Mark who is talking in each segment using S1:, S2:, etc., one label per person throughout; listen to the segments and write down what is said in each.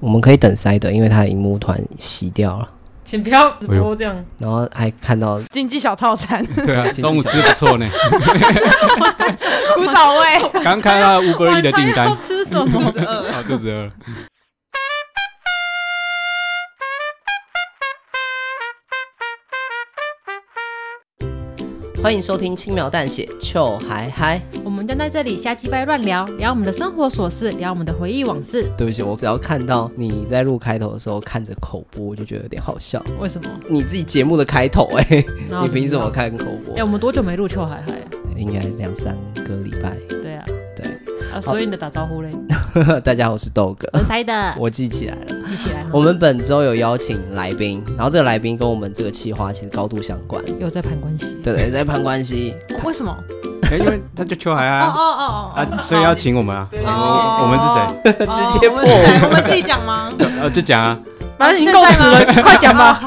S1: 我们可以等塞德，因为他的荧幕突然熄掉了，
S2: 请不要直播这样。
S1: 然后还看到
S3: 经济小套 餐，
S4: 对啊，中午吃不错 呢。
S3: 古早味。
S4: 刚看到 Uber E 的订单
S2: 晚餐要，吃什么？
S4: 啊，肚子饿了。
S1: 欢迎收听轻描淡写糗嗨嗨。
S2: 我们将在这里瞎鸡掰乱聊，聊我们的生活琐事，聊我们的回忆往事。
S1: 对不起，我只要看到你在录开头的时候看着口播，我就觉得有点好笑。
S2: 为什么？
S1: 你自己节目的开头、哎，
S2: 然后
S1: 你凭什么
S2: 怎知道？
S1: 看口播
S2: 哎、？我们多久没录秋海海了？
S1: 应该两三个礼拜。
S2: 对啊，
S1: 对，
S2: 啊，所以你的打招呼嘞？
S1: 大家好，我是豆哥，
S2: 我塞的，
S1: 我记起来了。
S2: 记起来哈。
S1: 我们本周有邀请来宾，然后这个来宾跟我们这个企划其实高度相关。
S2: 又在攀关系。
S1: 对对，在攀关系，
S3: 为什么？
S4: 哎，因为他就秋海
S3: 哦
S4: 啊，
S3: 哦哦
S4: 啊，所以要请我们啊。
S3: 哦，
S4: 我们是谁？
S1: 直接
S3: 我
S1: 破
S3: 们是谁哦我们自己讲吗？ 哦
S4: 呃，就讲啊
S2: 反正已经够迟了，快讲吧。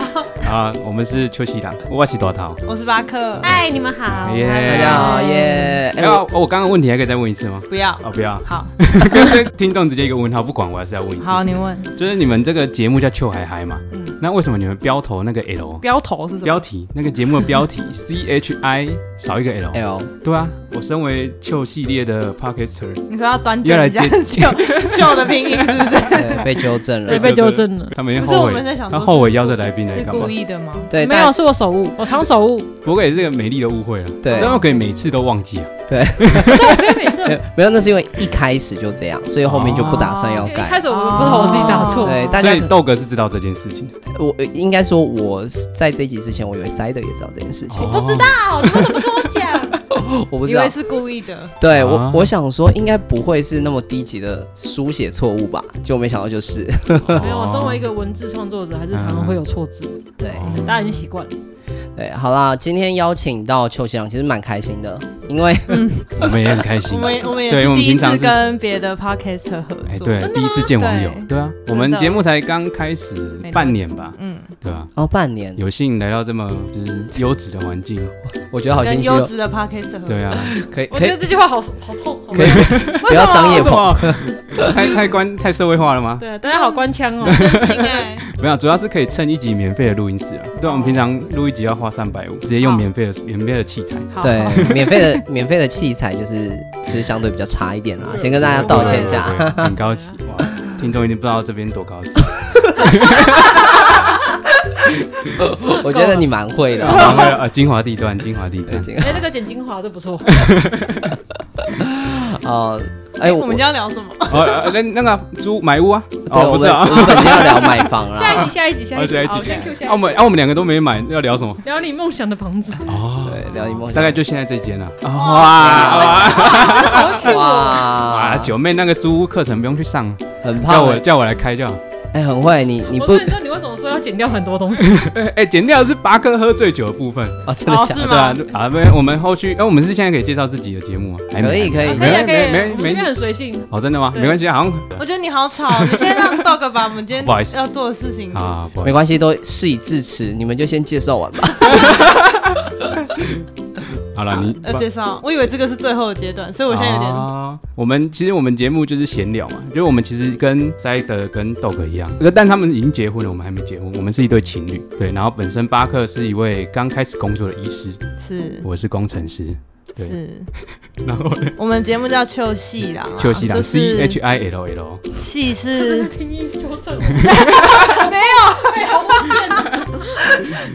S4: 啊，我们是秋喜郎，我是多桃。
S3: 我是巴克，
S2: 嗨，哎你们好。
S3: 哦
S4: 耶
S1: 大家好耶！哎
S4: 哎，我我刚刚问题还可以再问一次吗？
S3: 不要，
S4: 哦，不 要，
S3: 好
S4: 跟听众直接一个问号，不管我还是要问一次。
S3: 好，你问
S4: 就是你们这个节目叫秋海海嘛
S3: 嗯，
S4: 那为什么你们标头那个 L
S3: 标头是什么
S4: 标？题那个节目的标题 C H I 少一个 L？
S1: L，
S4: 对啊，我身为秋系列的 podcaster，
S3: 你说要端
S4: 越
S3: 正
S4: 来
S3: 一下
S4: 接 近
S3: 旧旧的拼音是不是？
S1: 对哎 被纠正了
S2: 对，。被纠正了。
S4: 他们也
S3: 不是
S4: 后
S3: 我
S4: 悔
S3: 们在想，
S4: 他
S3: 说
S4: 后悔邀这来宾来
S3: 是
S4: 干嘛
S3: 故？意的吗？
S1: 对，
S2: 没
S1: 但
S2: 有，是我手误，我常手误。
S4: 不过也是个美丽的误会啊。
S1: 对
S4: 但我可以每次都忘记啊。
S2: 对，我可以每次
S1: 对 没有，那是因为一开始就这样，所以后面就不打算要
S2: 哦一
S1: 改
S2: 开。始我不知道我自己打错。
S1: 对，
S3: 哦
S1: 大
S4: 所
S1: 家
S4: 以
S1: 可
S4: 豆哥是知道这件事情的，
S1: 我应该说，我在这一集之前，我以为 Side 也知道这件事情，
S2: 不知道，你们怎么跟我讲？
S1: 哦我不知
S3: 以
S1: 道
S3: 为。是故意的，
S1: 对
S4: 啊
S1: 我，我想说应该不会是那么低级的书写错误吧，就没想到就是
S4: 哦。
S2: 没有，我身为一个文字创作者，还是常常会有错字，
S1: 对
S4: 哦
S2: 大家已经习惯了。
S1: 对，好啦，今天邀请到邱先生，其实蛮开心的，因为
S4: 我们也很开
S3: 我
S4: 心。啊
S3: 们我们也
S4: 对
S3: 是
S4: 我们
S3: 第一
S4: 平常
S3: 次
S4: 是
S3: 跟别的 podcast 合
S4: 哎，
S3: 作，
S4: 对，第一次见网友对
S3: 对，
S4: 啊，我们节目才刚开始半年吧，
S3: 嗯，
S4: 对吧？
S1: 哦半年，
S4: 有幸来到这么就是优质的环境，啊
S1: 我觉得好
S3: 跟
S1: 心虚
S3: 优
S1: 哦，
S3: 质的 podcast 合作，
S4: 对啊，
S1: 可以
S2: 我
S1: 可
S2: 觉
S1: 以
S2: 得这句话好好痛。好
S1: 可以不要商业化，
S4: 太太官太社会化了吗？
S2: 对，大家好官 腔哦。
S3: 真心哎，
S4: 没有，主要是可以蹭一集免费的录音室啊。对啊，我们平常录一集要花三百五，直接用
S3: 啊
S4: 免费的免费的器材。
S2: 啊
S3: 好，好
S1: 对，免费的免费的器材就是就是相对比较差一 点啦，先跟大家道歉一下。
S4: 对，对对很高级 哇！听众一定不知道这边多高级，
S1: 我觉得你蛮会的，啊
S4: 然后呃，精华地段，精华地
S1: 对
S4: 段，
S1: 这个
S2: 哎，这个剪精华这不错。
S1: 哦，哎，
S3: 哎，我们今天要聊什么？
S4: 哦，呃那那个租买屋啊，
S1: 对，
S4: 哦，
S1: 我
S4: 不是
S1: 们
S4: 啊
S1: 我，们本天要聊买房
S2: 下一
S1: 啦
S2: 集，，下一集，下一集，
S4: 哦下一集
S2: 好，先 Q
S4: 啊，
S2: 下一
S4: 我
S2: 集。
S4: 们啊，我们两个都没买，要聊什么？
S2: 聊你梦想的房 子，
S4: 哦，
S1: 对，聊你梦想，
S4: 大概就现在这间啊。
S1: 哦
S4: 哇哇
S2: 好 Q 哦。
S4: 哇！
S1: 哇，
S4: 九妹那个租屋课程不用去上，
S1: 很
S4: 叫
S1: 胖
S4: 我，叫我来开就好。
S1: 哎，很会，你你
S2: 我
S1: 不
S2: 终于知道你为什么说要剪掉很多东西，
S4: 哎哎，剪掉的是八哥喝醉酒的部分。
S1: 哦，真的假
S3: 是
S1: 的？
S4: 对啊
S3: 吗？，
S4: 啊，没有，我们后续，哎，我们是现在可以介绍自己的节目吗？还没
S1: 可以可以
S2: 啊
S1: 没
S2: 可以啊，可以
S4: 没
S2: 啊，我
S4: 没
S2: 们这
S4: 没
S2: 边
S4: 没。
S2: 很随 性。
S4: 哦，真的吗？
S2: 对
S4: 没关系，好像
S3: 我觉得你好吵，你先让 Dog 把我们今
S4: 不好意
S3: 天
S4: 思
S3: 要做的事情。
S4: 啊，不好意思
S1: 没关系，都事已至此，你们就先介绍完 吧。
S4: 好了，你
S3: 呃，介绍，我以为这个是最后的阶段，所以我现在有点
S4: 啊我们其实我们节目就是闲聊嘛，就是我们其实跟塞德跟豆哥一样，呃但他们已经结婚了，我们还没结婚，我们是一对情侣。对，然后本身巴克是一位刚开始工作的医师，
S3: 是
S4: 我是工程师，对
S3: 是，
S4: 然后呢，
S3: 我们节目叫秋戏郎啊，
S4: 邱西郎
S3: 就
S4: C
S3: 是
S4: H I L L，
S3: 戏
S2: 这
S3: 是
S2: 是拼音纠 正，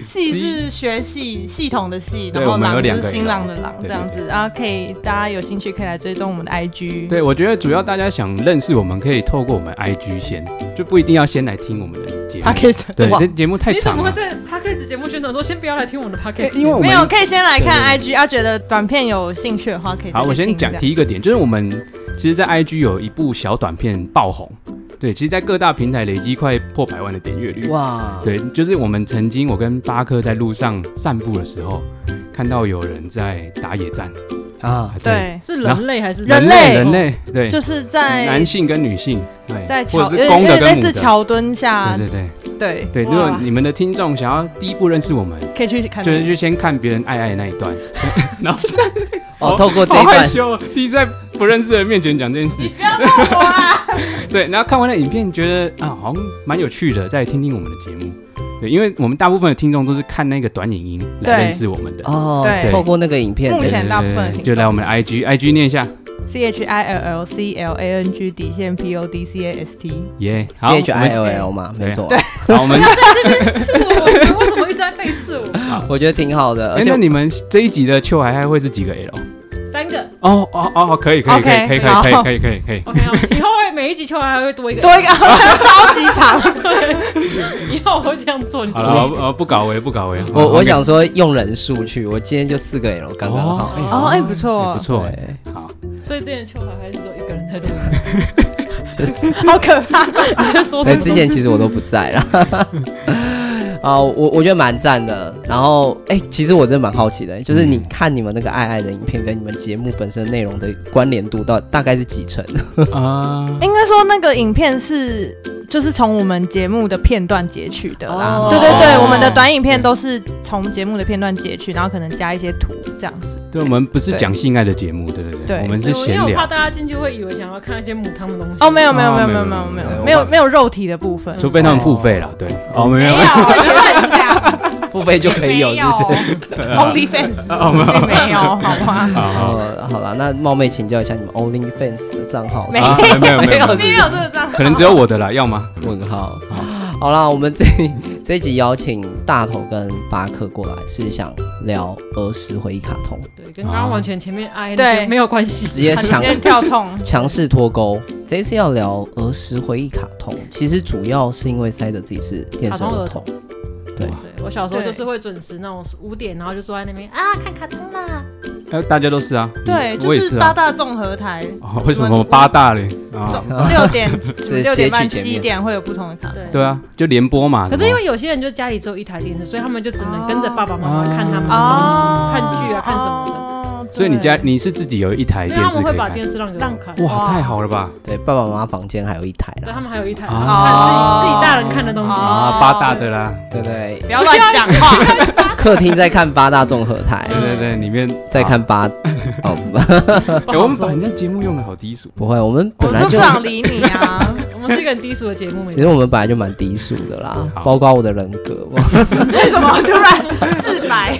S3: 戏是学系系统的系，
S4: 对
S3: 然后
S4: 我们有
S3: 郎
S4: 两
S3: 就
S4: 个
S3: 是新郎的郎
S4: 对对
S3: 这样子，然后可以大家有兴趣可以来追踪我们的 IG，
S4: 对我觉得主要大家想认识我们，可以透过我们 I G 先，就不一定要先来听我们的节目
S3: 啊他。可以
S4: 对，
S1: 哇
S4: 这节目太
S2: 你怎
S4: 长
S2: 么会
S4: 了。
S2: 在 podcast 节目宣传说先不要来听我们的 podcast？
S4: 因为我们
S3: 没有，可以先来看
S4: 对
S3: IG，要觉得短片有兴趣的话可以再去听这样。
S4: 好，我先讲提一个点，就是我们其实，在 IG 有一部小短片爆红，对，其实，在各大平台累积快破百万的点阅率。
S1: 哇，，
S4: 对，就是我们曾经我跟巴克在路上散步的时候，看到有人在打野战，
S1: 啊，
S3: 对，
S2: 是人类还是
S3: 人类哦
S4: 人类对，
S3: 就是
S4: 男
S3: 在
S4: 性跟女性，对，
S3: 在
S4: 或
S3: 桥，呃
S4: 者是公的跟
S3: 类
S4: 母的。
S3: 似桥墩下，
S4: 对对对对，
S3: 对，
S4: 如
S2: 哇
S4: 果你们的听众想要第一步认识我们，
S3: 可以去看。
S4: 就是去先看别人爱爱的那一 段，然后
S1: 哦，透过这一
S4: 好害
S1: 段，
S4: 羞哦，第一次在不认识的面前讲这件事，
S3: 不要闹我啊！
S4: 对，然后看完了影片，觉得啊，好像蛮有趣的，再听听我们的节目。对，因为我们大部分的听众都是看那个短影音来
S3: 对
S4: 认识我们的。
S1: 哦
S3: 对，
S1: 透过那个影片，
S3: 目
S4: 对
S3: 前
S4: 对
S3: 大部分的
S4: 对
S3: 听
S4: 就来
S3: 众
S4: 我们的 IG IG 念一下，
S3: C H I L L C L A N G 底线 P O D C A S T。
S4: 耶、好，
S1: C H
S4: 我
S1: I
S4: 们
S1: L L 嘛，没错，
S4: 好，我 们哎、
S2: 哦是我？ 你为什么一直在背刺我？
S1: 我觉得挺好的，而且
S4: 哎那你们这一集的秋海还会是几个 L？
S2: 三个
S4: 哦哦哦，可以可以可以
S3: OK，
S4: 可以可
S3: 好
S4: 以可以可以可以可以，
S2: OK，好以后会每一集秋还会多一个，
S3: 多一个超级长，
S2: 以后我会这样做，你知
S4: 好
S2: 道
S4: 了，
S2: 吗？
S4: 我我不搞为不搞为，
S1: 我
S4: 好
S1: 我
S4: OK
S1: 想说用人数去，我今天就四个 L 刚刚好，
S4: 哦
S3: 哦，哎，不错
S4: 哎不，错，哎
S1: 对，
S4: 好，
S2: 所以之前秋还还是只有一个人在录，
S1: 就是
S3: 好可怕。
S2: 你在
S1: 所
S2: 说什
S1: 以
S2: 么？
S4: 哎
S1: 之前其实我都不在 了。啊，我我觉得蛮赞的。然后，哎、其实我真的蛮好奇的，就是
S4: 嗯
S1: 你看你们那个爱爱的影片跟你们节目本身内容的关联度到大概是几成？
S4: 啊、
S3: 应该说那个影片是就是从我们节目的片段截取 的啦。
S1: 哦
S3: 对对对，
S4: 哦
S3: 我们的短影片都是从节目的片段截取，然后可能加一些图这样子。
S4: 对，我们不是讲性爱的节目，对对对，
S3: 对
S4: 我们是
S2: 对我
S4: 闲
S2: 因为我怕
S4: 聊，
S2: 大家进去会以为想要看一些母汤的东西。
S3: 哦，没有没有
S4: 哦
S3: 没有
S4: 没
S3: 没有
S4: 有
S3: 没有没
S1: 没
S3: 有
S1: 有
S3: 没有没有肉体的部分，
S4: 除非他们付费了，对，哦，没有
S3: 没有，乱想
S1: 付费就可以有，是不是？
S3: ，Only Fans 并没有，好吗？
S4: 好好。
S1: 哦，好了，那冒昧请教一下你们 OnlyFans 的账号是
S4: 啊，没有没有，
S3: 并没有这个账号
S4: 可能只有我的啦，要吗？
S1: 问号。好啦，我们这这一集邀请大头跟巴克过来，是想聊儿时回忆卡通，
S2: 对，跟刚刚完全前面哎，
S3: 对
S2: 没有关系，
S1: 直接
S3: 直
S1: 抢
S3: 接跳痛。
S1: 强势脱钩。这一次要聊儿时回忆卡通，其实主要是因为塞德自己是电视儿童，对，
S2: 对我小时候就是会准时那种五点，然后就坐在那边啊看卡通啦。
S4: 呃，大家都是啊，
S3: 对，
S4: 嗯我
S3: 就
S4: 也
S3: 是
S4: 是
S3: 八
S4: 啊。
S3: 大综合台，
S4: 哦，为什么八大嘞？啊，
S3: 六点
S1: 接
S3: 六点半
S1: 截取前面
S3: 七点会有不同的卡通。
S2: 对
S4: 对。啊，就联播嘛。
S2: 可是
S4: 什么
S2: 因为有些人就家里只有一台电视，所以他们就只能跟着爸爸妈妈看他们的东西，
S3: 哦，
S2: 看剧啊，看什么
S3: 么的
S4: 所以你家你是自己有一台
S2: 的。
S4: 哎电
S2: 对，他
S4: 视
S2: 们
S4: 可
S2: 会
S4: 以
S2: 把
S4: 看，
S2: 电视让给我们看，
S4: 哇，太好了吧？
S1: 对，爸爸妈妈房间还有一台
S2: 对他
S1: 啦，
S2: 们还有一台看
S4: 啊
S2: 自己自己大人看的东西。
S3: 哦
S4: 啊，八大的啦，
S1: 对不对？
S3: 不要乱讲 话。
S1: 客厅在看八大综合 台
S4: 对，对对，里面
S1: 在看八， 哦，
S4: 哎。我们把人家节目用的好低俗，
S1: 不会，我们
S3: 我
S1: 本来
S3: 就不
S1: 就。
S3: 想理你啊！
S2: 我们是一个很低俗的节目，没
S1: 其实我们本来就蛮低俗的啦，
S4: 好
S1: 包括我的人格， 我
S3: 为什么突然自白？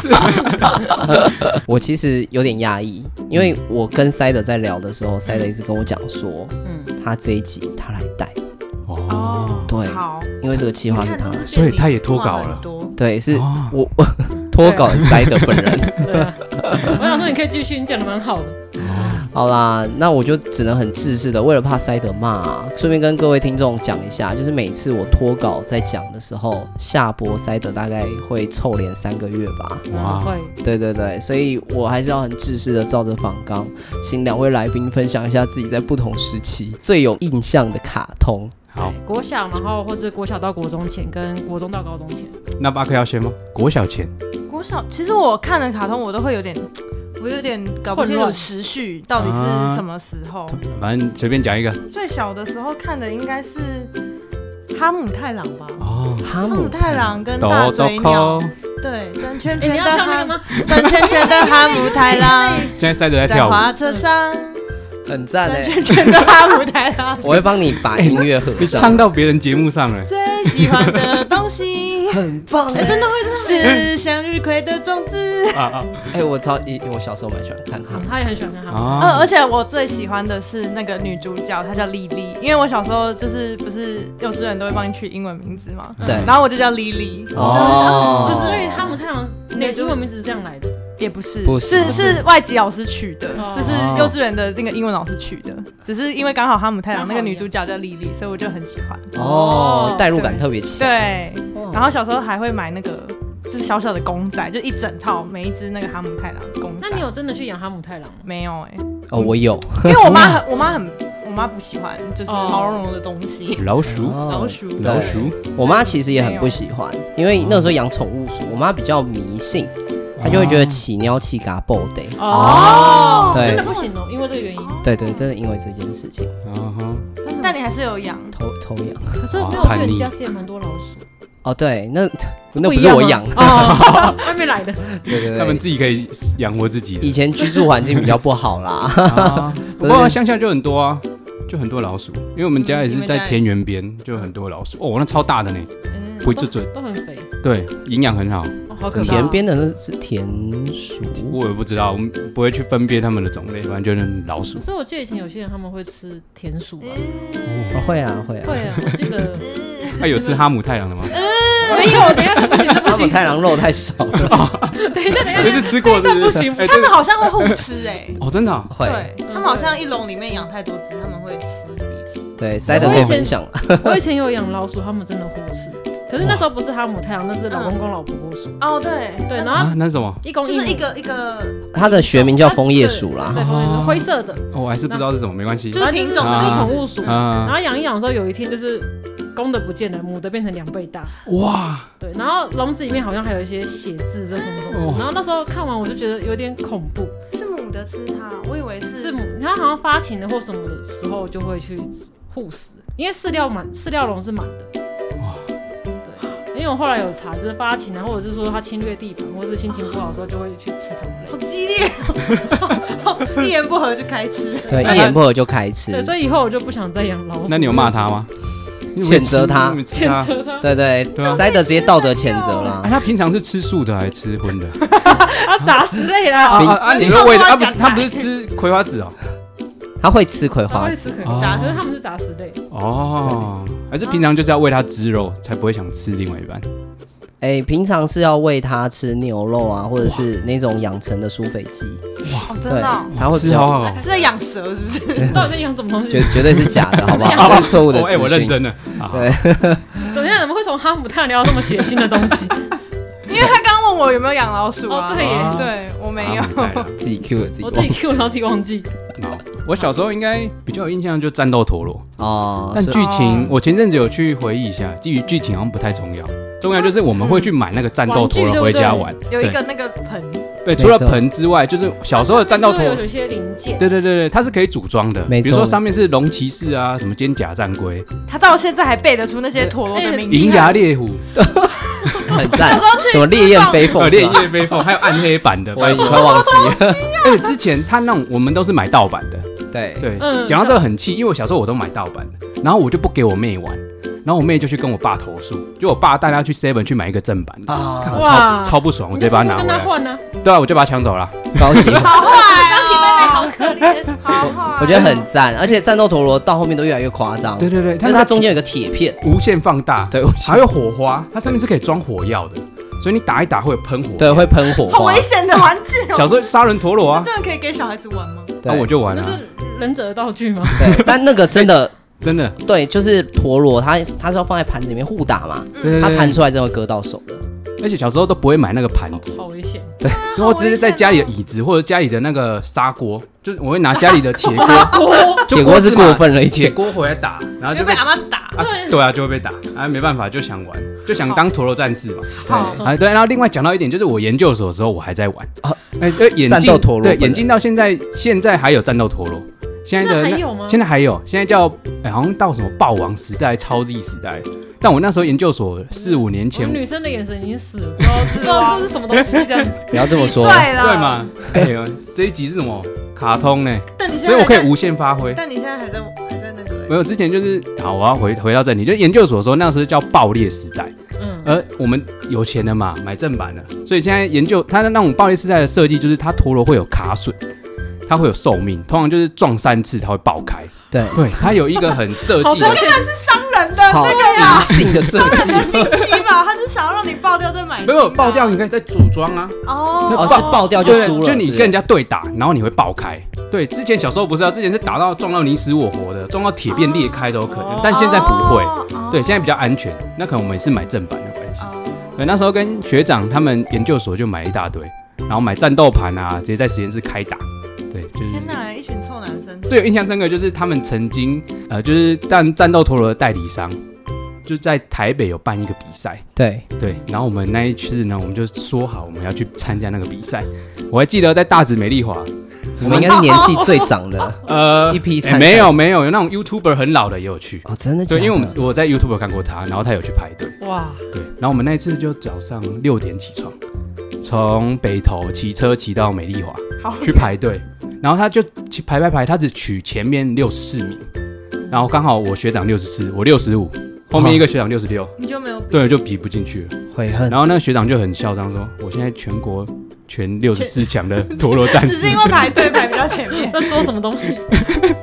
S1: 我其实有点压抑，因为我跟塞德在聊的时候，塞德一直跟我讲说，
S2: 嗯，
S1: 他这一集他来带，
S4: 哦，
S1: 对
S3: 好，
S1: 因为这个计划是他，
S4: 所以他也脱稿了
S1: 对，是
S4: 哦
S1: 我我脱稿塞德本人。
S2: 对啊。我想说你可以继续，你讲的蛮好的。
S1: 好啦，那我就只能很自私的，为了怕塞德骂、啊顺便跟各位听众讲一下，就是每次我脱稿在讲的时候，下播塞德大概会臭脸三个月吧。
S2: 嗯
S4: 哇
S2: 会
S1: 对对对，所以我还是要很自私的照着仿纲，请两位来宾分享一下自己在不同时期最有印象的卡通。
S4: 好，
S2: 国小，然后或者国小到国中前，跟国中到高中前，
S4: 那巴克要先吗？国小前
S3: 国小其实我看的卡通，我都会有点，我有点搞不清
S2: 混
S3: 楚
S2: 乱
S3: 时序到底是什么时候。
S4: 反正随便讲一个
S3: 最小的时候看的应该是哈姆太郎吧。
S4: 哦，
S1: 哈
S3: 哈姆
S1: 姆
S3: 太
S1: 太郎，
S3: 郎跟大
S4: 抖抖
S3: 嘴鸟，
S4: 扣，
S3: 对，转圈
S2: 哎，你
S3: 圈
S2: 要
S3: 的
S2: 跳那个
S3: 哈，
S2: 吗？
S3: 转圈圈的哈姆太郎，
S4: 现在塞着在
S3: 在
S4: 跳舞，
S3: 滑车上，
S1: 很赞
S3: 转
S1: 哎！
S3: 圈圈的哈姆太郎，
S1: 我会帮你把音乐合
S4: 你
S1: 上
S4: 唱，到别人节目上了，
S3: 最喜欢的东 西
S1: 很棒哎！
S3: 真的会是向日葵的种子。
S4: 啊啊
S1: 哎，我超一，我小时候蛮喜欢看哈
S2: 嗯
S1: 姆，
S2: 他也很喜欢看他。
S3: 呃，
S4: 啊，
S3: 而且我最喜欢的是那个女主角，她叫莉莉，因为我小时候就是不是幼稚园都会帮你取英文名字嘛，
S2: 嗯
S1: 对
S3: 然后我就叫莉莉，
S1: 哦
S2: 就是所以哈姆太郎那英文名字是这样来的。
S3: 也不是，
S1: 不是
S3: 是是外籍老师取的，
S2: 哦
S3: 就是幼稚园的那个英文老师取的，只是因为刚好哈姆太郎那个女主角叫莉莉，所以我就很喜欢。
S1: 哦
S2: 哦，
S1: 代入感特别强。
S3: 对，
S1: 哇
S3: 然后小时候还会买那个就是小小的公仔，就一整套，每一只那个哈姆太郎公仔。
S2: 那你有真的去养哈姆太郎吗？
S3: 没有哎、
S1: 哦，我有，
S3: 因为我妈很，我妈很，我我妈不喜欢就是
S2: 哦
S3: 毛茸茸的东西，
S4: 老鼠，
S1: 哦
S3: 老鼠
S1: 对
S4: 老鼠，
S1: 我妈其实也很不喜欢，因为那时候养宠物鼠，我妈比较迷信，她就会觉得起尿气嘎爆得。
S2: 哦
S1: 对
S2: 真的不行哦，因为这个原因。
S1: 对对，真的因为这件事情
S4: 嗯哼，
S3: 但你还是有养。
S1: 偷偷养。
S2: 可是没有，
S4: 哦
S2: 我
S4: 叛
S2: 觉得
S4: 逆
S2: 你家之前蛮多老鼠，
S1: 哦，对，那 那不是我
S2: 一样
S1: 养
S2: 吗
S1: 的，
S2: 哦，外面来的。
S1: 对对
S4: 他们
S1: 对。
S4: 自己可以养活自己的
S1: 以。前居住环境比较不好啦，
S4: 啊，不过乡下就很多啊，就很多老鼠，因为我们家也是在田园
S1: 嗯
S4: 边，就很多老鼠。哦，那超大的呢，
S2: 嗯
S4: 不会就
S1: 哦
S4: 准，
S2: 都很肥，
S4: 对，营养很好。
S2: 哦好可怕。
S1: 田边的那是田鼠，
S4: 我也不知道，我们不会去分辨它们的种类，反正就是老 鼠
S2: 可。是我记得以前有些人他们会吃田鼠啊，
S1: 哦会啊会啊。
S2: 会啊，我记得
S4: 那哎有吃哈姆太郎的吗？
S2: 没有，等一下这不行，这不
S1: 哈姆
S2: 行，
S1: 太郎肉太少了，
S2: 等一下，等一下，
S4: 就是吃过，是
S2: 这
S4: 不
S2: 呃不
S4: 是？
S2: 行，
S4: 哎，
S3: 他
S4: 这
S3: 们好像会互吃哎、
S4: 哦，真的啊，
S1: 会
S3: 对他们好像一笼里面养太多只，他们会吃彼此。
S1: 对塞德可以分享，
S2: 我以前有养老鼠，他们真的互吃，可是那时候不是哈姆太阳，那是老公公老婆婆鼠。
S3: 哦，对
S2: 对，然
S4: 啊
S2: 后
S4: 那是什么？
S2: 一公
S3: 就是
S2: 母
S3: 一个一个，
S1: 它的学名叫枫叶鼠啦。
S2: 对，枫叶
S4: 哦
S2: 鼠灰色的，
S4: 哦我还是不知道是什么，没关系
S3: 就。
S2: 然后就是
S3: 品种
S4: 的
S2: 那就是
S4: 名字
S2: 宠物鼠，然
S4: 啊，
S2: 后养一养的时候，有一天就是公的不见了，母的变成两倍大。
S4: 哇，
S2: 对，然后笼子里面好像还有一些血渍，这什么什
S4: 哦
S2: 么。然后那时候看完我就觉得有点恐怖，
S3: 是母的吃它，我以为是
S2: 是母，它好像发情了或什么的时候就会去护食，因为饲料满，饲料笼是满的。
S4: 哇
S2: 对，因为我后来有查，就是发情啊，或者是说它侵略地盘，或者是心情不好的时候就会去吃同类
S3: 好。激烈哦， 一言不合就开吃。
S1: 对，一言不合就开吃
S2: 对，，所以以后我就不想再养老鼠。
S4: 那你有骂他吗？
S1: 谴责他
S4: 你有没有吃
S2: 谴
S4: 啊
S2: 责它？
S1: 对对
S4: 对啊，
S1: 塞德直接道德谴责
S4: 啊，
S1: 啦。
S4: 他平常是吃素的还是吃荤的？
S2: 它砸死类啦！
S4: 啊啊！你说喂的，他不是他不是吃葵花籽哦？
S1: 他会吃葵
S2: 它
S1: 花
S2: 会，吃可
S4: 哦
S2: 能砸，可是它们是砸死类。
S4: 哦，还是平常就是要喂它吃肉，才不会想吃另外一半。
S1: 哎，平常是要喂它吃牛肉啊，或者是那种养成的酥肥鸡，
S3: 哦，真
S1: 对
S3: 的哦，
S1: 它会比
S4: 吃
S1: 较
S4: 好好。
S3: 是在养蛇是不是？
S2: 到底在养什么东西
S1: 绝？绝对是假的， 好不好？这是错误的
S4: 哦，哎，我
S1: 资
S4: 认
S1: 讯。
S4: 真了。好
S1: 对
S2: 等一下怎么会从哈姆太聊到这么血腥的东 西？
S3: 因为他刚刚问我有没有养老鼠啊，
S2: 哦对耶
S4: 啊
S3: 对我没有
S4: 啊。太了
S1: 自己 Q 了自己
S2: 我
S1: 忘
S2: 自己
S1: 记
S2: Q 然后自己忘记。
S4: 好，我小时候应该比较有印象就战斗陀螺，
S1: 哦，
S4: 但
S1: 是
S4: 剧情我前阵子有去回忆一下，基于剧情好像不太重要。重要就是我们会去买那个战斗陀螺回家玩，
S3: 有一个那个盆，
S4: 对，对除了盆之外，就是小时候的战斗陀
S2: 是
S4: 螺
S2: 会有，一些零件，
S4: 对对对对，它是可以组装的，
S1: 没错
S4: 比如说上面是龙骑士啊，什么肩甲战龟、
S3: 他到现在还背得出那些陀螺的名字。
S4: 银牙猎虎、
S1: 很赞，什么烈焰飞
S4: 呃
S1: 凤是
S4: 烈
S1: 吧？
S4: 焰飞 凤，还有暗黑版的，
S1: 我
S4: 拜
S1: 已经
S4: 托。
S1: 快忘记了。
S4: 而且之前他那种我们都是买盗版的，
S1: 对，
S4: 对，
S2: 嗯
S4: 讲到这个很气，因为我小时候我都买盗版的，然后我就不给我妹玩，然后我妹就去跟我爸投诉，就我爸带她去 Seven 去买一个正版的，看我
S1: 啊，
S4: 超超不爽，我直接把它拿
S2: 你
S4: 回
S2: 就跟
S4: 来
S2: 他，换呢，
S4: 对啊，我就把它抢走了，
S1: 高 级化，
S3: 好坏
S2: 好
S3: 哦，
S2: 可怜。
S3: 好啊坏。
S1: 我觉得很赞，而且战斗陀螺到后面都越来越夸张。
S4: 对，对对，
S1: 但是
S4: 但是
S1: 它
S4: 它
S1: 中间有个铁片，
S4: 无限放大，
S1: 对，我
S4: 还有火花，它上面是可以装火药的，所以你打一打会有喷火，
S1: 对，会喷火
S3: 好
S1: 花
S3: 危。险的玩具哦。
S4: 小时候杀人陀螺
S3: 这
S4: 啊，
S3: 真的可以给小孩子玩吗？
S1: 对，
S4: 那啊我就 玩
S2: 那
S4: 了，
S2: 是忍者的道具 吗？
S1: 对，但那个真的
S4: 真的，
S1: 对，就是陀螺，它它是要放在盘子里面互打嘛，
S4: 对对
S1: 它
S4: 对
S1: 弹，出来真的会割到手的。
S4: 而且小时候都不会买那个盘子，
S2: 好危险！
S4: 对，我只是在家里的椅子或者家里的那个砂锅，就是我会拿家里的铁锅，
S2: 哦
S4: 就
S1: 铁锅是
S4: 子嘛
S1: 过分了一
S4: 铁
S1: 点，
S4: 锅回来打，然后
S3: 因为
S4: 就
S3: 被
S4: 被
S3: 阿妈打。
S4: 啊，对啊，就会被打啊，没办法，就想玩，就想当陀螺战士嘛。
S3: 好，
S4: 啊，对，然后另外讲到一点，就是我研究所的时候我还在玩
S1: 啊
S4: 啊，哎，对眼
S1: 战
S4: 镜
S1: 斗陀螺
S4: 对，
S1: 本人
S4: 眼镜到现在现在还有战斗陀螺，现在的
S2: 那
S4: 那
S2: 还有吗
S4: 现在还有，现在叫哎，好像到什么霸王时代、超 Z 时代，但我那时候研究所四五年
S2: 我
S4: 前
S2: 们，哦女生的眼神已经死了，不知
S4: 哦
S2: 道不知道这是什么东西这样子。
S1: 不要这么说
S3: 几。岁了，
S4: 对？嘛？哎呦，这一集是什么？卡通呢？
S3: 但你现在
S4: 所以我可
S3: 还
S4: 以
S3: 在，
S4: 无限发挥。
S3: 但你现在还在还在那个
S4: 没有，之前就是好，我要回回到这里，就研究所的时候，那时候叫爆裂时代，
S2: 嗯，
S4: 而我们有钱了嘛，买正版了，所以现在研究它的那种爆裂时代的设计，就是它陀螺会有卡榫，它会有寿命，通常就是撞三次它会爆开。
S1: 对，
S4: 对，它有一个很设
S2: 好啊
S4: 计的
S2: 超，前，
S3: 商人的
S1: 好
S3: 那个
S1: 灵性的设
S3: 商
S1: 计
S3: 人的心机 吧，他就想要让你爆掉再买新
S4: 没
S3: 的啊。
S4: 有爆掉，你可以再组装啊，
S3: 哦
S1: 哦，
S4: 那
S1: 是爆掉就
S4: 对
S1: 输了，
S4: 就你
S1: 是
S4: 跟人家对打，然后你会爆开。对，之前小时候不是啊，之前是打到撞到你死我活的，撞到铁片裂开都有可能
S2: 哦，
S4: 但现在不会。
S3: 会
S4: 对，现在比较安全。那可能我们也是买正版的关系。
S1: 哦
S4: 对，那时候跟学长他们研究所就买了一大堆，然后买战斗盘啊，直接在实验室开打。对，就是
S3: 天哪，一群臭男生，
S4: 对我印象深刻就是他们曾经呃，就是战战斗陀螺的代理商，就在台北有办一个比赛，
S1: 对，
S4: 对，然后我们那一次呢，我们就说好我们要去参加那个比赛。我还记得在大直美丽
S1: 哦
S4: 华，
S1: 我们应该是年纪最长的
S4: 呃
S1: 一，批参赛
S4: 诶
S1: 者。
S4: 没有没有，有那种 YouTuber 很老的也有去。
S1: 哦，真的假
S4: 对，
S1: 的？
S4: 因为我们我在 YouTube 看过他，然后他有去排队。
S2: 哇，
S4: 对，然后我们那一次就早上六点起床，从北投骑车骑到美丽华
S3: 好
S4: 去排队，然后他就去排排排，他只取前面六十四名，然后刚好我学长六十四，我六十五，后面一个学长六十六，
S3: 你就没有比
S4: 对，就比不进去了。
S1: 悔恨，
S4: 然后那个学长就很嚣张说：“我现在全国全六十四强的陀螺战
S3: 只是
S4: 士
S3: 因，为排队排比较前面。
S2: 在说什么东西？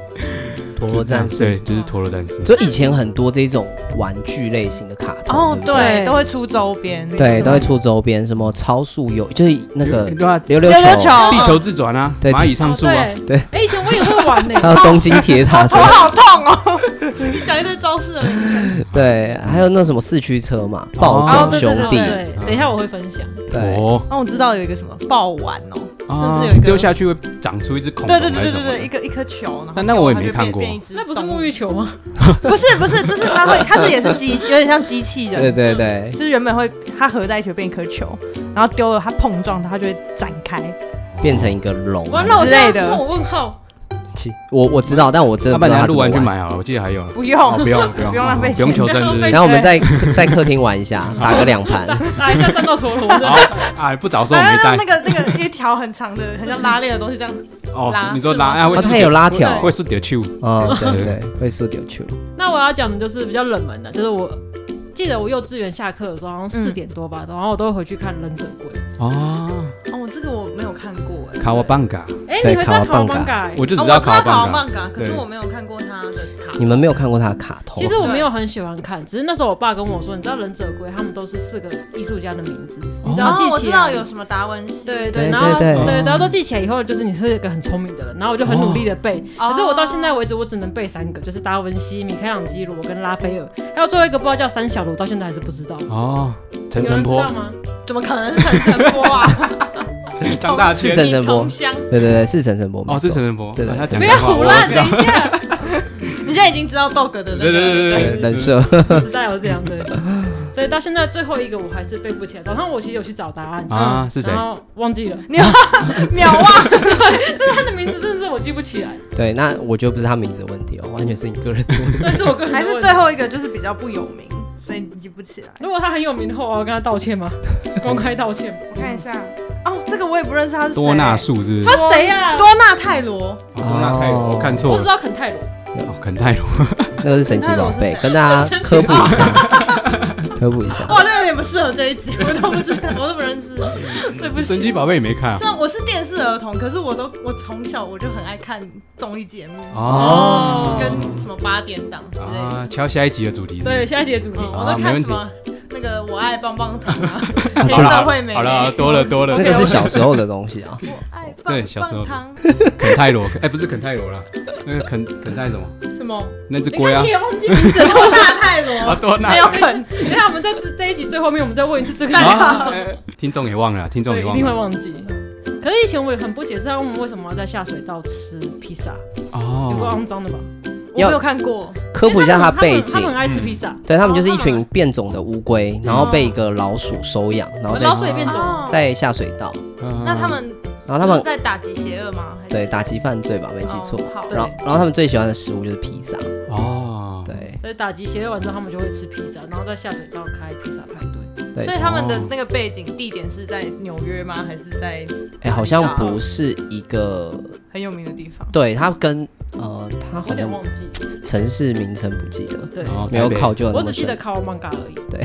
S1: 陀螺战
S4: 对，
S1: 士。
S4: 就是陀螺战士。
S1: 就以前很多这种玩具类型的卡通，
S3: 哦，
S1: 不
S3: 对，
S2: 对
S3: 都会出周边，
S1: 对，
S2: 是
S1: 都会出周边，什么超速游，就是那个
S4: 对啊，
S1: 溜溜
S3: 溜溜
S1: 球
S3: 球，
S4: 地球自转啊，
S1: 对
S4: 蚂蚁上树啊，
S2: 哦
S1: 对
S2: 对，哎，以前我也会 玩呢，
S1: 还有东京铁塔什
S3: 头
S1: 么，
S3: 好痛哦！你 讲一堆招式的名称，
S1: 对，还有那什么四驱车嘛，暴
S2: 哦
S1: 走
S2: 对
S1: 兄
S2: 对对
S1: 弟，
S2: 对等一下我会分享。
S1: 对，
S4: 哦，
S3: 哦，我知道有一个什么爆丸哦，
S4: 啊
S3: 甚至有一个
S4: 丢下去会长出一只恐龙
S3: 对对对
S4: 还是
S3: 对
S4: 什
S3: 对
S4: 么
S3: 对，
S4: 的
S3: 一。个一颗球，然后
S4: 但那我也
S3: 它就
S4: 没看
S3: 变
S4: 过
S3: 变一只
S2: 那不是
S3: 动物
S2: 沐浴球吗？
S3: 不是不是，就是它会，它是也是机器，有点像机器人，
S1: 对对对，
S3: 就是原本会它合在一起会变一颗球，然后丢了它碰撞它，它就会展开。
S1: 变成一个龙。
S2: 完了，我
S3: 之
S2: 现
S3: 类
S2: 在
S3: 的
S2: 问我问号，
S1: 其我我知道，但我真的
S4: 要啊
S1: 不
S4: 不
S1: 知
S4: 然
S1: 道
S4: 等下
S1: 它怎
S4: 录
S1: 么
S4: 完去
S1: 玩。
S4: 买好了，我记得还有呢。
S3: 不
S4: 哦，
S3: 用，
S4: 不用不用
S3: 不用浪费
S4: 不用求证是不是
S2: 钱
S1: 然后我们在在客厅玩一下，打个两盘。
S2: 打一下战斗陀 螺，真的
S4: 好啊，不早说我
S3: 反
S4: 没
S3: 正哎那
S4: 带。
S3: 个那个一条很长的，很像拉链的东西这样。
S4: 哦
S3: 拉，
S4: 你说
S3: 是吗
S4: 拉，哎，会
S1: 哦，
S4: 输
S1: 它有拉条
S4: 会输点球。
S1: 哦，对对，会输丢球。
S2: 那我要讲的就是比较冷门的，就是我记得我幼稚园下课的时候，好像
S3: 嗯
S2: 四点多吧，然后我都会回去看《忍者龟》。
S4: 哦，
S3: 哦，这个我没有看过哎
S4: 卡瓦棒嘎，
S2: 哎、
S1: 对
S2: 你会知道
S1: 卡
S2: 卡
S1: 哇棒
S2: 哇邦
S1: 嘎
S2: 嘎？
S4: 我就只
S3: 哦我
S4: 知道卡
S3: 卡
S4: 瓦
S3: 瓦
S4: 棒
S3: 曼
S4: 嘎。
S3: 嘎，可是
S4: 对嗯
S3: 我没有看过他的卡。
S1: 你们没有看过它的卡通？
S2: 其实我没有很喜欢看，只是那时候我爸跟我说，你知道《忍者龟》他们都是四个艺术家的名字，你只要
S3: 哦，
S2: 记
S3: 我
S2: 起
S3: 知
S2: 来。
S3: 道有什么达文西，
S2: 对
S1: 对
S2: 对，然后
S1: 对哦对
S2: 然后都记起来以后，就是你是一个很聪明的人，然后我就很努力的背。
S3: 哦
S2: 可是我到现在为止，我只能背三个，就是达文西、米开朗基罗跟拉斐尔，还有最后一个不知道叫三小的，我到现在还是不知道。
S4: 哦，陈
S2: 有人知
S4: 晨坡
S2: 道，吗？
S3: 怎么可能是陈晨波啊？
S4: 张大
S1: 哦是
S4: 千
S1: 陈晨波
S3: 同乡，
S1: 对对对，是陈晨波。没
S4: 哦，是
S1: 错
S4: 陈晨波，
S1: 对对
S4: 他讲
S2: 不
S4: 的
S2: 要
S4: 话
S2: 胡
S4: 我
S2: 乱，
S4: 知
S2: 等
S4: 道
S2: 一下，
S3: 你现在已经知道豆哥的那
S4: 对
S3: 个
S4: 对对对
S1: 对
S4: 对，
S1: 人设。
S2: 时代我这样对。所以到现在最后一个我还是背不起来。早上我其实有去找答案
S4: 啊
S2: 嗯
S4: 是谁
S2: 然后忘记了，
S3: 秒忘，
S2: 他的名字真的是我记不起 来。
S1: 对，那我觉得不是他名字的问题哦，完全是你个人的问题。
S2: 但是我个人
S3: 还
S2: 的
S3: 是
S2: 问
S3: 最
S2: 题。
S3: 后一个就是比较不有名，所以你记不起来。
S2: 如果他很有名的话，我要跟他道歉 吗？公开道歉吗？
S3: 我看一下，哦，这个我也不认识他是谁
S4: 多纳，树是不是？
S3: 他谁啊呀？多纳泰罗，
S4: 哦多纳泰罗，我看错
S2: 我只知
S4: 了，
S2: 道肯泰罗，
S4: 哦，肯泰罗，
S1: 那个是神奇宝 贝，跟大家科普一下，科普一下。
S3: 哇，那有点不适合这一集，我都不知道，我都 不认识。
S2: 对不
S4: 神
S2: 起。
S4: 奇宝贝也没看啊
S3: 虽然我是电视儿童，可是我都我从小我就很爱看综艺节目，
S4: 哦，
S3: 跟什么八点档之类的，
S4: 啊，敲下一集的主题是不
S2: 对，
S4: 是，
S2: 下一节主题。
S3: 嗯，
S4: 好
S3: 我
S4: 啊
S3: 都
S4: 没
S3: 看
S4: 问
S3: 什
S4: 题
S3: 么那个我爱棒棒糖 啊，
S1: 啊
S3: 黑
S4: 好了
S3: 社会美
S4: 好
S3: 眉，
S4: 了，多了多了，
S1: 那个是小时候的东西啊，
S3: 我爱
S4: 对
S3: 棒
S4: 小时候
S3: 棒糖，
S4: 肯泰罗，哎，不是肯泰罗啦，那个肯肯泰什么？
S3: 什么
S4: 那只
S2: 你
S4: 龟啊
S2: 看你，也忘记名字了。
S3: 多纳泰
S4: 啊，
S3: 罗，
S4: 多纳
S3: 没有肯，
S2: 等一下我们在这这一集最后面，我们再问一次这 个。
S4: 啊，哎听众也忘了，听众
S2: 对，
S4: 也
S2: 一
S4: 忘
S2: 定会
S4: 了，
S2: 忘记。可是以前我也很不解释，他们为什么要在下水道吃披萨，有个
S4: 哦，
S2: 肮脏的吧？
S3: 我没有哦看过，
S1: 科普一下它
S2: 他们
S1: 背
S2: 哎他
S1: 景
S2: 们。很哦爱吃披萨，
S4: 嗯
S1: 对他们就是一群变种的乌龟，然后被一个老鼠收养，然后
S2: 老鼠
S1: 在
S2: 也变种。
S3: 哦
S1: 在下水道，
S4: 嗯
S3: 那他们
S1: 然后他
S3: 就是
S1: 们
S3: 在打击邪恶吗？还是
S1: 对打击犯罪吧，没记错。
S3: 哦好
S2: 对
S1: 然后然后他们最喜欢的食物就是披萨，
S4: 哦，
S1: 对
S2: 所以打击邪恶完之后，他们就会吃披萨，然后在下水道开披萨派对。
S1: 对
S3: 所以，他们的那个背景地点是在纽约吗？还是在
S1: 哎，好像不是一个，
S3: 很有名的地方？
S1: 对它跟呃它
S2: 有
S1: 好
S2: 点
S1: 像
S2: 忘记，
S1: 城市名称不记得，
S2: 对，
S4: 哦
S1: 没有
S4: 台北
S1: 考究得
S2: 我
S1: 那么
S2: 只记
S1: 深
S2: 得。卡瓦曼嘎而已。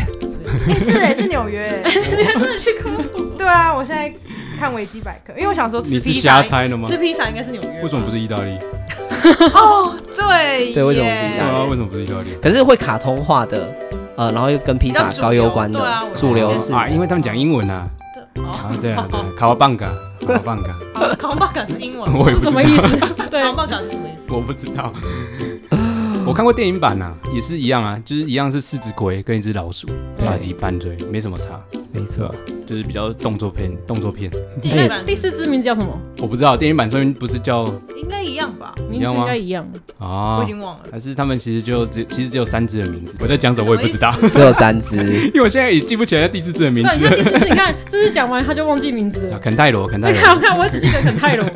S3: 哎、是哎、是纽约、哎
S2: 你还真的 去科普？
S3: 对啊，我现在看维基百科，因为我想说吃
S4: 你是
S3: 披
S4: 瞎
S3: 萨，
S4: 猜的吗？
S3: 吃披萨应该是纽约。
S4: 为什么不？是意大利？
S3: 哦，对耶，
S1: 对为什么不是意
S4: 对
S1: 大利
S4: 啊，为什么不是意大利？
S1: 可是会卡通化的，呃，然后又跟披萨高有关
S3: 比较主流
S1: 的主流
S3: 对啊我也
S1: 是，
S4: 啊，因为他们讲英文啊，
S3: 哦，
S4: 啊，对啊，对啊，卡瓦棒嘎，卡 瓦棒嘎，
S3: 好扛棒感是英文，
S4: 我也
S2: 是
S4: 不
S2: 什
S4: 知
S2: 么
S4: 道
S2: 意。思？ 对，
S3: 扛棒感是什么意思？
S4: 我不知道。 我看过电影版啊，也是一样啊，就是一样是四只龟跟一只老鼠
S1: 对
S4: 打击犯罪，没什么差，
S1: 没错，
S4: 就是比较动作片，动作片。
S1: 那也
S2: 哎第四只名字叫什么？
S4: 我我不知道电影版说明不是叫
S3: 应该一样吧？
S2: 名字
S4: 一样吗
S2: 应该一样。
S4: 啊
S3: 我已，经忘了。
S4: 还是他们其实就只其实只有三只的名字？我在讲什么我也不知道
S3: 什，
S1: 只有三只，
S4: 因为我现在也记不起来第四只的名
S2: 对，你看
S4: 字了。
S2: 第四次，你看这次讲完他就忘记名字
S4: 啊
S2: 了。
S4: 肯泰罗，肯泰
S2: 你看，我
S4: 罗，
S2: 看，我只记得肯泰罗。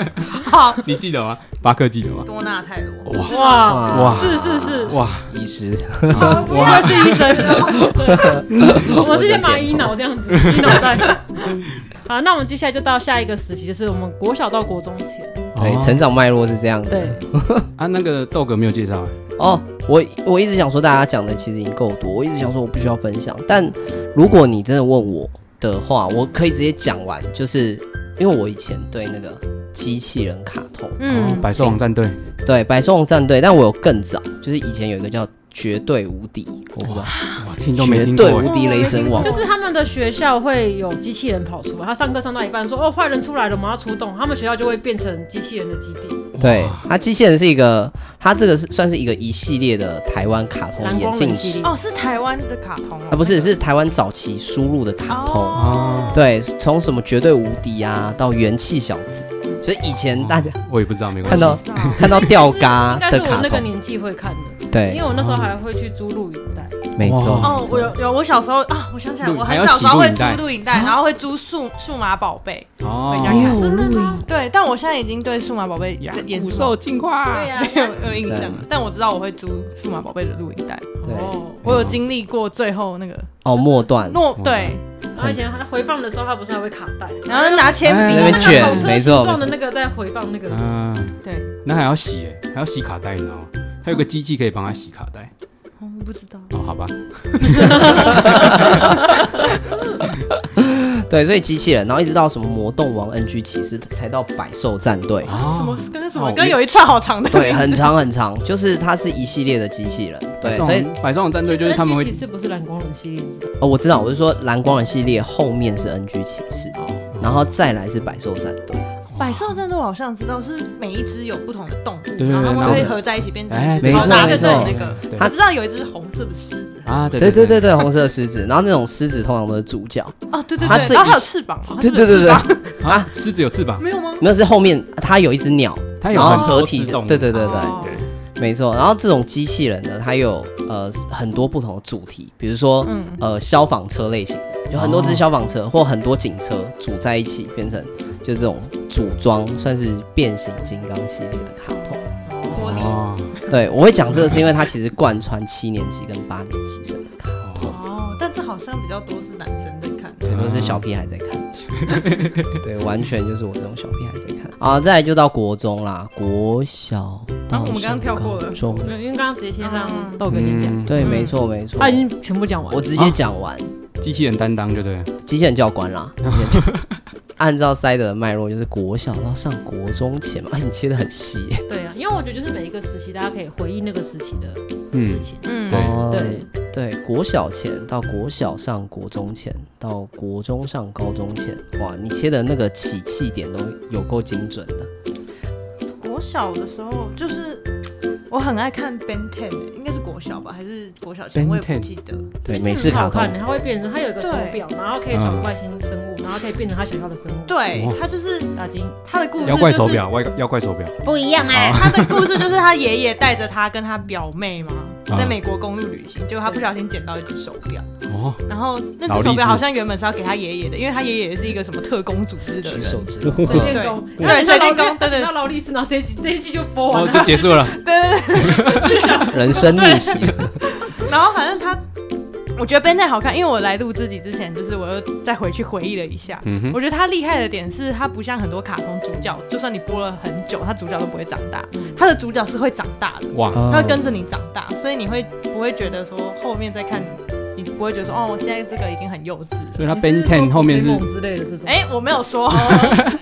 S3: 好，
S4: 你记得吗？巴克记得吗？
S3: 多纳泰
S4: 哇
S3: 罗，
S2: 哇，
S1: 哇，
S2: 是是是，
S4: 哇，
S1: 医师，
S3: 我不要
S2: 我是医 生。对，我这些蚂蚁脑这样 子，蚁脑袋。好，那我们接下来就到下一个时期，就是我们国小到国中前。
S1: 对，
S4: 哦
S1: 成长脉络是这样子。
S2: 对，
S4: 啊，那个豆哥没有介绍欸，
S1: 哦，我我一直想说，大家讲的其实已经够多，我一直想说我不需要分享。但如果你真的问我的话，我可以直接讲完，就是因为我以前对那个机器人卡通，
S4: 哦
S3: 嗯，
S4: 百兽王战队，
S1: 对百兽王战队，但我有更早，就是以前有一个叫绝对无敌，我不知道，
S4: 哇，听都没
S1: 绝
S4: 听
S1: 对
S4: 过欸，
S1: 无敌雷神王
S3: 哦
S2: 就。是他们的学校会有机器人跑出来，他上课上到一半说：“哦，坏人出来了，我们要出动。”他们学校就会变成机器人的基地。
S1: 对，它机器人是一个，它这个是算是一个一系列的台湾卡通
S2: 蓝
S1: 眼
S2: 光
S1: 镜
S2: 人系列
S3: 哦，是台湾的卡通哦
S1: 啊，不是，是台湾早期输入的卡通。
S3: 哦
S4: 啊，
S1: 对，从什么绝对无敌啊，到元气小子，所以以前大家
S4: 我也不知道，没关
S1: 看
S4: 系。
S1: 到
S3: 是啊
S1: 看到吊嘎
S2: 嗯 应该
S1: 的
S2: 是我
S1: 卡
S2: 那个
S1: 通，哎
S2: 年纪会看的，因
S1: 对
S2: 为，我那时候还会去租录影带。啊
S1: 没错。
S4: 哇
S3: 哦，我有有，我小时候啊，我想起来，
S4: 录
S3: 我
S4: 还
S3: 很
S4: 要
S3: 小时候
S4: 洗录
S3: 会
S4: 影
S3: 租
S4: 带
S3: 录影带，然后会租数数码宝贝。回家
S4: 哦
S3: 看，
S2: 真的吗？
S3: 对，但我现在已经对数码宝贝这演
S4: 古
S3: 出没
S4: 兽进化，
S2: 对呀、
S3: 有没有印象
S1: 真
S3: 了，但我知道我会租数码宝贝的录影带，
S1: 对
S2: 哦，
S3: 我有经历过最后那个
S1: 哦，末段
S3: 诺对，
S2: 然后以前还回放的时候，它不是还会卡带，哦
S3: 然后拿铅
S4: 哎
S3: 笔啊
S1: 那边
S2: 那
S1: 卷
S2: 个跑车
S1: 没
S2: 形
S1: 错
S2: 状的那个在回放那个。
S4: 嗯，
S3: 对，
S4: 那还要洗哎，还要洗卡带，你知道吗？还有个机器可以帮他洗卡带。
S3: 哦我不知道，
S4: 哦，好吧，
S1: 对，所以机器人，然后一直到什么魔动王 NG 骑士，才到百兽战队，
S3: 什么
S4: 哦，
S3: 跟什
S4: 哦
S3: 么
S4: 我
S3: 跟有一串好长的
S1: 对，
S3: 名字
S1: 很长很长，就是它是一系列的机器人，对，所以
S4: 百兽王战队就是他们会
S2: 其实 NG 骑士不是蓝光人系列，你知道吗
S1: 哦，我知道，我是说蓝光人系列后面是 NG 骑士，
S4: 哦
S1: 然后再来是百兽战队，
S3: 百兽战斗好像知道是每一只有不同的动物，
S4: 对
S3: 然后它
S4: 然
S3: 们
S4: 后
S3: 会合在一起变成
S4: 哎
S3: 一
S1: 没
S3: 只超
S1: 错
S3: 大
S1: 没
S3: 的
S1: 错
S3: 那个。
S4: 对
S3: 我知道有一只红色的狮子还是
S4: 啊，对
S1: 对对
S4: 对
S1: 对对，红色的狮子，然后那种狮子通常都是主角，
S3: 哦，对对
S1: 它这
S3: 对，然后还
S1: 一
S3: 有翅膀嘛，它
S1: 对
S3: 是不是
S1: 对
S3: 有
S1: 对
S3: 翅
S1: 对
S3: 膀，
S4: 啊，狮子有翅膀，
S3: 没有吗？
S1: 那是后面它有一只鸟，
S4: 它有
S1: 然后
S4: 很
S1: 合
S4: 多
S1: 体
S4: 只
S1: 的
S4: 动物，
S1: 对 对对对。
S3: 哦
S4: 对
S1: 没错，然后这种机器人呢，它有呃很多不同的主题，比如说、
S3: 嗯
S1: 呃消防车类型的，有很多
S4: 哦
S1: 只消防车、或很多警车组在一起，变成就这种组装，算是变形金刚系列的卡通。
S3: 玻璃
S4: 哦，
S1: 对，我会讲这个是因为它其实贯穿七年级跟八年级生的卡，
S4: 啊
S3: 哦，但这好像比较多是男生在看
S4: 嗯
S3: 的。
S1: 对，都是小屁孩在看。对，完全就是我这种小屁孩在看啊。再来就到国中啦，国小到
S3: 啊我们刚刚跳过了
S1: 上高 中，
S2: 没有因为刚刚直接先让
S3: 嗯
S2: 豆哥先讲，
S4: 嗯
S1: 对，没错没错
S2: 他，已经全部讲完
S1: 我
S2: 了。
S1: 直接讲完。
S4: 机器人担当就对了，
S1: 机器人教官啦。机器人教官 按照塞德的脉络，就是国小到上国中前嘛，哎， 你切的很细耶。
S2: 对啊，因为我觉得就是每一个时期，大家可以回忆那个时期的事
S4: 嗯，
S2: 情。
S3: 嗯
S4: 对
S1: 哦
S2: 对，
S1: 对，国小前到国小上国中前到国中上高中前，哇，你切的那个起气点都有够精准的。
S3: 国小的时候就是我很爱看 Ben Ten，、欸、应该是国小吧，还是国小前
S4: Ben
S3: 我也不
S4: Ten
S3: 记得。
S1: 对，美式卡
S2: 哎很好
S1: 通
S2: 看，的，它欸会变成它有一个手表，然后可以
S4: 嗯
S2: 转换新生物，然后可以变成他想要的生物。
S3: 对
S4: 哇，
S3: 他就是
S2: 打金
S3: 他的故事、就是，
S4: 妖怪手表，外妖怪手表，
S2: 不一样啊，
S3: 他的故事就是他爷爷带着他跟他表妹嘛，
S4: 啊
S3: 在美国公路旅行，结果他不小心捡到一只手表，
S4: 哦，
S3: 然后那
S4: 劳
S3: 只
S4: 力
S3: 手表
S4: 士
S3: 好像原本是要给他爷爷的，因为他爷爷也是一个什么特工组织的
S1: 举
S3: 人。
S1: 手哦指，
S2: 水 电工，
S3: 对
S2: 然后你
S3: 对水电
S2: 知道劳
S3: 工对对
S2: 你知道劳力士，然后这一集这一集就播完
S4: 哦
S2: 了，
S4: 就结束了，
S3: 对对对
S1: 人生逆袭。
S3: 然后反正他，我觉得 Ben 太好看，因为我来录自己之前，就是我又再回去回忆了一下。
S4: 嗯哼
S3: 我觉得他厉害的点是，他不像很多卡通主角，就算你播了很久，他主角都不会长大，他的主角是会长大的，
S4: 哇，
S1: 哦
S3: 他会跟着你长大，所以你会不会觉得说后面再看，你不会觉得说哦，我现在这个已经很幼稚了。
S4: 所以它
S2: 你
S4: Ben
S2: 是说
S4: Ten 后面是
S2: Pokemon 之类的这种。
S3: 哎、我没有说哦，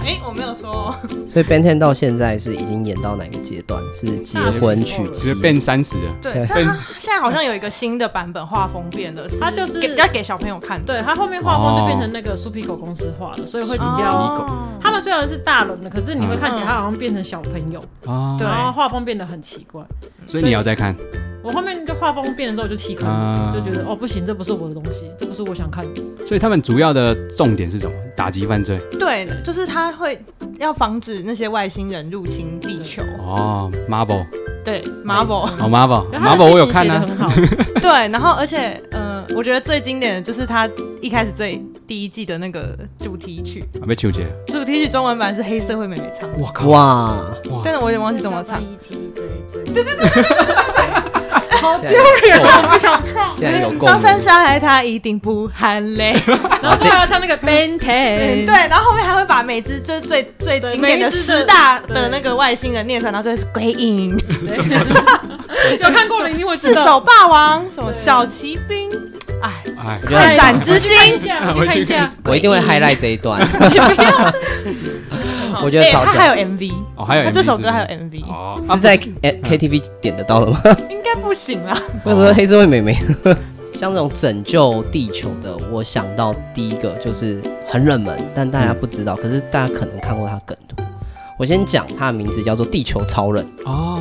S3: 哎、我没有说哦，
S1: 所以 Ben Ten 到现在是已经演到哪个阶段？是结婚娶
S4: 直接
S1: 妻，
S4: 变三十了，
S3: 对
S1: 对，
S3: 但他现在好像有一个新的版本，画风变了，
S2: 他就是
S3: 给要给小朋友看的，
S2: 对他后面画风
S4: 哦
S2: 就变成那个苏皮狗公司画的，所以会比较。
S3: 哦
S2: 他们虽然是大人的，可是你会看起来
S3: 嗯
S2: 他好像变成小朋友，
S4: 啊，
S3: 对
S2: 然后画风变得很奇怪。
S4: 所以你要再看，
S2: 我我后面就画风变了之后我就弃坑，
S4: 啊
S2: 就觉得哦不行，这不是我的东西，这不是我想看的。
S4: 所以他们主要的重点是什么？打击犯罪
S3: 对，就是他会要防止那些外星人入侵地球。
S4: 哦，Marvel，
S3: 对，Marvel，
S4: 哦，Marvel，
S2: 然后他
S4: Marvel
S2: 的
S4: 我有
S2: 剧情
S4: 看
S2: 写得
S4: 啊，
S2: 很好，
S3: 对，然后而且，呃，我觉得最经典的就是他一开始最第一季的那个主题曲，
S4: 啊被纠结，
S3: 主题曲中文版是黑社会妹妹唱的，
S4: 我靠，
S1: 哇，
S3: 但是我有点忘记怎么唱。
S5: 对对
S1: 好丢脸！
S2: 我不想唱。
S1: 竟然有共鸣
S3: 上山下海，他一定不含泪。
S2: 然 后
S3: 啊
S2: 最后要唱那个 Ben t e
S3: 对，，然后后面还会把每只就是最最
S2: 对
S3: 经典
S2: 每
S3: 的
S2: 一只的
S3: 十大的
S2: 对
S3: 那个外星人念出来，然后就是鬼影、
S2: 有看过的一定会知
S3: 四
S2: 道。
S3: 手霸王、什么小骑兵，哎，
S4: 哎，
S1: 我觉
S3: 快
S1: 得
S3: 闪之
S2: 去看一
S3: 星，
S4: 啊
S2: 下，去看一 下。
S1: 我一定会 highlight 这一 段，我觉得
S3: 哎
S1: 超
S3: 他
S1: 赞。
S3: 还有 MV，
S4: 哦还有
S3: 他
S4: MV
S3: 这首
S4: 是不
S3: 歌
S4: 是
S3: 还有 MV，
S4: 哦，
S1: 是在 K- KTV 点得到的吗？
S3: 应该不行啦。
S1: 那时候黑社会妹妹，像这种拯救地球的，我想到第一个就是很冷门，但大家
S3: 嗯
S1: 不知道，可是大家可能看过他梗图。我先讲他的名字叫做地球超人，
S4: 哦，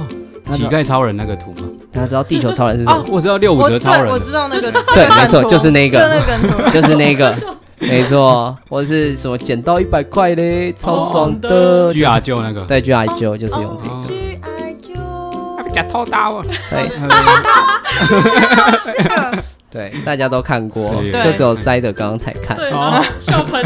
S4: 乞丐超人那个图吗？
S1: 大家知道地球超人是 什么？
S3: 哦
S4: 我知道六五
S3: 我
S4: 折
S3: 对
S4: 超
S3: 我
S4: 人，
S3: 知道那 个，
S1: 对
S3: 那个
S1: 没错
S3: 梗图啊
S1: 就是那个
S3: 就那个梗图
S1: 就是那 个，没错，或是什么捡到一百块嘞，超
S3: 哦
S1: 爽的。
S4: 巨阿舅那个，
S1: 对，G I Joe 就是用这个，
S4: 哦
S3: ，G I Joe，
S4: 假偷刀啊，
S3: 哦
S1: 对对，大家都看过，
S4: 对
S1: 就只有塞德刚刚才看。
S4: 哦
S2: 对，然后笑喷，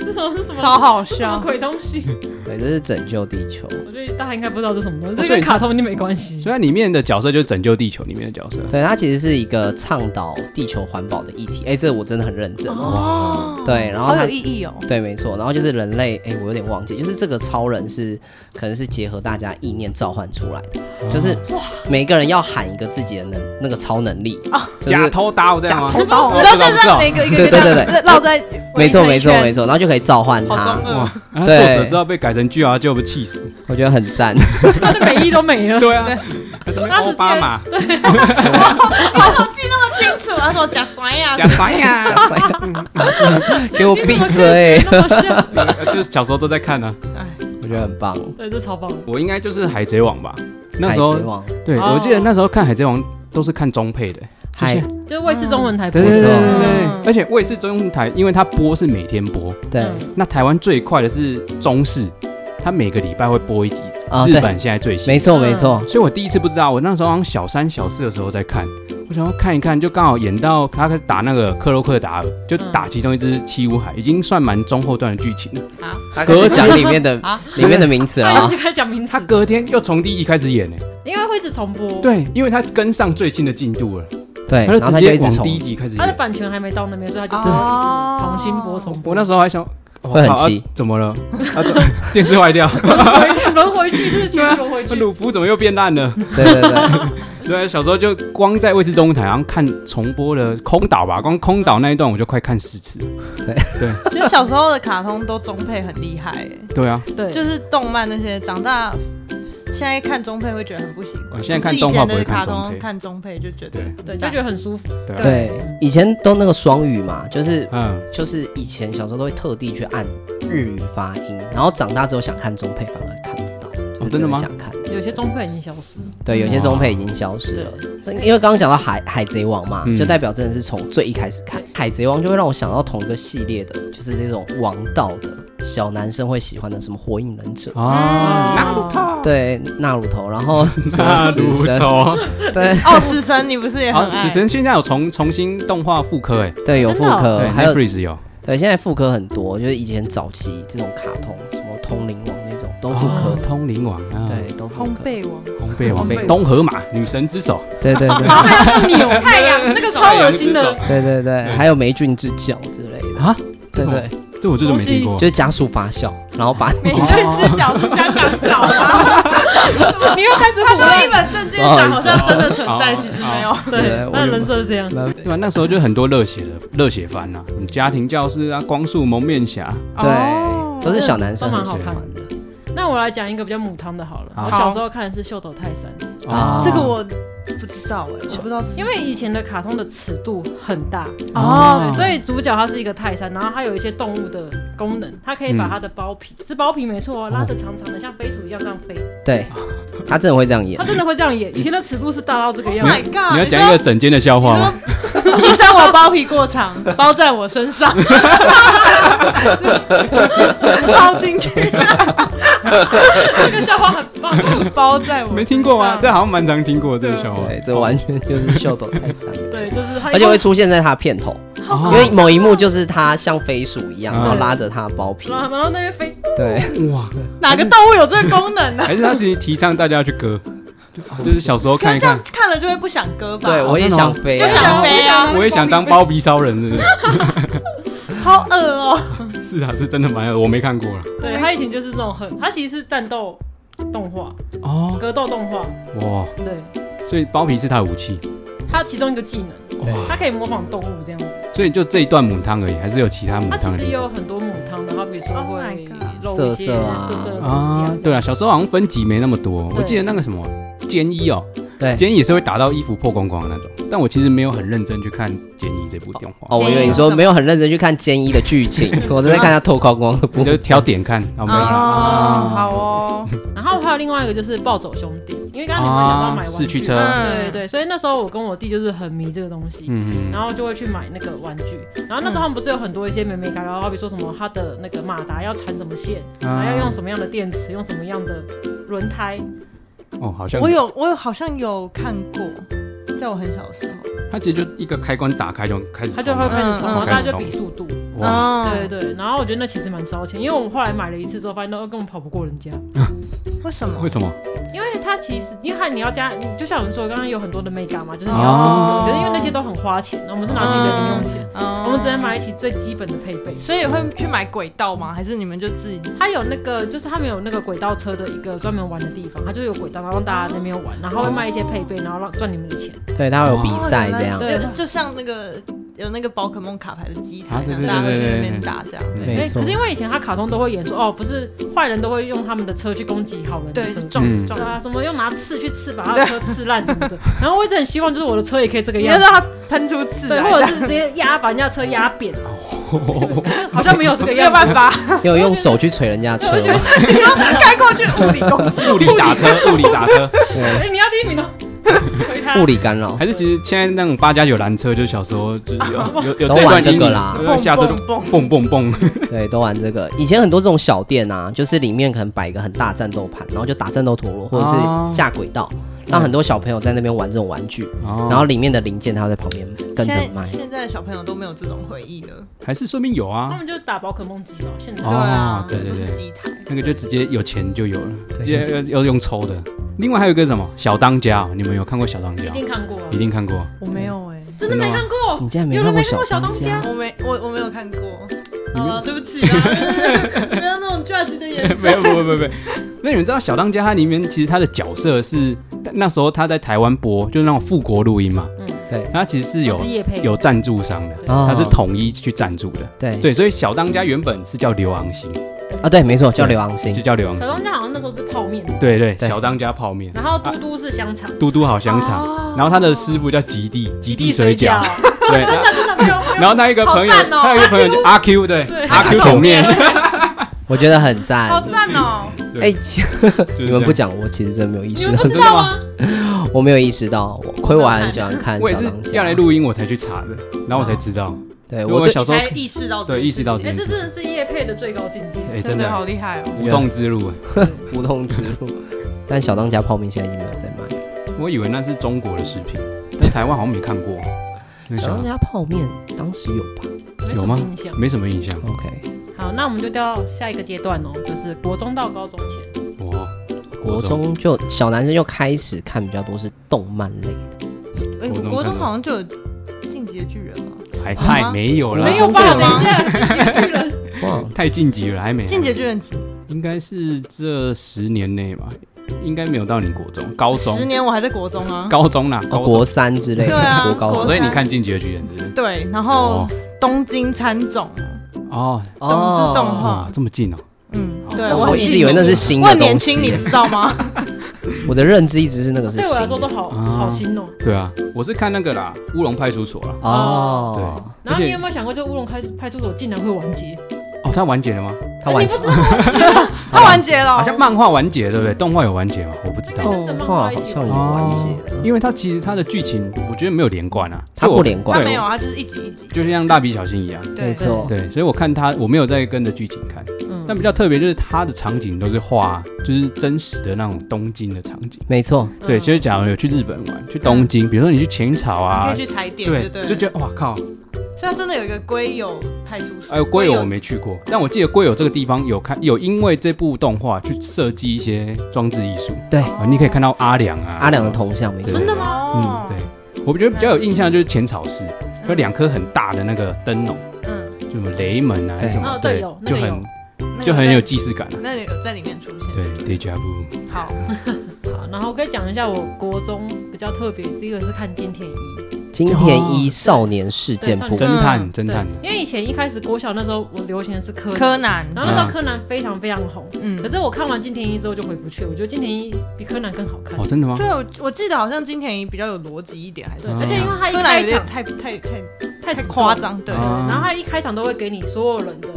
S2: 那时候是什么？
S3: 超好
S2: 什么
S3: 笑。
S2: 鬼东西？
S1: 对，这是拯救地球。
S2: 我觉得大家应该不知道这是什么东西，这
S4: 啊所以
S2: 跟卡通一定没关系。
S4: 虽然里面的角色就是拯救地球里面的角色，
S1: 对，它其实是一个倡导地球环保的议题。哎，这我真的很认真。
S3: 哦，
S1: 对，然后
S3: 好
S1: 它
S3: 有意义哦。
S1: 对，没错。然后就是人类，哎，我有点忘记，就是这个超人是可能是结合大家意念召唤出来的，
S4: 哦
S1: 就是每个人要喊一个自己的能那个超能力啊，
S4: 假偷刀这样吗？
S1: 假偷 刀
S4: 哦
S3: 然后就
S4: 不知
S3: 让
S4: 道
S3: 每个一个
S1: 对对对对
S3: 一个绕在
S1: 没错没错没
S3: 错，
S1: 错，然后就可以召唤
S3: 好中
S1: 它，
S3: 二。
S4: 啊
S1: 对
S4: 作者知道被改成巨阿舅，不气死？
S1: 我觉得很赞。
S2: 他的美意都没了。
S4: 对啊，奥巴马
S3: 哦清楚，他说假啊酸呀
S4: 假，白呀，
S1: 给我
S2: 你
S1: 闭
S2: 怎么可以
S1: 嘴！
S2: 学那么像
S4: 就是小时候都在看呢。
S1: 我觉得很棒。
S2: 对，这超棒的。
S4: 我应该就是海贼王吧？那
S1: 海
S4: 时候
S1: 贼，王，
S4: 对
S2: 哦
S4: 我记得那时候看海贼王都是看中配的，
S1: 海
S2: 就是卫视中文台播
S4: 对
S2: 的
S4: 对对
S1: 错
S4: 对
S2: 嗯
S4: 对，而且卫视中台，因为它播是每天播，
S1: 对
S4: 那台湾最快的是中视，它每个礼拜会播一集。
S1: 啊，
S4: 日
S1: 对，
S4: 本现在最新，
S1: 没错没错，
S4: 所以我第一次不知道，我那时候好像小三小四的时候在看，我想要看一看，就刚好演到他打那个克洛克达尔，就打其中一只七武海，已经算蛮中后段的剧情
S1: 嗯
S4: 了。
S1: 他可以讲里面的
S3: 啊
S1: 里面的名词了
S2: 他
S1: 啊
S2: 就。开始讲名
S4: 他
S2: 词，
S4: 隔天又从第一集开始演呢、
S2: 因为会一直重播。，
S4: 对，因为他跟上最新的进度了，
S1: 对，然
S4: 他就
S1: 后
S4: 直
S1: 他就
S4: 接
S1: 一直
S4: 往第一
S1: 重，
S4: 集开始
S2: 他的
S4: 演。
S2: 版权还没到那边，所以他就是
S3: 哦
S2: 重新播重播。
S4: 我那时候还想，我
S1: 会很
S4: 靠啊
S1: 气
S4: 怎么了？啊，怎电视坏掉，
S2: 回轮回去，这是其实轮 回去。
S4: 鲁夫怎么又变烂了？
S1: 对对 对，
S4: 对，小时候就光在卫视中文台，然后看重播了《空岛》吧，光《空岛》那一段我就快看十次。
S3: 其实小时候的卡通都中配很厉害欸，
S4: 对啊，
S2: 对，
S3: 就是动漫那些，长大现在看中配会觉得很不习惯。
S4: 我现在看
S3: 可是以
S4: 动画
S3: 前
S4: 不会
S3: 的
S4: 看
S3: 卡
S4: 中配
S3: 通看中配就觉得
S2: 对，
S4: 对，
S2: 就觉得很舒服。
S4: 对啊
S1: 对，以前都那个双语嘛，就是
S4: 嗯。
S1: 就是以前小时候都会特地去按日语发音，然后长大之后想看中配反而看不到，就是
S4: 哦真的吗
S1: 想看。
S2: 有些中配已经消失了，
S1: 对，有些中配已经消失了，所以因为刚刚讲到海海贼王嘛，
S4: 嗯
S1: 就代表真的是从最一开始看海贼王，就会让我想到同一个系列的，就是这种王道的小男生会喜欢的，什么火影忍者，
S4: 啊，
S2: 纳鲁特
S1: 对，纳鲁头，然后什么死神，
S4: 头。
S1: 对
S3: 哦，死神你不是也很
S4: 好，
S3: 爱？
S4: 死神现在有重重新动画复刻哎，
S1: 对有复
S2: 真的哦
S1: 刻，
S4: 对
S1: 呃还有
S4: ，Netflix 有，
S1: 对现在复刻很多，就是以前早期这种卡通，什么通灵王那种都复刻
S4: 哦，通灵王啊，，
S1: 对都复
S3: 烘
S1: 刻，
S3: 焙王，
S4: 烘焙王
S1: 烘焙，
S4: 东河马，女神之哎手，
S1: 对对对
S2: 扭
S3: 太阳那个
S4: 超恶心的，
S1: 对对对，还有霉菌之脚之类的
S4: 啊，
S1: 对
S4: 这
S1: 对，
S4: 这我就没听过
S1: 就。是加速发酵，然后把
S3: 每只只脚是香港脚吗？
S2: 你又开始
S3: 他
S2: 胡
S3: 作为
S2: 乱
S3: 一。本正经讲，
S4: 哦
S3: 好像真的存在，
S4: 不好意思
S3: 其实没有。
S1: 对
S2: 对
S1: 我，
S2: 那人设是这样。
S4: 对啊吧？那时候就很多热血的热血番呐，什么家庭教师啊，光速蒙面侠，
S3: 哦
S1: 对，都是小男生
S2: 都
S1: 很
S2: 蛮
S1: 喜
S2: 好看
S1: 欢
S2: 的
S1: 的。
S2: 那我来讲一个比较母汤的好了。
S4: 好
S2: 我小时候看的是《秀逗泰山》，
S4: 哦
S1: 啊
S3: 这个我不知道哎，我不知道
S2: 因为以前的卡通的尺度很大，
S4: 哦
S2: 对所以主角他是一个泰山，然后他有一些动物的功能，它可以把它的包皮、是包皮没错哦，拉的长长的，像飞鼠一样这样飞。
S1: 对，他真的会这样演
S2: 他。真的会这样演，以前的尺度是大到这个样
S3: Oh
S2: 子
S3: my。god！
S4: 你要讲一个整间的笑话吗？
S3: 你说，医生，我包皮过长，包在我身上，包进去，
S2: 这个笑话很棒，
S3: 包在我身 上
S4: 没听过
S2: 啊
S4: 吗？这好像蛮常听过这啊个笑话。
S1: 对，这完全就是秀逗泰山，
S2: 对，就是他，
S1: 而且会出现在他片头，
S4: 哦
S1: 因为某一幕就是他像飞鼠一样，
S4: 嗯
S1: 然后拉着他的包皮
S2: 然，后然后那边飞，
S1: 对，
S4: 哇，
S3: 哪个动物有这个功能呢、
S4: 还是他自己提倡大家去割，
S2: 哦
S4: 就是小时候
S3: 可
S4: 看
S3: 是
S4: 一
S3: 这样
S4: 看。
S3: 看了就会不想割吧？
S1: 对我
S4: 哦
S1: 也想飞
S3: 就
S1: 啊，
S3: 想飞啊，
S4: 我也想当包皮超人，是 不是？
S3: 好恶哦、
S4: 是啊，是真的蛮恶，我没看过了。
S2: 对他以前就是这种很，他其实是战斗动画、
S4: 哦，
S2: 格斗动画，
S4: 哇，
S2: 对，
S4: 所以包皮是他的武器，
S2: 他其中一个技能，
S4: 哇，
S2: 他可以模仿动物这样子。
S4: 所以就这一段母汤而已，还是有其他母
S2: 啊他其
S4: 汤的
S2: 实
S4: 地
S2: 也
S4: 方
S2: 有很多母汤的，他比如说
S3: Oh
S2: 会
S3: my god
S2: 露一些
S1: 色色啊
S2: 色色的东西
S4: 啊
S2: 啊。，
S4: 对啊，小时候好像分级没那么多，我记得那个什么坚一哦，
S1: 对。
S4: 坚一也是会打到衣服破光光的那种，但我其实没有很认真去看坚一这部动画，
S1: 哦，我以为你说没有很认真去看《坚一》的剧情，我正在看他偷光光的部分。
S4: 我就挑点看，啊，没有
S3: 哦，
S4: 啦，
S3: 好哦，
S2: 然后还有另外一个就是暴走兄弟，因为刚刚你们讲到买玩具，
S4: 啊四驱车，
S2: 对
S3: 嗯
S2: 对，所以那时候我跟我弟就是很迷这个东西。
S4: 嗯，
S2: 然后就会去买那个玩具，然后那时候他们不是有很多一些美美嘎嘎，好比说什么他的那个马达要缠什么线，然后要用什么样的电池，用什么样的轮胎，
S4: 哦，好像
S3: 我有，我有好像有看过，在我很小的时候，
S4: 它其实就一个开关打开就开始
S2: 他
S4: 冲
S2: 就会
S4: 了，
S2: 开始
S3: 嗯
S2: 冲，然后
S4: 嗯
S2: 大家就比啊速度，
S4: 哇，
S3: 哦
S2: 对，对对。然后我觉得那其实蛮烧钱，因为我们后来买了一次之后，发现都呃根本跑不过人家，
S3: 为什么
S4: 为？什么？
S2: 因为它其实因为它你要加，你就像我们说刚刚有很多的美嘎嘛，就是你要做什么，
S4: 哦
S2: 可是因为那些都很花钱，然后我们是拿自己的零用钱，
S3: 嗯
S2: 我们只能，买起最基本的配备。
S3: 所以会去买轨道吗？还是你们就自己？
S2: 它有那个，就是他们有那个轨道车的一个专门玩的地方，它就有轨道，然后让大家在那边玩，然后会卖一些配备，然后让赚你们的钱。
S1: 对，他会有比赛这样
S3: 哦。原
S2: 对
S3: 来就就像那个有那个宝可梦卡牌的机台
S4: 啊，对对对
S3: 大家会去那
S4: 对对对
S3: 边打这样。
S1: 没
S2: 因为
S1: 错
S2: 可是因为以前他卡通都会演说，哦，不是坏人都会用他们的车去攻击好人的
S3: 对，
S2: 车
S3: 是。撞
S4: 嗯
S3: 撞
S2: 对。啊，什么用拿刺去刺把他的车刺烂什么的，然后我一直很希望就是我的车也可以这个
S3: 你要
S2: 样子，
S3: 让它喷出刺
S2: 对，
S3: 来，
S2: 或者是直接压把人家车压扁，
S4: 哦
S2: 好像没有这个
S3: 没有
S2: 样子
S3: 办，法，
S1: 因为我用手去捶人家的车
S2: 对我觉
S1: 嘛
S2: 得，
S3: 开过去物理 攻击。
S4: 物理 打车，物理打车，
S2: 哎，你要第一名哦，捶他
S1: 物理干扰
S4: 还。是其实现在那种八加九拦车，就是小时候就是 有有有
S1: 都
S4: 这
S1: 玩
S4: 段
S1: 这
S4: 阴
S1: 个
S4: 影
S1: 啦
S4: 对下车就
S3: 蹦
S4: 蹦
S3: 蹦
S4: 蹦蹦，
S1: 对，都玩这个。以前很多这种小店啊，就是里面可能摆一个很大战斗盘，然后就打战斗陀螺或者
S4: 哦
S1: 是架轨道，让很多小朋友在那边玩这种玩具，
S4: 哦
S1: 然后里面的零件他要在旁边跟
S3: 现
S1: 着
S3: 在
S1: 卖。
S3: 现在的小朋友都没有这种回忆了，
S4: 还是说明有
S2: 他
S4: 啊，
S2: 们就打宝可梦机吧，现在
S4: 哦
S3: 对啊，
S4: 对对
S3: 都是
S4: 对
S3: 机台，
S4: 那个就直接有钱就有了，直
S1: 对
S4: 接要要用抽的。另外还有一个什么小当家哦，你们有看过小当家
S2: 一？定看过啊
S4: 一，定看过，
S3: 我没有哎，
S2: 真的没看过，
S1: 你竟然没
S2: 有
S1: 看
S2: 人
S1: 过
S2: 没
S1: 小
S2: 小
S1: 当
S2: 当
S1: 家
S2: 家？
S3: 我没我我没有看过，
S4: 你没有
S3: 啊，对不起啊， 不要那种 judge 的眼
S4: 没
S3: 神。
S4: 有，没有，没有，没有。 那你们知道小当家它里面其实它的角色是那时候他在台湾播，就是那种富国录音嘛，
S2: 嗯，
S1: 对
S4: 它其实是有
S2: 哦我是叶佩，
S4: 有赞助商的，
S1: 哦
S4: 它是统一去赞助的。
S1: 对
S4: 对，所以小当家原本是叫刘昂星，
S1: 啊，对，没错，叫刘昂
S4: 就
S1: 星。
S4: 叫刘昂
S2: 小
S4: 星。
S2: 当家好像那时候是泡面，
S4: 对对，
S1: 对
S4: 小当家泡面，
S2: 然后嘟嘟是香肠，
S4: 嘟嘟好香肠，然后他的师傅叫吉地，吉地水饺，对。然后他一个朋友，
S3: 好赞哦
S4: 他有一个朋友叫阿 Q，对，
S2: 对
S4: 阿 Q 桶面，
S1: 我觉得很赞
S3: 好。赞哦！
S1: 哎，
S4: 对
S1: 其
S4: 就是
S1: 你们
S4: 这
S1: 不
S4: 样
S1: 讲，我其实啊真没有意
S2: 你
S1: 识
S2: 们
S1: 到
S2: 不，知道吗？
S1: 我没有意识到，我亏我还很喜欢看
S4: 我也
S1: 小
S4: 是
S1: 当
S4: 要来
S1: 家。
S4: 录音我才去查的，然后我才知道，
S1: 哦对，
S4: 我
S1: 我 对
S4: 小时候
S3: 才意识到这
S4: 对
S3: 件
S4: 意识到
S3: 事
S4: 这
S3: 情
S2: 哎，
S4: 件
S2: 这
S4: 事
S2: 真
S4: 情，
S2: 的是叶佩的最高境界。
S4: 哎，真
S3: 真的好
S4: 的
S3: 厉害哦！
S4: 无动之哎路，
S1: 普通之路，但小当家泡面现在已经没有在卖。
S4: 我以为那是中国的食 品，但台湾好像没看过，那
S1: 小
S4: 想
S1: 当家泡面当时有吧
S2: 没
S4: 有
S2: 什
S4: 吗
S2: 么印象？
S4: 没什么印象，
S1: ？OK，
S2: 好，那我们就到下一个阶段哦，就是国中到高中前。
S4: 哇，
S1: 国中就小男生就开始看比较多是动漫类的，
S3: 哎
S4: 国中
S3: 国中
S4: 看过
S3: 好像就有《进击的巨人》吗？
S4: 还太没啊有
S1: 国
S4: 了
S1: 中
S2: 没，有吧？
S1: 就有
S2: 等
S1: 吗
S2: 一下，进击巨人
S1: 哇，哦
S4: 太晋级了，还没，
S3: 《进击的巨人》几
S4: 应该是这十年内吧，应该没有到你国中、高中
S3: 十、年我还在国中啊。
S4: 高中啦，
S1: 哦，
S4: 高中
S1: 国，三之类的，
S3: 对啊
S1: 国高
S3: 国
S4: 所以你看《进击的巨人》是不是？
S3: 对，然后东京参种，
S4: 哦，
S3: 就是动画
S4: 哇，这么近哦，
S3: 嗯，
S4: 哦
S3: 对
S4: 我
S1: 我
S3: 很
S1: 一直
S3: 记
S1: 以为那
S3: 得
S1: 是新
S3: 我
S1: 的
S3: 很年
S1: 东
S3: 轻，
S1: 西
S3: 你，知道吗？
S1: 我的认知一直是那个是
S2: 对我来
S1: 新
S2: 说都
S1: 的
S2: 好
S4: 啊
S2: 好新哦。
S4: 对啊，我是看那个啦，《乌龙派出所》啦，
S1: 哦。
S2: 然后
S4: 而且
S2: 你有没有想过，这个乌龙派派出所竟然会完结？
S4: 哦，它完结了吗？
S1: 他完结
S2: 你不
S3: 哎
S2: 知道吗
S3: 它完结了，
S4: 好像漫画完结，对不对？动画有完结吗？我不知道，
S1: 动画好像已经完结了，
S4: 因为它其实它的剧情我觉得没有连贯啊，
S1: 它
S4: 就我
S1: 不，连
S3: 它
S1: 贯，
S3: 没有，它就是一集一集。
S4: 就像蜡笔小新一样。
S3: 对
S1: 没错，
S4: 对，所以我看它，我没有在跟着剧情看，
S2: 嗯
S4: 但比较特别就是它的场景都是画，就是真实的那种东京的场景。
S1: 没错，
S2: 嗯
S4: 对，就是假如有去日本玩，去东京，比如说你去浅草
S3: 你可
S4: 啊
S3: 以，去踩点，
S4: 对，
S3: 对了，
S4: 就觉得哇靠，
S3: 所以它真的有一个龟友派出所，
S4: 哎，龟友我没去过，但我记得龟友这个地方有看，有因为这部动画去设计一些装置艺术
S1: 对，
S4: 啊，你可以看到阿良啊，
S1: 阿良的铜像没错
S4: 对，
S2: 真的吗？
S3: 哦，
S4: 对，我觉得比较有印象就是浅草寺，嗯
S2: 嗯
S4: 有两颗很大的那个灯笼，
S3: 嗯，
S4: 就什么雷门啊还是什么，
S2: 哦对有那
S4: 就
S2: 个
S4: 很
S2: 有
S3: 那个
S4: 就很
S3: 在
S4: 有，既视感啊。
S3: 那里有在里面出现，
S4: 对，Deja
S2: 嗯
S4: Vu，
S3: 好，
S2: 好，然后我可以讲一下我国中比较特别，第一个是看金田一，
S1: 金田一少年事件簿
S2: 对，
S4: 侦探侦
S2: 对
S4: 探，，
S2: 因为以前一开始国小那时候我流行的是柯南，
S3: 柯南，
S4: 啊
S2: 然后那时候柯南非常非常红，
S3: 嗯
S2: 可，是我看完金田一之后就回不去，我觉得金田一比柯南更好看
S4: 哦，，真的吗
S3: 就？有我记得好像金田一比较有逻辑一点，还是
S2: 对，
S4: 嗯
S2: 而且因为他一
S3: 柯南
S2: 开
S3: 有点
S2: 场
S3: 太太太
S2: 太
S3: 太
S2: 直
S3: 夸
S2: 观
S3: 张，
S2: 对，
S3: 对
S4: 啊
S2: 然后他一开场都会给你所有人的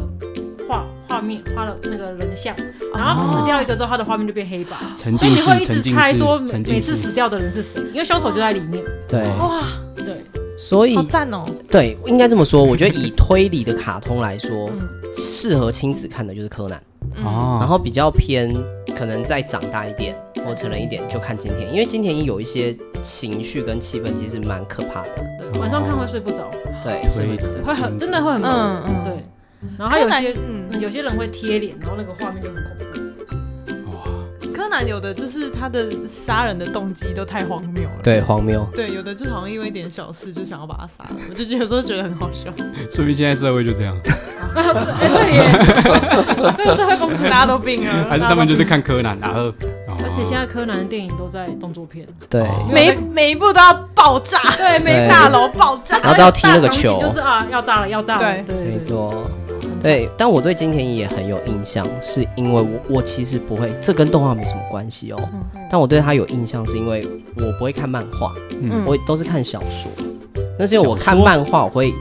S2: 画画面，画了那个人像，然后死掉一个之后，他的画面就变黑白，
S4: 沉
S2: 所以
S4: 浸
S2: 你会
S4: 式，
S2: 一
S4: 哦沉
S2: 直
S4: 浸
S2: 猜说
S4: 式，
S2: 每
S4: 沉
S2: 每
S4: 浸
S2: 次
S4: 式，
S2: 死掉的人是谁，因为凶手就在里面。
S1: 对，
S3: 哇，
S2: 对，
S1: 所以
S3: 好赞哦，
S1: 对应该这么说，我觉得以推理的卡通来说
S3: 嗯，
S1: 适合亲子看的就是柯南，
S3: 嗯，
S4: 哦，
S1: 然后比较偏可能再长大一点或成人一点就看金田一，因为金田一有一些情绪跟气氛其实蛮可怕的，
S2: 对晚上看会睡不着，
S1: 对，是
S4: 推
S2: 对会很
S4: 镜子
S2: 真的会很忙。
S3: 嗯嗯，
S2: 对，然后还
S3: 柯
S2: 有
S3: 南，
S2: 些嗯
S3: 嗯，
S2: 有些人会贴脸，然后那个画面就很恐怖。
S4: 哇，
S3: 柯南有的就是他的杀人的动机都太荒谬了，
S1: 对荒谬，
S3: 对，有的就是好像因为一点小事就想要把他杀了，我就觉得有时候觉得很好笑，
S4: 说不定现在社会就 这样，
S2: 哎，对耶，这个社会公
S3: 大
S2: 司。
S3: 家都病了，
S4: 还是他们就是看柯南打啊二，
S2: 而且现
S4: 在
S2: 在柯南的电影都在动作片，
S1: 对，
S4: 哦
S3: 每每一步都要爆炸，
S1: 对
S2: 对，每
S3: 大楼爆炸，
S1: 然后都要踢那个
S2: 大场景
S1: 球
S2: 就是啊，要炸了，要炸了，
S3: 对
S2: 对，对
S1: 没，错。
S2: 很惨
S1: 对，但我对金田一也很有印象，是因为我我其实不会，这跟动画没什么关系哦。
S2: 嗯
S1: 但我对他有印象，是因为我不会看漫画，
S4: 嗯
S1: 我都是看小说。那是因为我
S4: 小
S1: 看
S4: 说
S1: 漫画，我会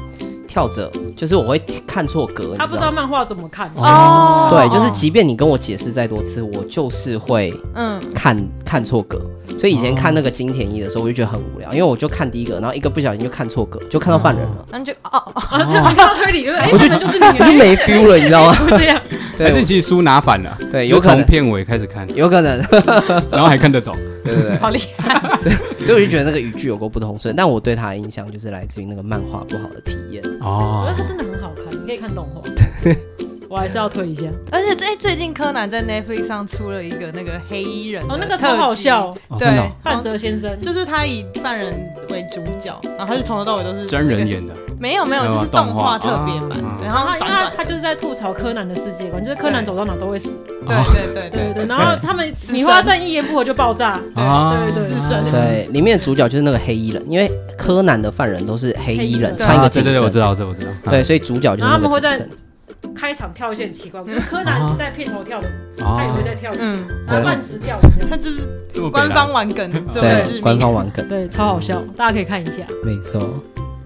S1: 跳着，就是我会看错格，
S2: 他
S1: 你知
S2: 不知道
S1: 道吗？
S2: 漫画怎么看，
S3: 哦
S1: 对，就是即便你跟我解释再多次，我就是会
S3: 嗯，
S1: 看看错格。所以以前看那个金田一的时候，我就觉得很无聊，因为我就看第一个，然后一个不小心就看错格，就看到犯人 了，
S3: 然后就哦，哦
S2: 啊，这不到推理，就是哎，可能就是
S1: 哦就
S2: 你，
S1: 没 feel 了，你知道吗？
S2: 会这样，
S4: 还是
S1: 对
S4: 其实书拿反了，
S1: 对，有
S4: 就
S1: 可
S4: 从
S1: 能，
S4: 片尾开始看，
S1: 有可能，
S4: 然后还看得懂，
S1: 对对 对。
S3: 好厉害，
S1: 哦所以我就觉得那个语句有过不通顺，但我对他的印象就是来自于那个漫画不好的体验。
S2: 我觉
S4: 哦
S2: 得它真的很好看，你可以看动画，我还是要推一下，
S3: 而且最最近柯南在 Netflix 上出了一个那个黑衣人的
S2: 哦，那个超好笑，
S4: 哦，
S3: 特辑，
S4: 真的
S3: 对
S4: 哦，，
S2: 半泽先生，
S3: 就是他以犯人为主角，然后他就从头到尾都是
S4: 真人，演的，
S3: 没有没有，
S4: 没有啊
S3: 就是动画特别版
S4: 动画啊，
S3: 对，然
S2: 然后
S3: 后
S2: 因为哦他他就是在吐槽柯南的世界观，就是柯南走到哪都会死，
S3: 对
S4: 哦
S3: 对
S2: 对
S3: 对对
S2: 对对，然后他们
S3: 死
S2: 米花
S3: 神
S2: 站一言不合就爆炸，
S4: 啊
S2: 对对
S3: 死
S2: 对，
S3: 神，
S1: 对，里面的主角就是那个黑衣人，因为柯南的犯人都是黑衣人，
S2: 黑衣人
S1: 穿一
S4: 啊
S1: 个
S4: 对
S1: 紧
S4: 对对，我知
S1: 身。
S4: 道，这我知道，
S1: 对，所以主角就是那个紧身。
S2: 开场跳一些很奇怪，就是柯南在片头跳的舞，他也会
S4: 哦，
S2: 在跳舞，
S3: 嗯，
S2: 然后乱直跳舞这样，
S3: 他就是
S4: 这么北
S3: 官
S4: 蓝
S3: 方玩梗，这么致
S1: 对，
S3: 命
S1: 官方玩梗，
S2: 对，超好笑，大家可以看一下，
S1: 没错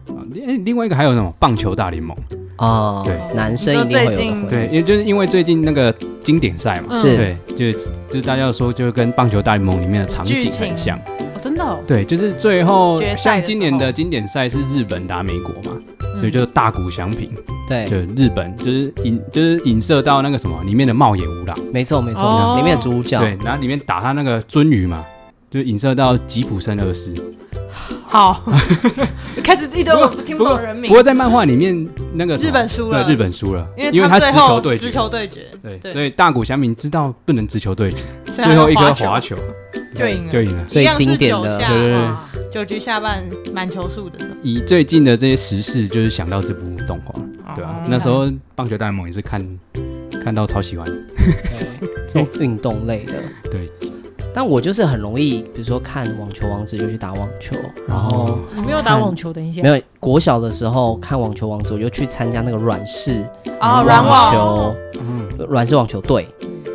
S4: 啊另另外一个还有什么棒球大联盟？
S1: 哦
S4: 对，
S1: 男生一定会有的回忆。
S4: 对，因为就是因为最近那个经典赛嘛，
S2: 嗯
S1: 是
S4: 对，就就是大家说，就是跟棒球大联盟里面的场景
S3: 剧情
S4: 很像。
S2: 哦，真的哦，
S4: 对，就是最后
S3: 决赛的时候嗯
S4: 像今年的经典赛是日本打美国嘛，
S2: 嗯
S4: 所以就大谷翔平，就
S1: 对，
S4: 日本就是影就是影射到那个什么里面的茂野无郎，
S1: 没错没
S2: 哦
S1: 错，里面的主角
S4: 对，然后里面打他那个鳟鱼嘛。就影射到吉普森二世，
S3: 好， 开始一堆我不听不
S4: 不
S3: 懂
S4: 过
S3: 的人
S4: 不
S3: 名，
S4: 过在漫画里面那个什么
S3: 日本输了
S4: 对日本输了，
S3: 因为
S4: 他
S3: 最
S4: 直
S3: 后
S4: 球对
S3: 直
S4: 决，
S3: 球对决，
S4: 对，
S3: 对
S4: 所以大谷翔平知道不能直球对决，
S3: 所以他
S4: 最后一颗
S3: 球嗯
S4: 滑球
S3: 就赢了
S4: 就，赢了。
S1: 最经典
S3: 一样
S1: 的
S3: 是九下啊
S4: 对对对
S2: 哇
S3: 九局下半满球数的时候，
S4: 以最近的这些时事，就是想到这部动画，对吧、
S3: 哦
S4: 那时候棒球大联盟也是看看到超喜欢，
S1: 对这种运动类的。
S4: 对，
S1: 但我就是很容易，比如说看网球王子就去打网球，然
S4: 哦
S1: 后
S2: 你没有打网球，等一下
S1: 没，有国小的时候看网球王子，我就去参加那个软式
S3: 哦，
S1: 网
S3: 软网，
S1: 球
S4: 嗯，
S1: 软式网球队，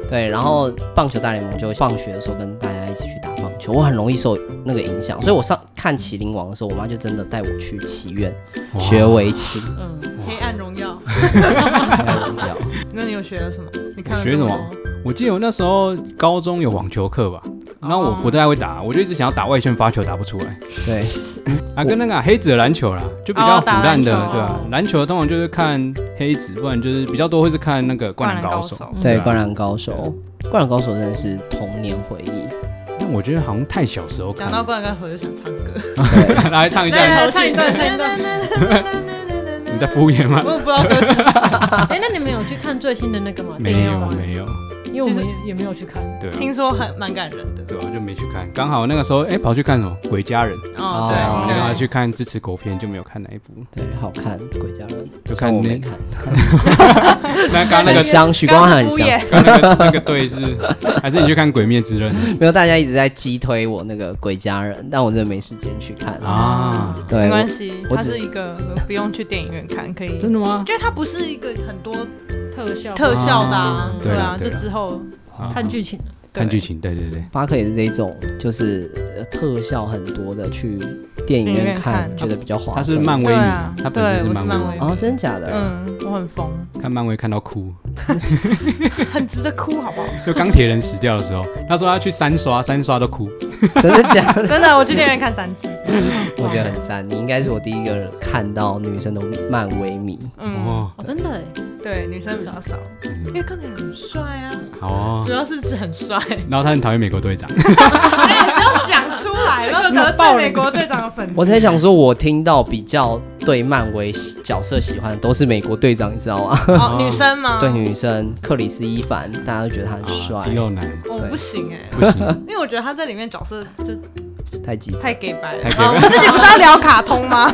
S1: 对，然后棒球大联盟就放学的时候跟大家一起去打棒球，我很容易受那个影响，所以我上看《麒麟王》的时候，我妈就真的带我去棋院
S4: 哇
S1: 学围棋，
S2: 嗯，
S3: 黑暗荣耀，
S1: 太无聊。
S3: 那你有学了什么？你看了
S4: 学什么
S3: 多
S4: 我记得我那时候高中有网球课吧，然后我不太会打，我就一直想要打外旋发球，打不出来
S1: 对，
S4: 啊，跟那个啊、黑子的篮球啦，就比较
S3: 哦
S4: 腐
S3: 打
S4: 烂的，
S3: 篮球
S4: 对啊，篮球通常就是看黑子，不然就是比较多会是看那个《灌篮高手》。
S1: 对，
S4: 对啊
S1: 《灌篮高手》，《灌篮高手》真的是童年回忆。
S4: 但我觉得好像太小时候看
S5: 讲
S4: 了
S5: 到，灌篮高手就想唱歌，
S4: 来唱 一
S2: 来来
S4: 下，
S2: 来，唱一段，唱一段。
S4: 你在敷衍吗？
S5: 我也不知道歌词是啥。
S2: 哎，那你们有去看最新的那个吗？
S4: 没
S2: 电影
S4: 有
S2: 吗，
S4: 没有，
S2: 因为我
S5: 其
S2: 们
S5: 实
S2: 也也没有去看。
S4: 对啊，
S3: 听说很蛮感人的。
S4: 对啊，就没去看。刚好那个时候，哎，跑去看什么《鬼家人》，
S5: 哦，
S4: 对，我们刚
S5: 对
S4: 好
S5: 对，
S4: 去看支持国片，就没有看那一部。
S1: 对，好看《鬼家人》，
S4: 就
S1: 虽然
S4: 看
S1: 我
S4: 那
S1: 没看，
S4: 那刚刚那
S1: 很
S4: 个
S1: 香，许光
S3: 刚
S1: 汉
S3: 刚
S1: 很
S3: 是敷
S1: 香。
S4: 刚
S3: 衍，
S4: 刚那个那个对是，还是你去看《鬼灭之刃》
S1: 没有，大家一直在激推我那个《鬼家人》，但我真的没时间去看。
S4: 啊？
S1: 对
S3: 没，
S1: 我
S3: 关系，
S1: 我
S3: 它
S1: 只
S3: 是一 个不用去电影院看，可以。
S4: 真的吗
S3: 我？觉得它不是一个很多
S2: 特效嗯
S3: 特效的啊
S4: 啊，
S3: 对啊，
S4: 对
S3: 这
S4: 啦
S3: 之后
S4: 啊
S2: 看剧情，
S4: 看剧情，对对对。
S1: 巴克也是这种，就是呃特效很多的，去电影
S3: 电影
S1: 院
S3: 院
S1: 看
S3: 看
S1: 觉得比较划
S4: 他
S1: 算。
S4: 是漫威
S3: 对
S4: 迷
S3: 啊，
S4: 他本身
S3: 对
S4: 是
S3: 我是
S4: 漫威
S3: 漫
S4: 迷
S3: 威，
S1: 哦，真的假的？
S3: 嗯，
S4: 啊
S3: 我很疯，
S4: 看漫威看到哭，
S3: 很值得哭，好不好？
S4: 就钢铁人死掉的时候，他说他去三刷，三刷都哭。
S1: 真的假 的？
S3: 真的，我去电影院看三 次。
S1: 我觉得很赞，你应该是我第一个看到女生的漫威迷。
S3: 嗯，
S4: 哦，
S2: 哦，真的哎，
S3: 对，女生比较少，因为看起来很帅啊，
S4: 好哦
S3: 主。要是 很帅。哎
S4: 然后他很讨厌美国队 长，啊
S3: 不要讲出 来，不要得罪美国队长的粉丝。
S1: 我在想说，我听到比较对漫威喜角色喜欢的都是美国队长，你知道吗？
S3: 哦，女生吗？
S1: 对，女生克里斯·伊凡，大家都觉得他很帅
S4: 啊，肌肉 男
S3: 我不行哎，
S4: 不行，
S3: 因为我觉得他在里面角色就
S1: 太极致。
S3: 太给白
S4: 太给
S3: 了。好，我们自己不是要聊卡通吗？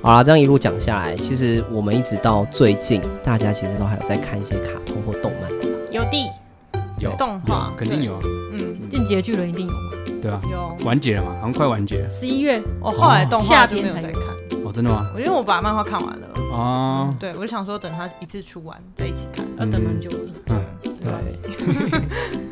S1: 好啦，这样一路讲下来，其实我们一直到最近，大家其实都还有在看一些卡通或动漫。
S2: 有地
S4: 有
S3: 动画
S4: 有肯定有啊，
S3: 嗯，
S2: 进阶巨人一定有嘛？
S4: 对啊，
S3: 有。
S4: 完结了嘛，好像快完结了。
S2: 十一月
S3: 我后来动画就没有
S2: 下
S3: 再
S2: 边
S3: 看，
S4: 哦，真的吗？
S3: 我因为我把漫画看完了。
S4: 哦，
S3: 对，我就想说等他一次出完再一起看。
S4: 嗯
S2: 要等蛮久的。
S1: 对，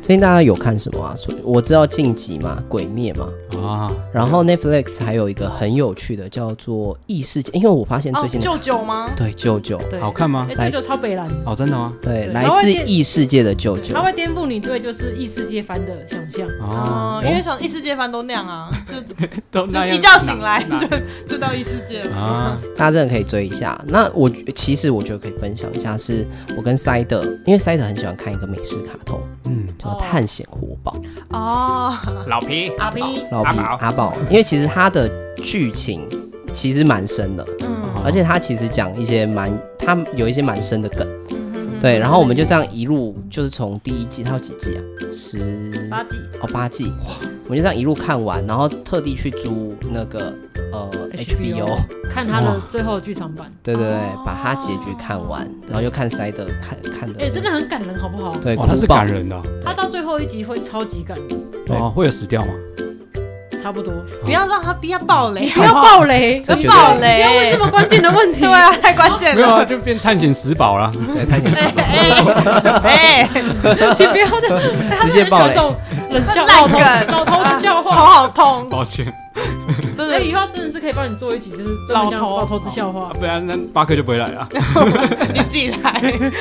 S1: 最近大家有看什么啊？所以我知道《晋级》嘛，《鬼灭》嘛，
S4: 啊，
S1: 然后 Netflix 还有一个很有趣的叫做《异世界》，因为我发现
S3: 哦
S1: 最，近、
S3: 舅舅吗？
S1: 对舅舅，
S2: 对，
S4: 好看吗？
S2: 哎，这就超北蓝，
S4: 哦，真的吗？
S1: 对
S2: 对
S1: 来
S2: 然后
S1: 自
S2: 会
S1: 异世界的舅舅
S2: 它，会颠覆你对就是异世界番的想象。
S4: 哦
S3: 哦，，因为想异世界番都那样啊， 就
S4: 都
S3: 就
S4: 那样
S3: 一觉醒来
S4: 哪哪
S3: 就就到异世界 了。
S4: 啊，
S1: 大家真的可以追一下。那我其实我觉得可以分享一下，是我跟塞德，因为塞德很喜欢看一个美式卡通，
S4: 嗯，
S1: 叫《
S2: 哦
S1: 探险活宝》。
S4: 啊
S3: 哦，
S4: 老皮
S2: 阿 P
S1: 老皮
S4: 阿宝
S1: 阿宝，因为其实他的剧情其实蛮深的，
S4: 哦
S3: 嗯，
S1: 而且他其实讲一些蛮，他有一些蛮深的梗，对。然后我们就这样一路，就是从第一季，它有几季啊？十
S2: 八 G
S1: 哦八季，我们就这样一路看完，然后特地去租那个呃 HBO，
S2: 看它的最后剧场版，
S1: 对对对，把它结局看完，然后就看塞德看看的，
S2: 哎，真的很感人，好不好？
S1: 对，
S4: 哇，他是
S1: 哭爆
S4: 感，人的哦
S2: 它到最后一集会超级感人，
S1: 对
S4: 哦，会有死掉吗？
S2: 差不多。
S3: 不要让他不要暴
S4: 嗯
S3: 雷，
S2: 不要
S3: 好不好
S2: 爆雷，
S1: 哎 这
S2: 不
S1: 绝
S2: 要
S1: 对
S3: 暴
S2: 不要问这
S3: 雷。
S2: 么关键的问 题。
S3: 对啊，太关键
S4: 没有啊，
S3: 了。
S4: 就变探险死宝 了。
S1: 对，探险
S4: 啊
S3: 哎 哎，哎
S2: 请不要 再，他
S1: 直接爆雷
S2: 这种冷笑 老头
S3: 烂梗
S2: 老头子笑
S3: 头
S2: 话。
S3: 好 痛，
S4: 抱歉，
S3: 真
S2: 那
S4: 哎
S3: 的。
S2: 以后真的是可以帮你做一集，就是专门讲
S3: 老头
S2: 老头子笑
S4: 啊
S2: 话。
S4: 不然那巴克就不会来啊 了。
S3: 你自己来。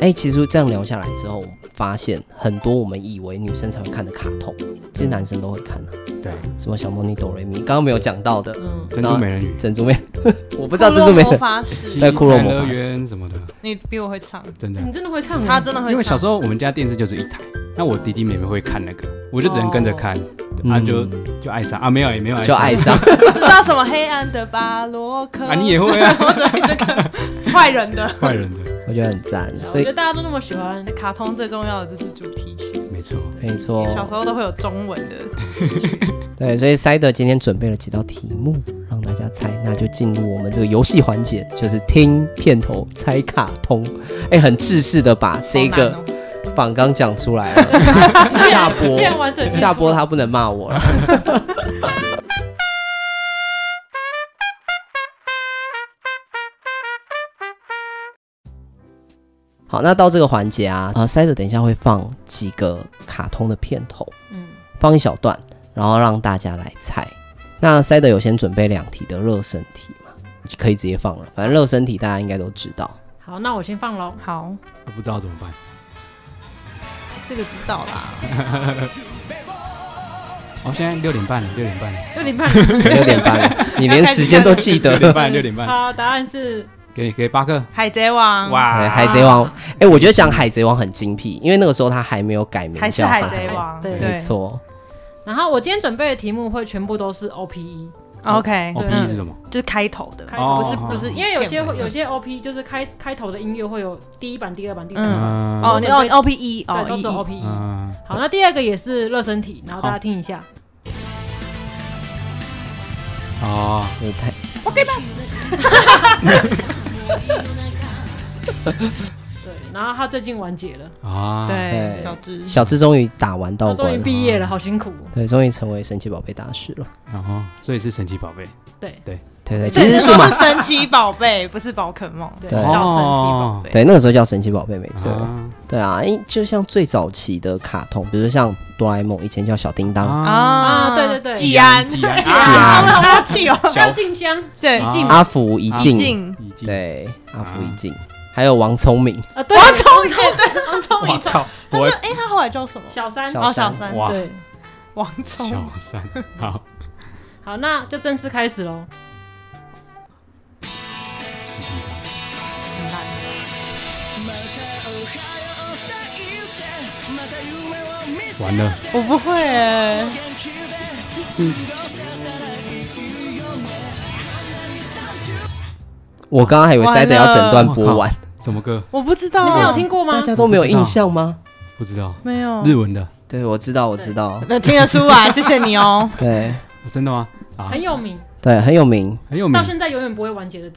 S1: 哎、其实这样聊下来之后，我发现很多我们以为女生才会看的卡通，其实男生都会看啊。
S4: 嗯对，
S1: 什么小魔女哆瑞咪，刚刚没有讲到的
S2: 嗯，
S4: 珍珠美人鱼。
S1: 珍珠美，我不知道珍珠美
S3: 骷髅魔
S1: 人。
S3: 法使，
S1: 在骷髅魔
S4: 乐
S1: 法师
S4: 园什么的，
S3: 你比我会唱，
S4: 真的。
S2: 你真的会唱
S3: 他
S2: 啊？
S3: 真的会唱。
S4: 因为小时候我们家电视就是一台，那我弟弟妹妹会看那个，我就只能跟着看，对啊就就爱上啊，没有也没有爱
S1: 哦嗯就爱上，
S3: 不知道什么黑暗的巴洛 克
S4: 啊，你也会啊，
S3: 我只会这个坏人的。
S4: 坏人的，
S1: 我觉得很赞。
S2: 我
S1: 所
S2: 觉
S1: 以
S2: 得大家都那么喜欢，
S3: 卡通最重要的就是主题曲，
S4: 没错。
S1: 没错，
S3: 小时候都会有中文的。
S1: 对，所以塞德今天准备了几道题目让大家猜，那就进入我们这个游戏环节，就是听片头猜卡通。哎、很制式的把这个
S3: 好难哦
S1: 仿刚讲出来 了，下播
S2: 这样完整 的
S1: 下播他不能骂我了。 好，那到这个环节啊，呃，塞德等一下会放几个卡通的片头，
S2: 嗯，
S1: 放一小段，然后让大家来猜。那塞德有先准备两题的热身题嘛？可以直接放了，反正热身体大家应该都知道。
S2: 好，那我先放喽。
S3: 好，
S4: 我啊不知道怎么办。
S3: 这个知道啦。
S4: 哦，现在六点半了，六点半了，
S2: 六点半。
S1: 六点半了，你连时间都记得
S4: 六点半，六点半，
S2: 好，答案是
S4: 给给巴克，
S3: 海贼王，
S1: 对
S4: 哇，
S1: 海贼王，哎、我觉得讲海贼王很精辟，因为那个时候他还没有改名
S3: 还是
S1: 叫
S3: 海
S1: 海
S3: 贼王？
S2: 对
S1: 没
S3: 对
S1: 错，
S2: 然后我今天准备的题目会全部都是 OPE，
S3: ，OK，嗯
S4: 哦
S2: 对
S4: B 是什么？
S3: 就是开头的，
S2: 开
S4: 哦
S3: 不
S2: 头
S3: 是不是，
S2: 因为有些
S3: 片尾
S2: 会有些 OP 就是开开头的音乐会有第一版、第二版、第三版，
S4: 嗯，
S3: 哦，你哦你 OP 一哦
S2: 对，都
S3: 一
S2: 是 OPE。
S4: 嗯，
S2: 好，那第二个也是热身体，然后大家
S4: 好
S2: 听一下。
S4: 哦，
S1: 这太
S2: 对，然后他最近完结了，
S4: 啊，，
S3: 对，
S1: 对
S5: 小智
S1: 小智终于打完
S2: 他
S1: 道
S2: 终
S1: 关
S2: 于
S1: 了，
S2: 毕业了，好辛苦。哦
S1: 对，终于成为神奇宝贝大师了。
S4: 然后哦所以是神奇宝贝，
S2: 对，
S1: 对对，
S3: 所
S1: 其
S3: 以
S1: 实
S3: 你
S1: 数
S3: 说
S1: 码
S3: 是神奇宝贝，不是宝可梦，
S2: 对
S3: 叫神
S1: 对
S3: 奇宝贝。
S1: 对那个时候叫神奇宝贝没错，
S4: 啊
S1: 对啊，因为就像最早期的卡通，比如说像哆啦 A 梦，以前叫小叮当，
S2: 啊对对对
S3: 季安，
S4: 季 安
S1: 季安
S3: 啊好气哦，
S4: 小
S2: 张静香
S3: 对，
S4: 啊
S1: 阿福一
S3: 一
S1: 静，
S3: 静，
S4: 已经，
S1: 对，阿福一静，还有王聪明，
S2: 啊，对，
S3: 王聪明，对，王聪
S4: 我
S3: 明，
S4: 靠，
S3: 但
S4: 我
S3: 是哎，他后来叫什么？
S2: 小三，
S1: 小
S3: 哦，
S1: 三
S3: 小三，
S4: 哇
S2: 对，
S3: 王聪明，
S4: 小三，好，
S2: 好，那就正式开始喽。
S4: 完了，
S3: 我不会欸，
S1: 我刚刚还以为塞德要整段播
S4: 完
S1: 完，
S4: 什么歌？
S3: 我不知
S2: 你
S3: 道，
S2: 们有听过吗
S1: 大？家都没有印象吗？
S4: 不知道，
S3: 没有？
S4: 日文的，哦
S1: 对，我知道，我知道，
S3: 那听得出来， 谢谢你哦。
S1: 对
S4: 真的吗？啊
S2: 很，有名，
S1: 对，很有名，
S4: 很有名
S2: 到现在永远不会完结的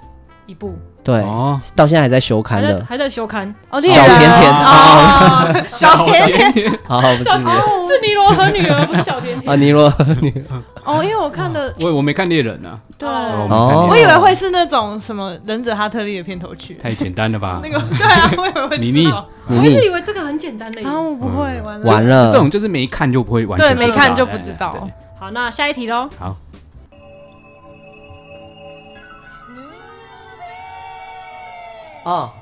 S2: 一部，
S1: 对，
S4: 哦，
S1: 到现在还在修刊
S2: 还在
S1: 的。
S2: 还在修刊。
S3: 哦，
S1: 小
S3: 猎人
S1: 甜甜
S3: 哦， 小甜甜
S4: 甜甜，
S1: 好好，不是不是
S2: 是尼罗河女儿，不是小甜甜。
S1: 啊，尼罗河女，
S3: 哦，因为我看的
S4: 我我没看猎人啊，
S3: 对，
S2: 哦
S1: 哦
S3: 我以为会是那种什么忍者哈特利的片头曲，
S4: 太简单了吧
S3: 那？个对啊，我以为会是
S4: 妮妮
S3: 这种
S2: 我一直以为这个很简单的耶。
S3: 啊，我不会，完了，
S1: 完了
S4: 这，种就是没看就不会完全
S3: 对
S4: 不知道
S3: 没看就不知道
S4: 哎哎哎
S2: 好，那下一题喽。
S4: 对好，
S1: 哦，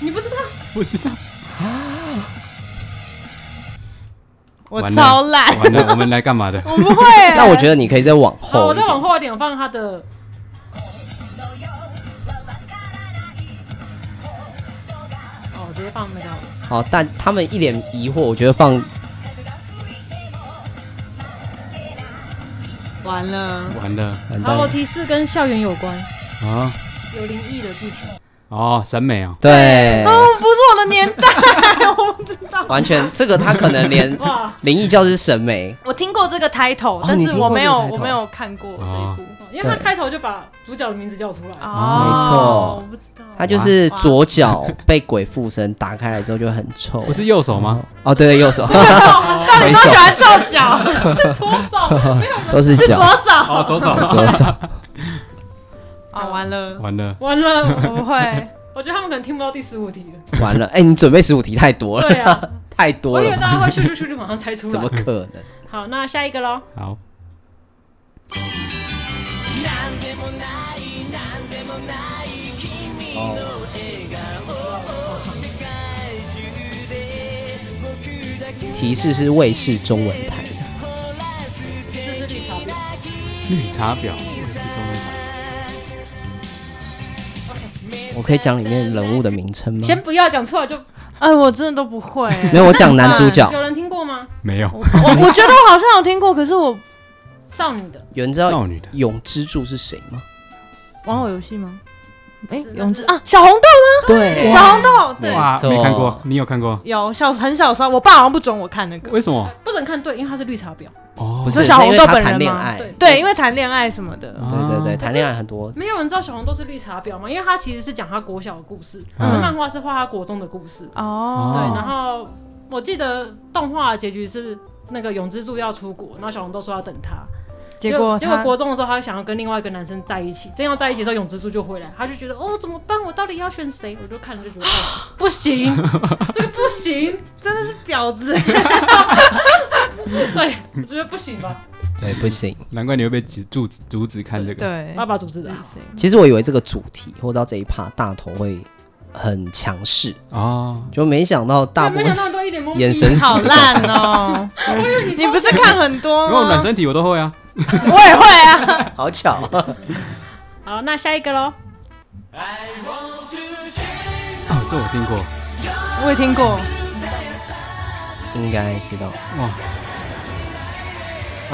S2: 你不知道？
S4: 不知道，
S3: 我超烂，
S4: 完了，我们来干嘛的？
S3: 我不会。
S1: 那我觉得你可以再往
S2: 好，
S1: 后
S2: 哦我
S1: 一
S2: 再
S1: 点，
S2: 往后一点放他的。哦，直接放那个好了。
S1: 好，但他们一脸疑惑，我觉得放
S3: 完了，
S4: 完了
S1: 完
S2: 好，
S1: 蛋
S2: 我
S1: 了，
S2: 提示跟校园有关，
S4: 啊，
S2: 有灵异的剧情。
S4: 哦，审美啊，
S1: 对，
S3: 哦，不是我的年代， 我不知道。
S1: 完全这个他可能连
S2: 哇，
S1: 灵异教师审美，
S3: 我听哦过这个 title，但
S1: 你
S3: 是
S1: 听过
S3: 我没有，
S1: 这个 title
S3: 我没有看过这一部。
S2: 因为他
S1: 对
S2: 开头就把主角的名字叫出来。
S3: 哦，
S1: 没错
S3: 我不知道。
S1: 他就是左脚被鬼附身，打开来之后就很臭，
S4: 不是右手吗？？
S1: 哦，对对，右手
S3: 到底都喜欢臭脚，
S2: 搓手，没有
S1: 都是
S3: 是
S1: 脚，
S3: 左手。
S4: 哦，左手，
S1: 左手，
S3: 啊，完了，
S4: 完了，
S2: 完了，
S3: 我不会。
S2: 我觉得他们可能听不到第十五 题了。
S1: 完了，哎，你准备十五题太多了，
S2: 对啊，
S1: 太多
S2: 我以为
S1: 了吧，
S2: 大家会咻咻咻就马上猜 出
S1: 怎么
S2: 来。
S1: 可能？
S2: 好，那下一个喽。
S4: 好，
S1: 提示是卫视中文台的。
S2: 这是绿茶婊。
S4: 绿茶婊，我是中文台，
S1: 我可以讲里面人物的名称吗？
S2: 先不要讲出来就
S3: 哎，我真的都不会。
S1: 没有，我讲男主角。
S3: 嗯
S2: 有人听过吗？
S4: 没有
S3: 我我我觉得我好像有听过，可是我
S2: 少女的
S1: 有人知道
S4: 少女的，
S1: 永之助是谁吗？
S3: 玩偶游戏吗？哎，
S2: 是
S3: 永
S2: 那
S3: 志
S2: 是
S3: 啊，小红豆，
S1: 对
S3: 小红豆，对，
S4: 哇，
S1: 错
S4: 没看过，你有看过？
S3: 有小很小的时候，我爸好像不准我看那个。
S4: 为什么？
S2: 不准看对，因为她是绿茶婊，
S4: 哦，
S1: 不
S3: 你
S1: 是
S3: 说小
S1: 因
S3: 红
S1: 为
S3: 豆
S1: 他
S3: 本
S1: 谈
S3: 人
S1: 恋
S3: 吗
S1: 爱。
S2: 对
S3: 对，因为谈恋爱什么的，
S4: 啊
S1: 对对对，谈恋爱很多。
S2: 没有人知道小红豆是绿茶婊嘛，因为她其实是讲她国小的故事，
S4: 嗯
S2: 那漫画是画她国中的故事。对，
S3: 哦，
S4: 哦
S2: 然后我记得动画的结局是那个永之助要出国，然后小红豆说要等他，
S3: 结果
S2: 结果
S3: 他
S2: 国中的时候，她想要跟另外一个男生在一起，正要在一起的时候，永之助就回来，她就觉得哦怎么办，我到底要选谁？我就看了就觉得、哦、不行，这个不行，
S3: 真的是婊子，
S2: 对，我觉得不行吧？
S1: 对，不行。
S4: 难怪你会被阻阻止阻止看这个。
S3: 对，
S2: 爸爸阻止的
S3: 不
S2: 好，
S3: 行，
S1: 其实我以为这个主题或到这一趴大头会很强势，
S4: 哦，
S1: 就没想到大
S2: 但
S1: 部
S2: 没
S1: 分
S2: 想到你都一脸懵逼，
S1: 眼神
S3: 好烂 哦！你不是看很多
S4: 因为我
S3: 吗
S4: 暖？身体我都会啊。
S3: 我也会啊。
S1: 好巧啊、
S2: 好，那下一个喽。
S4: 哦，这我听过。
S3: 我也听过，
S1: 应该知道
S4: 哇，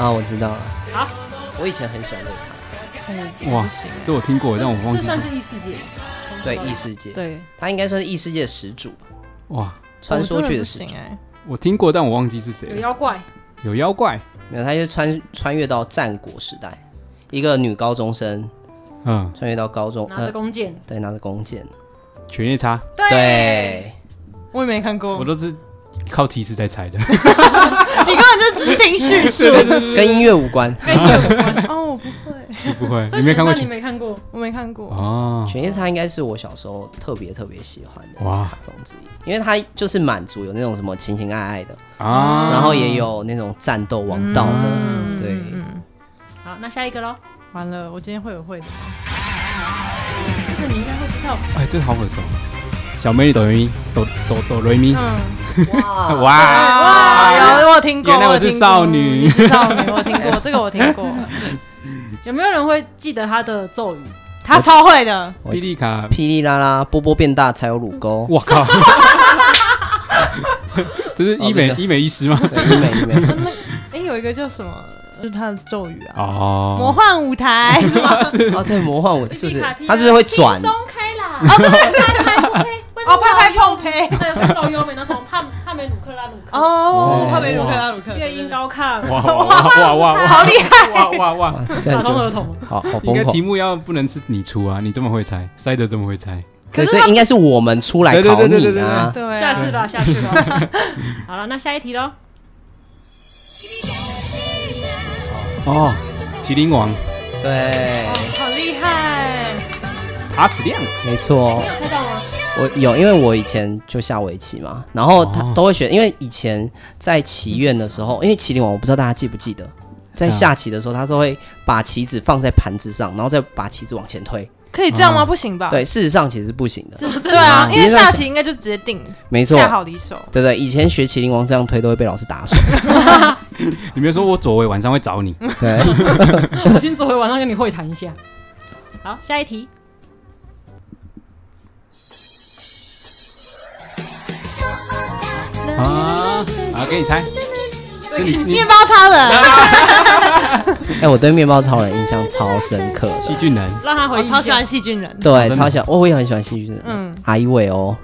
S1: 啊，我知道了。
S2: 好，
S1: 我以前很喜欢这个卡，
S4: 哇，这我听过，但我忘
S2: 这
S4: 记是。
S2: 算是异世界，
S1: 对异世界，
S2: 对，
S1: 它应该算是异世界的始祖吧，
S4: 哇，
S1: 传说剧
S3: 哦我真的不
S1: 始祖
S3: 行。哎，
S4: 我听过，但我忘记是谁
S2: 有
S4: 了。
S2: 妖怪，
S4: 有妖怪，
S1: 没有，它就是穿穿越到战国时代，一个女高中生
S4: 嗯，
S1: 穿越到高中，
S2: 拿着
S1: 呃，
S2: 弓箭，
S1: 对，拿着弓箭，
S4: 犬夜叉，
S1: 对，
S3: 我也没看过，
S4: 我都是靠提示在猜的。
S3: 你根本就只是听 叙述。
S1: 跟音乐无关。
S3: 哦，我不会，
S4: 你不会，
S2: 所以
S4: 你没看过
S2: 选上你
S4: 犬？
S2: 没看过，
S3: 我没看过。
S4: 哦，
S1: 犬夜叉应该是我小时候特别特别喜欢的
S4: 哇
S1: 卡通之一，因为它就是满足有那种什么情情爱爱的，
S4: 啊，
S1: 然后也有那种战斗王道的，
S3: 嗯
S1: 对
S3: 嗯
S2: 好，那下一个喽。
S3: 完了，我今天会有会的。
S2: 这个你应该会知道，
S4: 哎，这个好耳熟。小美女哆瑞咪，哆哆哆瑞咪，
S3: 嗯，
S4: 哇，
S3: 哇，有我有听过，
S4: 原来我
S3: 我
S4: 是
S3: 有听过
S4: 少女
S3: 你是少女，我听 过这个，我听过，
S2: 有没有人会记得他的咒语？
S3: 他超会的，
S1: 我
S4: 霹雳卡，
S1: 霹雳啦啦，波波变大才有乳沟。
S4: 我靠， 这是医美
S1: 哦不是
S4: 医美医师吗？
S1: 对医美医 美，
S3: 哎，有一个叫什么，就是他的咒语啊，魔
S4: 哦，
S3: 幻舞台是吗？
S1: 哦，对，魔幻我是不是
S2: 皮卡皮？卡
S1: 他是不是会转
S2: 轻？松开啦！哦，对对对，
S3: 哦，拍拍碰拍，
S2: 对，会老优美那种帕帕梅鲁克拉鲁克，
S3: 哦，
S1: 哇
S3: 帕梅鲁克拉鲁克，
S2: 夜莺高亢，
S4: 哇哇哇哇哇，好厉害！哇哇哇，
S1: 啊，这
S2: 卡
S1: 样
S2: 通儿
S1: 就
S2: 童，
S1: 好好
S4: 应该
S1: 疯
S4: 题
S1: 狂。
S4: 目要不能是你出啊，你这么会猜，塞德这么会猜，
S1: 可是应该是我们出来
S4: 对对
S1: 考
S4: 对对对
S1: 你
S4: 对
S1: 啊！
S3: 对啊，
S2: 下去了，下去了。好了，那下一题喽。
S4: 哦，麒麟王
S1: 对，
S3: 好厉害，
S4: 阿史亮，
S1: 没错
S2: 你，有猜到吗？
S1: 我有，因为我以前就下围棋嘛，然后他
S4: 哦
S1: 都会学，因为以前在棋院的时候，因为麒麟王我不知道大家记不记得，在下棋的时候，他都会把棋子放在盘子上，然后再把棋子往前推。
S3: 可以这样吗？
S4: 啊
S3: 不行吧？
S1: 对，事实上其实是不行的，
S3: 嗯对啊，因为
S1: 你是
S3: 下
S1: 想
S3: 棋应该就直接定，
S1: 没错，
S3: 下好离手。
S1: 对不对？以前学麒麟王这样推都会被老师打手。
S4: 你没说我左为晚上会找你，
S1: 对，
S2: 我今天只会晚上跟你会谈一下。好，下一题。
S4: 啊啊，给你猜，这你你
S3: 面包超人，
S1: 哎，我对面包超人印象超深刻
S4: 细
S1: 的，
S4: 菌人，
S2: 让他回
S3: 我
S2: 忆一
S3: 超喜
S2: 下
S3: 欢。细菌人。
S1: 对，
S4: 哦真的
S1: 超喜欢，哦我我也很喜欢戏剧人，
S3: 嗯
S1: 阿一伟哦，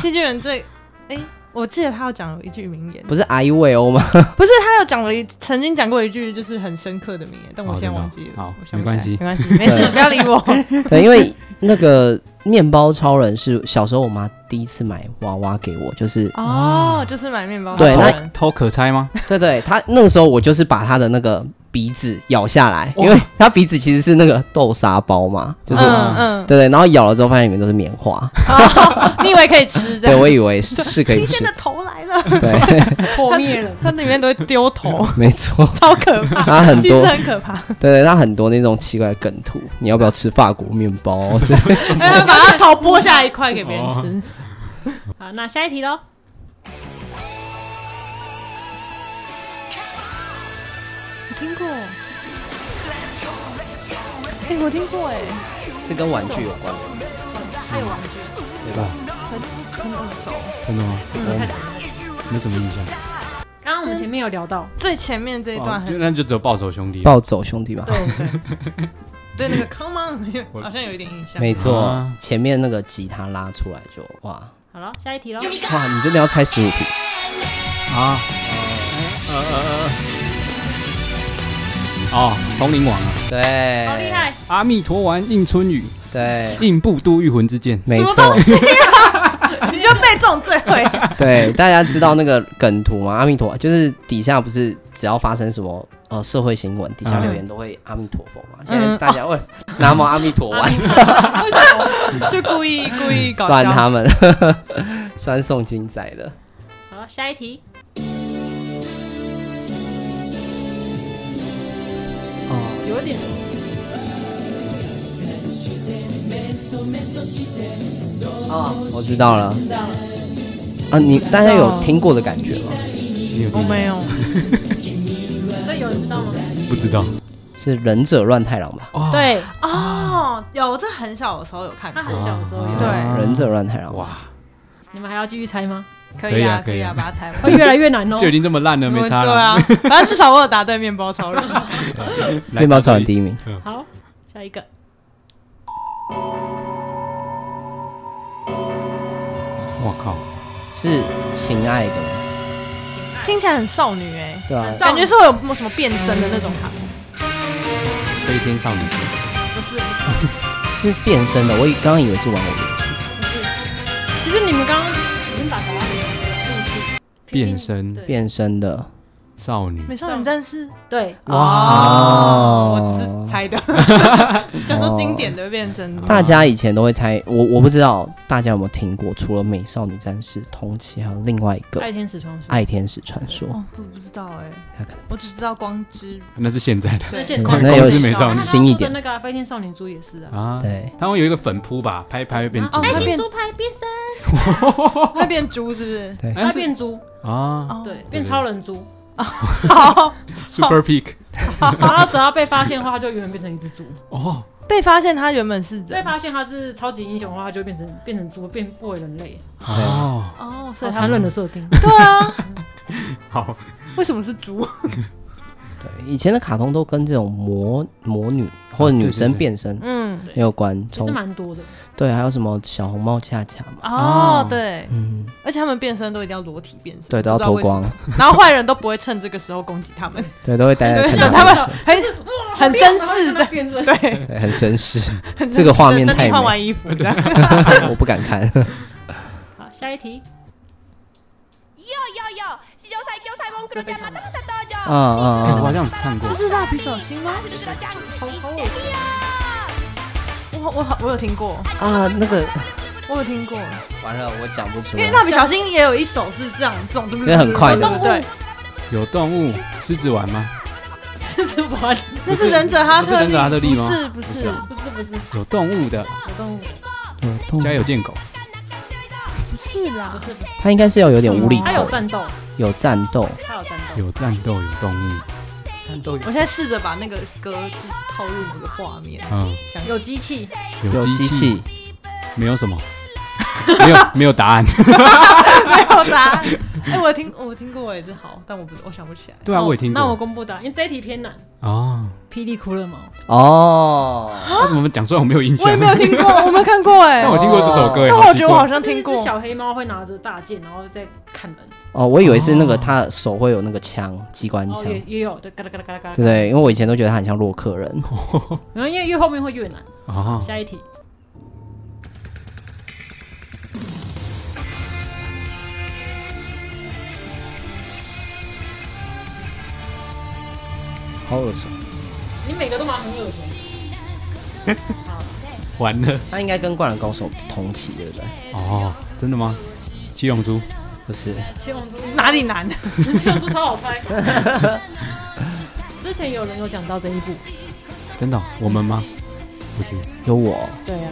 S3: 细菌人最，哎，我记得他有讲一句名言，
S1: 不是阿一伟哦吗？
S3: 不是他有讲了一，曾经讲过一句就是很深刻的名言，但我现在忘记了。
S4: 好
S3: 我想不起来
S4: 没关系
S3: 没关系，没事，
S1: 对
S3: 不要理 我。
S1: 对，因为那个面包超人是小时候我妈第一次买娃娃给我， 就是
S3: 哦，就是买面包。
S1: 对
S4: 偷
S1: 那
S3: 好人
S4: 偷可猜吗？
S1: 对对，她那个时候我就是把她的那个鼻子咬下来，因为她鼻子其实是那个豆沙包嘛，就是。
S3: 嗯嗯，哦
S1: 对对，然后咬了之后发现里面都是棉花，
S3: 你以为可以吃 这
S1: 对
S3: 样？
S1: 我以为是是可以
S3: 新
S1: 吃
S3: 鲜的，头来了，
S1: 对，
S2: 破灭了。
S3: 它里面都会丢头，
S1: 没错，
S3: 超可怕，
S1: 它很
S3: 其实
S1: 多，
S3: 很可怕。
S1: 对对，它很多那种奇怪的梗图，你要不要吃法国面 包？这
S3: 哎，把它头剥下来一块给别人吃。
S4: 哦
S2: 好，那下一题喽。
S3: 我听过，哎，我听过，哎，
S1: 是跟玩具有关的，
S2: 还有玩具，
S1: 对吧？
S4: 真的吗？没什么印象。
S2: 刚刚我们前面有聊到，
S3: 最前面这一段
S4: 哦就
S3: 很
S4: 那就只有暴走兄弟了。
S1: 暴走兄弟吧，
S3: 对对 对，那个 Come on，好像有一点印象。
S1: 没错，
S4: 啊
S1: 前面那个吉他拉出来就哇
S2: 好了，下一题喽。
S1: 哇，你真的要猜十五题？
S4: 啊，呃呃呃，哦，通灵王啊，
S1: 对，
S2: 好厉，害！
S4: 阿弥陀丸应春雨，
S1: 对，
S4: 印部都御魂之剑，
S1: 没
S3: 什么
S1: 错
S3: 东，西啊？你就背这种最 会，
S1: 对，大家知道那个梗图吗？阿弥陀佛就是底下不是只要发生什么呃社会新闻，底下留言都会阿弥陀佛嘛。现在大家会拿毛阿弥陀
S2: 嗯
S1: 丸
S2: 为什么？
S3: 就故意故意搞
S1: 酸
S3: 笑。
S1: 他们， 酸宋金仔的。
S2: 好，下一题。
S4: 哦
S2: 有一点
S1: 啊，我知道了。啊，你大家有听过的感觉吗？
S4: 你有
S3: 我
S4: 听
S3: 没有，
S2: 那有人知道吗？
S4: 不知道？
S1: 是忍者乱太郎吧？
S4: 哇，
S2: 对
S3: 哦，有，这很小的时候有看
S2: 他
S3: 过，
S2: 很小的时候有，
S4: 哦
S3: 对
S1: 忍者乱太郎，
S4: 哇，
S2: 你们还要继续猜吗？
S3: 可
S4: 可以
S3: 以
S4: 啊
S3: 啊，
S4: 可以
S3: 以
S4: 啊
S3: 啊，把它猜 完。
S2: 会越来越难哦。
S4: 就已经这么烂了，没差
S3: 对
S4: 了。
S3: 啊，反正至少我有答对面包超人。
S4: 来嗯
S1: 面包超人第一名，
S2: 好，下一个，
S4: 我靠，
S1: 是情爱的，
S2: 请按
S3: 听起来很少女哎、
S1: 对吧、
S3: 感觉是会有什么变身的那种卡。
S4: 飞天少女剧，
S2: 不是不是
S1: 是变身的，我以刚刚以为是玩偶游戏。
S2: 不是，其实你们刚刚已经把答案给出
S4: 变身
S2: 对
S1: 变身的
S4: 少女，
S3: 美少女战士
S2: 对，
S3: 哦
S1: 哇
S3: 我只是猜的，想说经典的变身。
S1: 大家以前都会猜，我我不知道大家有没有听过，除了美少女战士，同期还有另外一个
S2: 啊爱天使传
S4: 啊
S2: 说，
S1: 爱天使传说，
S3: 哦，不不知道哎、
S1: 他可能
S3: 我只知道光之，
S4: 那是现 在的
S2: 对，
S3: 对
S2: 现
S1: 可
S2: 在
S4: 光
S1: 能有
S4: 光之美少女
S1: 是新一点
S2: 那个啊飞天少女猪也是啊，
S4: 啊。
S1: 对，
S4: 他会有一个粉扑吧，拍一拍会变猪
S2: 啊
S3: 它
S2: 爱心
S3: 变
S2: 猪排变身，
S3: 会变猪是不是？
S4: 哎
S2: 它
S4: 是
S2: 变猪，
S4: 啊
S3: 哦
S2: 对，变超人猪，
S3: 好，
S4: ，Super Peak
S2: 然后只要被发现的话，它就永远变成一只猪。
S4: 哦，
S3: 被发现他原本是人
S2: 被发现它是超级英雄的话，它就会变成变成猪，变不为人类，
S4: 哦，
S3: 哦，
S2: 好
S3: 所以
S2: 残
S3: 他
S2: 忍的设定。
S3: 对啊，
S4: 好，
S3: 为什么是猪？
S1: 对，以前的卡通都跟这种魔魔女或者
S4: 啊对
S1: 女
S4: 对
S1: 生
S4: 对
S1: 变身
S3: 嗯，
S1: 也有关，
S2: 其实
S1: 从
S2: 蛮多的，
S1: 对，还有什么小红帽恰恰嘛，
S4: 哦
S3: 哦，对，
S1: 嗯，
S3: 而且他们变身都一定要裸体变身，
S1: 对，都要
S3: 不知道
S1: 脱
S3: 为什么
S1: 光，，
S3: 然后坏人都不会趁这个时候攻击 他们，
S1: 对，都会待在
S3: 对，
S1: 看
S3: 等他们
S1: 们
S3: 很很绅 士的，
S2: 变 身，
S3: 对，
S1: 对，很绅士，
S3: 很绅士
S1: 这个画面
S3: 等你
S1: 太美
S3: 换完 衣服这样。
S1: 我不敢 看。
S2: 好，下一题，
S1: 啊啊
S4: 哎，我好
S1: 啊！
S4: 像有看过
S3: 这，是蜡笔小新吗？好好耳熟， 我我好我有听过，
S1: 啊，那个
S3: 我有听过，
S1: 完了，我讲不出
S3: 因
S1: 来
S3: 为。蜡笔小新也有一首是这样，这种对不
S1: 因为很快的
S3: 动物，
S4: 有动物狮子丸吗？
S2: 这是玩，
S3: 那是忍者哈特
S4: 不是忍者哈特利吗
S3: 不是不
S4: 不
S3: 是
S4: 是啊
S2: 不是不是
S4: 有动物的，
S2: 小动物，
S1: 有动物
S4: 家有贱狗，
S3: 不是啦
S2: 不，是，
S1: 他应该是要有点无厘头
S2: 它，有战斗，
S1: 有战斗，
S2: 它有战斗。
S4: 有战斗，有动物，
S1: 战斗
S3: 我现在试着把那个歌就是套入我的画面，
S4: 嗯，
S3: 想
S2: 有机器，
S1: 有
S4: 有
S1: 机器，，
S4: 没有什 么，没有没有答案。
S3: 没有答案。哎，我有听我有听过哎，这好，但我不我想不起来。
S4: 对啊，我也听
S2: 那我
S4: 过
S2: 公布答案，因为这一题偏难。
S4: 哦，
S2: 霹雳骷髅毛，
S1: 哦，
S4: 为什么讲出来我没有印象
S3: 我也？没有听过，我没 看过哎
S4: 但，我 听过这首歌，哎
S3: 但
S4: 好
S3: 我
S4: 奇
S3: 觉得
S4: 怪
S3: 我好像
S2: 这
S3: 听
S2: 一只
S3: 过。
S2: 小黑猫会拿着大剑，然后再砍人。
S1: 哦，我以为是那个他手会有那个枪，机关
S2: 然
S3: 哦
S1: 枪，
S2: 后也
S1: 对
S2: 也有，对，嘎啦嘎啦嘎啦嘎啦。
S1: 不对？因为我以前都觉得他很像洛克人，
S3: 哦
S2: 然后因为越后面会越难。
S4: 啊，
S2: 下一题，
S1: 好耳熟。
S2: 你每个都蛮很恶心。
S4: 完了
S1: 他应该跟灌篮高手同期，对不对？
S4: 哦，真的吗？七龙珠
S1: 不是，
S2: 七龙珠
S3: 哪里难？
S2: 七龙珠超好 猜。之前有人有讲到这一部，
S4: 真的哦我们吗？不是，
S1: 有我，
S2: 对啊，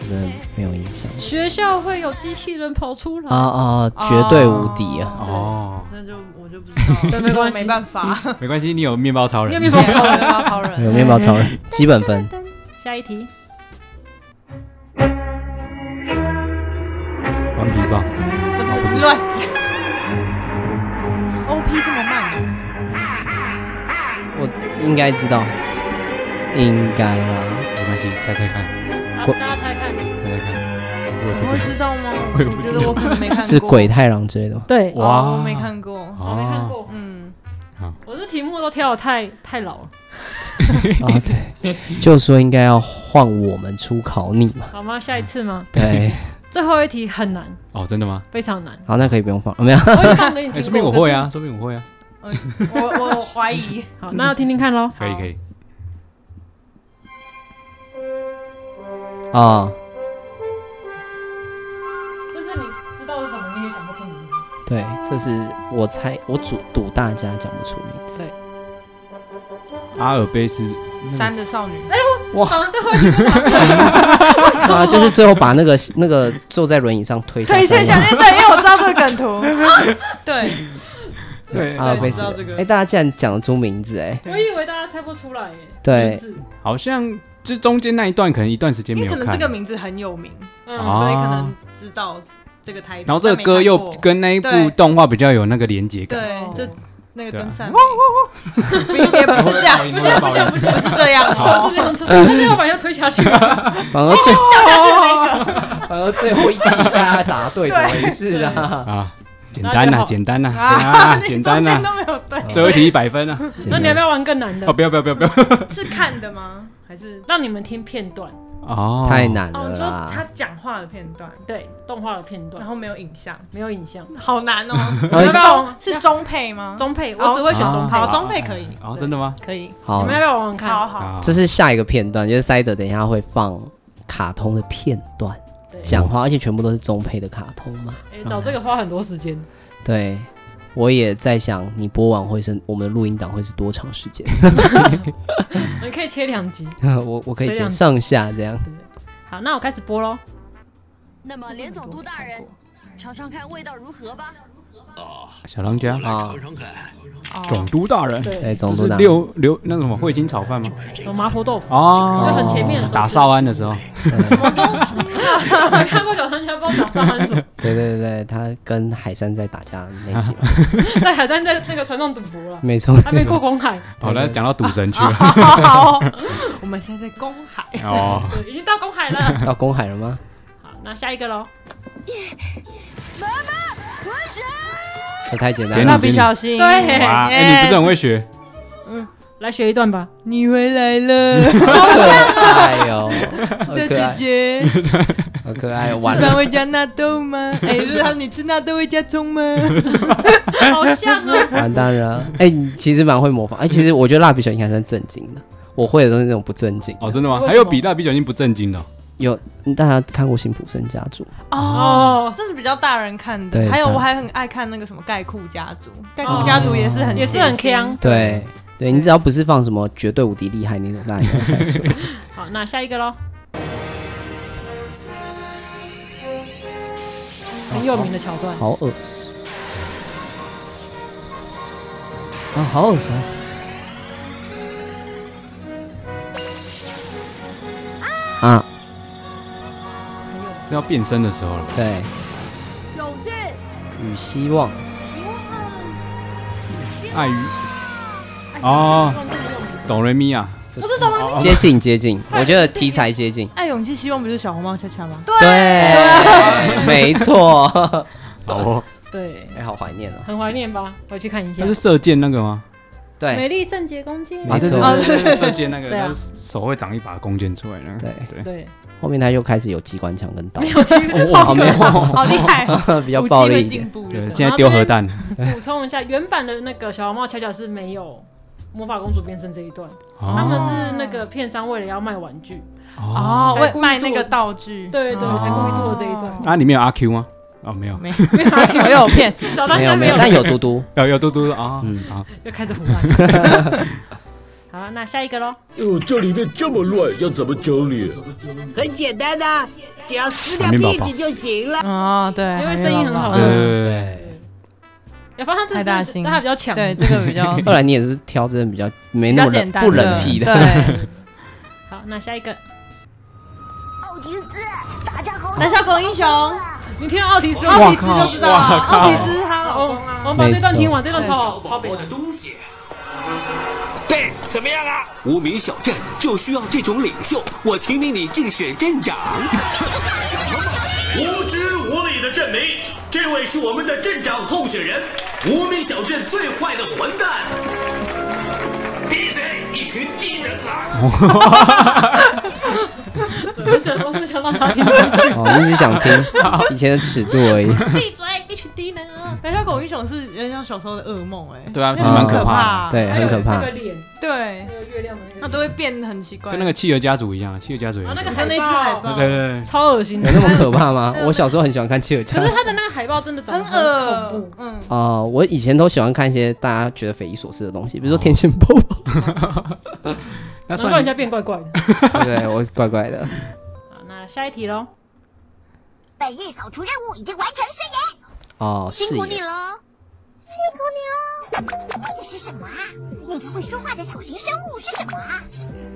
S1: 我真的没有印象。
S2: 学校会有机器人跑出来。
S1: 啊啊，绝对无敌啊！
S4: 哦，
S3: 那就我就不知道，
S2: 对没关系
S3: 没办法。
S4: 没关系，你有面包超
S2: 你
S4: 人
S2: 有，面包超人？
S3: 人，超人
S1: 有面包超人，基本 分。
S2: 下一题，
S4: 顽皮豹，
S2: 不是
S4: 哦不是
S3: 乱讲。O P 这么
S2: 啊
S3: 慢、
S1: 我应该知道，应该啦。
S4: 没关系，猜猜看，
S2: 啊，
S1: 过
S2: 大家猜看。
S4: 猜猜看，我也
S3: 你
S4: 不
S3: 会
S4: 知道。
S3: 知道吗？
S4: 我也不知道
S3: 觉得我可能没看过，
S1: 是鬼太郎之类的吗？
S2: 对，
S3: 哇，我没看过。
S2: 我没看过，
S3: 嗯，
S2: 我这题目都挑的太太老了，
S1: 啊， 对，就说应该要换我们出考你嘛。
S2: 好吗？下一次吗？
S1: 对，
S2: 最后一题很难，
S4: 哦，真的吗？
S2: 非常 难。
S1: 好，那可以不用放，啊没有。
S2: 我也放给你
S4: 哎，
S2: 听。
S4: 说不定我会。啊，说不定我会啊，
S3: 我我我怀 疑，
S2: 好，那要听听看喽。
S4: 可以可以，
S1: 啊，
S2: 就是你知道是什么，你也想不出名字。
S1: 对，这是我猜，我赌赌大家讲不出名字。
S2: 对，
S4: 阿尔卑斯
S3: 三的少女，
S2: 好像最后一个吧
S1: 啊，就是最后把那个那个坐在轮椅上推下
S3: 推
S1: 山
S3: 荐小
S1: 来
S3: 哎对对，因为我知道这个梗图，对，
S4: 对
S1: 阿尔
S5: 对我
S1: 卑
S5: 知
S1: 斯
S5: 道这个
S1: 哎，大家竟然讲得出名字哎，
S2: 我以为大家猜不出来耶。
S1: 对
S2: 就是
S4: 好像就中间那一段可能一段时间
S3: 因
S4: 没
S3: 为
S4: 有
S3: 可
S4: 看，
S3: 能这个名字很有名，
S2: 嗯
S4: 啊，
S3: 所以可能知道这个台。
S4: 然后这个歌又
S3: 但
S4: 跟那一部
S3: 对
S4: 动画比较有那个连接感，
S3: 没看过对，就那个
S4: 对啊
S3: 真善美，也不是这 样，
S2: 不行不行不行，
S3: 不是这样
S2: 我
S3: 哦
S2: 是。这样子，那这个把要推下去。
S1: 反而最
S3: 掉下去的那个
S1: 反而最后一题大家答对，
S3: 对
S1: 怎么回事啊？
S4: 啊，简单呐、
S2: 那就好
S4: 简单呐、
S3: 啊，
S4: 啊，
S3: 你
S4: 简单
S3: 中
S4: 呐、
S3: 间都没有对，
S4: 最后一题一百分啊！
S1: 简
S2: 那
S1: 单
S2: 你要不要玩更难的
S4: 哦，？不要不要不要不要！
S3: 是看的吗？还是
S2: 让你们听片段，
S4: 哦，
S1: 太难
S3: 哦？
S1: 了
S3: 你说他
S1: 啦，
S3: 讲话的片段，
S2: 对，动画的片
S3: 然
S2: 段，
S3: 后没有影像，
S2: 没有影像。
S3: 好哦难哦。
S1: 后
S3: 你知道
S2: 是
S3: 是中配吗？
S2: 中配，我只会选中配。
S3: 好，中配可以，
S4: 哦，真的吗？
S3: 可以，
S2: 你
S1: 哦好
S2: 们，要不要玩玩看？
S3: 好好。
S4: 啊
S1: 这是下一个片段，就是塞德等一下会放卡通的片段
S2: 对
S1: 讲话，而且全部都是中配的卡通嘛。
S2: 哎，找这个花很多时间。
S1: 对，我也在想，你播完会是我们的录音档会是多长时间？
S2: 你可以切两集。
S1: 我我可以
S2: 这
S1: 剪
S2: 样
S1: 上下这样。
S2: 好，那我开始播喽。
S6: 那么，连总督大人，尝尝看味道如何吧。
S4: 小当家，
S1: 啊，
S4: 总督大人，
S1: 对，
S2: 对，
S1: 总
S4: 就
S1: 督
S4: 是
S1: 党
S4: 六六那个什么汇金炒饭吗？
S2: 走麻婆豆腐，
S4: 哦，
S2: 就很前面的时候
S4: 打
S2: 吃
S4: 少安的时候，
S2: 没 看过小三全帮打上安手，
S1: 对对对对，他跟海山在打架那 集嘛，
S2: 在海战在那个船上赌博了，
S1: 没错。
S2: 还没过公海，
S4: 好了，讲到赌神去了。
S3: 好，我们现在在公海，
S4: 哦，
S2: 对，已经到公 海了。
S1: 到公海了吗？
S2: 好，那下一个喽。
S1: 这太简单了
S4: 给你。
S3: 蜡笔小新，
S2: 对
S4: 哇，哎，你不是很会学？
S2: 来学一段吧，
S3: 你回来了，
S1: 哎呦，好
S3: 的
S1: 可爱
S3: 姐，姐，吃
S1: 好可爱，完了
S3: 饭。会加纳豆吗？哎，不是，他说你吃纳豆会加葱吗？
S2: 好 像哦。
S1: 完蛋了！哎、你其实蛮会模仿。哎、其实我觉得蜡笔小新还算正经的，我会的都是那种不正经。
S4: 哦，真的吗
S2: 为什？么
S4: 还有比蜡笔小新不正经的哦，
S1: 有大家看过《辛普森家族》？
S2: 哦，
S3: 这是比较大人看的
S1: 对，
S3: 还有
S1: 大
S3: 我还很爱看那个什么盖库家族，盖库家族也是很
S2: 也是很
S3: 血腥
S2: can。
S1: 对，对你只要不是放什么绝对无敌厉害那种，大家应该猜出来。
S2: 好，那下一个喽。很有名的桥段，
S1: 好耳熟啊，好耳熟！啊，
S2: 很有名。
S4: 这要变身的时候了。
S1: 对，
S6: 永志，
S1: 与希望
S6: 希望
S4: 碍于
S3: 哎
S4: 哦，哆瑞咪啊，
S1: 不是
S3: 哦
S1: 接近接 近，我觉得题材接近，
S3: 爱勇气希望不是小红帽恰恰吗？
S1: 对，没 错。
S4: 好哦，
S2: 对，
S1: 哎、好怀念哦。
S2: 很怀念吧？回去看一下
S4: 那是。射箭那个吗？
S1: 对
S2: 美丽圣洁弓箭，
S1: 没错
S4: 啊对对对对射箭那个，
S2: 哦对啊
S4: 他手会长一把弓箭出来那个。
S1: 对，
S4: 对
S2: 对，
S1: 后面他就开始有机关枪跟刀，
S3: 好
S1: 哦没有，
S3: 好厉害哦，
S1: 比较暴力
S3: 武器会
S1: 一点
S3: 进。步
S4: 对，
S3: 的。
S4: 现在丢核弹。
S2: 补充一下，原版的那个小红帽恰恰是没有魔法公主变身这一段，他们
S4: 哦
S2: 是那个片商为了要卖玩具，
S4: 哦，
S3: 哦，
S2: 才
S3: 为
S2: 故意
S3: 卖那
S2: 做
S3: 个道具，哦
S2: 对对，才故意做了这一 段。
S4: 啊，里面有阿 Q 吗？哦，没有，
S3: 没没有 没有骗，
S2: 小 当
S1: 没
S2: 家
S1: 有
S2: 没
S1: 没有，但有嘟嘟。
S4: 有有嘟嘟的啊
S1: 嗯，
S4: 好，
S2: 又开始胡乱。 好，那下一个喽。
S7: 哟，这里面这么乱，要怎么整理？
S8: 很简单的、只要撕掉
S4: 海绵宝
S8: 壁
S4: 宝
S8: 纸就行了。
S3: 哦，对，
S2: 因为声音很好
S4: 对
S3: 啊
S2: 嗯
S4: 对对对对，
S2: 要发现这
S3: 派大星
S2: 大家比较强，
S3: 对，这个 比较
S1: 后来你也是挑这种比较没
S3: 比
S1: 那
S3: 较
S1: 么
S3: 简
S1: 冷
S3: 单，
S1: 不冷僻的，
S3: 对，
S2: 好，那下一个，
S6: 奥廷斯，大家好。
S3: 胆小狗英雄，
S2: 你听到奥提斯吗？
S3: 奥提斯就知道啊了，奥提斯 她老
S2: 哦
S3: 公啊，
S2: 我们把这段听完，这段超哦超北的。
S9: 对，怎么样啊？无名小镇就需要这种领袖，我提名你竞选镇长。
S7: 无知无礼的镇民，这位是我们的镇长候选人，无名小镇最坏的混蛋。
S9: 闭嘴，一群低能儿！
S2: 我想，我是想让他听进去。
S1: 哦，你只想听以前的尺度而已。
S2: 闭嘴，一群低能儿。
S3: 南小狗英雄是有点像小时候的噩梦哎、
S4: 对啊
S3: 那
S4: 其实蛮
S3: 很
S4: 可怕的对
S3: 怕，
S4: 很可怕
S3: 还有
S2: 脸，
S3: 对，
S2: 那个月亮的那个，
S3: 它都会变得很奇怪。
S4: 跟那个企鹅家族一样，企鹅家族也
S2: 啊，那个
S3: 你说那一只海
S2: 海
S3: 豹
S2: 报，
S4: 对对对
S2: 超恶心
S1: 有
S2: 的。
S1: 那么可怕吗？ 我小时候很喜欢看《企鹅家
S2: 可
S1: 族
S2: 是》他的那个海报真的长得很恐怖，
S3: 嗯，
S1: 哦，我以前都喜欢看一些大家觉得匪夷所思的东西，比如说《天线宝宝》
S2: 哦
S4: 那
S2: 难怪人家变怪怪的。
S1: 对，啊 对我怪怪的。
S2: 好，那下一题喽。
S10: 本日扫除任务已经完成誓言，
S1: 哦，是耶，
S10: 了，辛苦你了。那个是什么啊？那个会说话的小型生物是什么啊？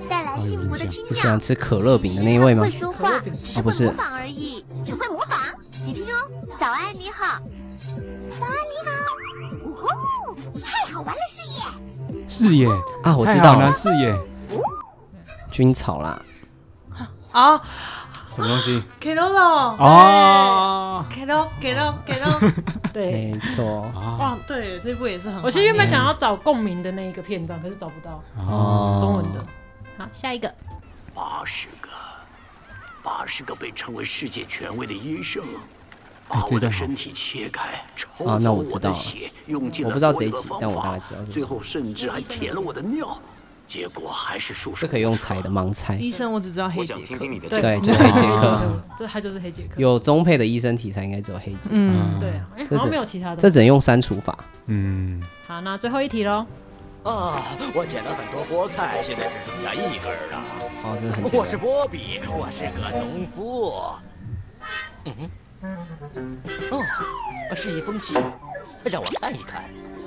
S10: 带来幸福的亲
S1: 哎你喜欢吃可乐饼的那一位吗
S10: 会？说话，只是
S1: 哦，不
S10: 会
S1: 是
S10: 模，仿而已，只会模仿。你听哦，早安你好，早安你好，呜呼，太好玩了，事业。
S4: 视野
S1: 啊我知
S4: 太好
S1: 道
S4: 了
S1: 了
S4: 视野
S1: 菌草啦。
S3: 啊
S4: 什么东西？
S3: ，K 喽喽，
S4: 哦
S3: ，K 喽，K 喽 ，K 喽，
S2: 哎对，
S1: 没错。
S2: 哦
S3: 哇，对，这部也是很，
S2: 我其实原本想要找共鸣的那一个片段，可是找不到。
S1: 哦，
S2: 中文的。好，下一个。
S7: 八十个，八十个被称为世界权威的医生，
S1: 哎
S7: 把我的身体切开，抽
S1: 啊，
S7: 走
S1: 那我
S7: 我
S1: 知道
S7: 的
S1: 了
S7: 血，用尽
S1: 我
S7: 了
S1: 不知道
S7: 所
S1: 这
S7: 有
S1: 一
S7: 的
S1: 集，
S7: 方
S1: 但我大
S7: 法
S1: 概知道，这
S7: 最
S1: 是
S7: 后甚至还舔了我的尿，结果还是束手
S1: 这可以用猜的盲猜。
S3: 医生，我只知道黑杰克，
S1: 对，就是黑杰克。
S2: 哦这他就是黑杰克。
S1: 有中配的医生题材应该只有黑杰克。
S3: 嗯
S2: 对啊哎
S1: 这
S2: 好像
S1: 只
S2: 没有其他的
S1: 这只能用删除法。嗯，
S2: 好，那最后一题喽。
S11: 啊，我捡了很多菠菜，现在只剩下一根儿了。
S1: 哦，真的很简单
S11: 我是波比，我是个农夫。嗯，哦，是一封信，哎让我看一看。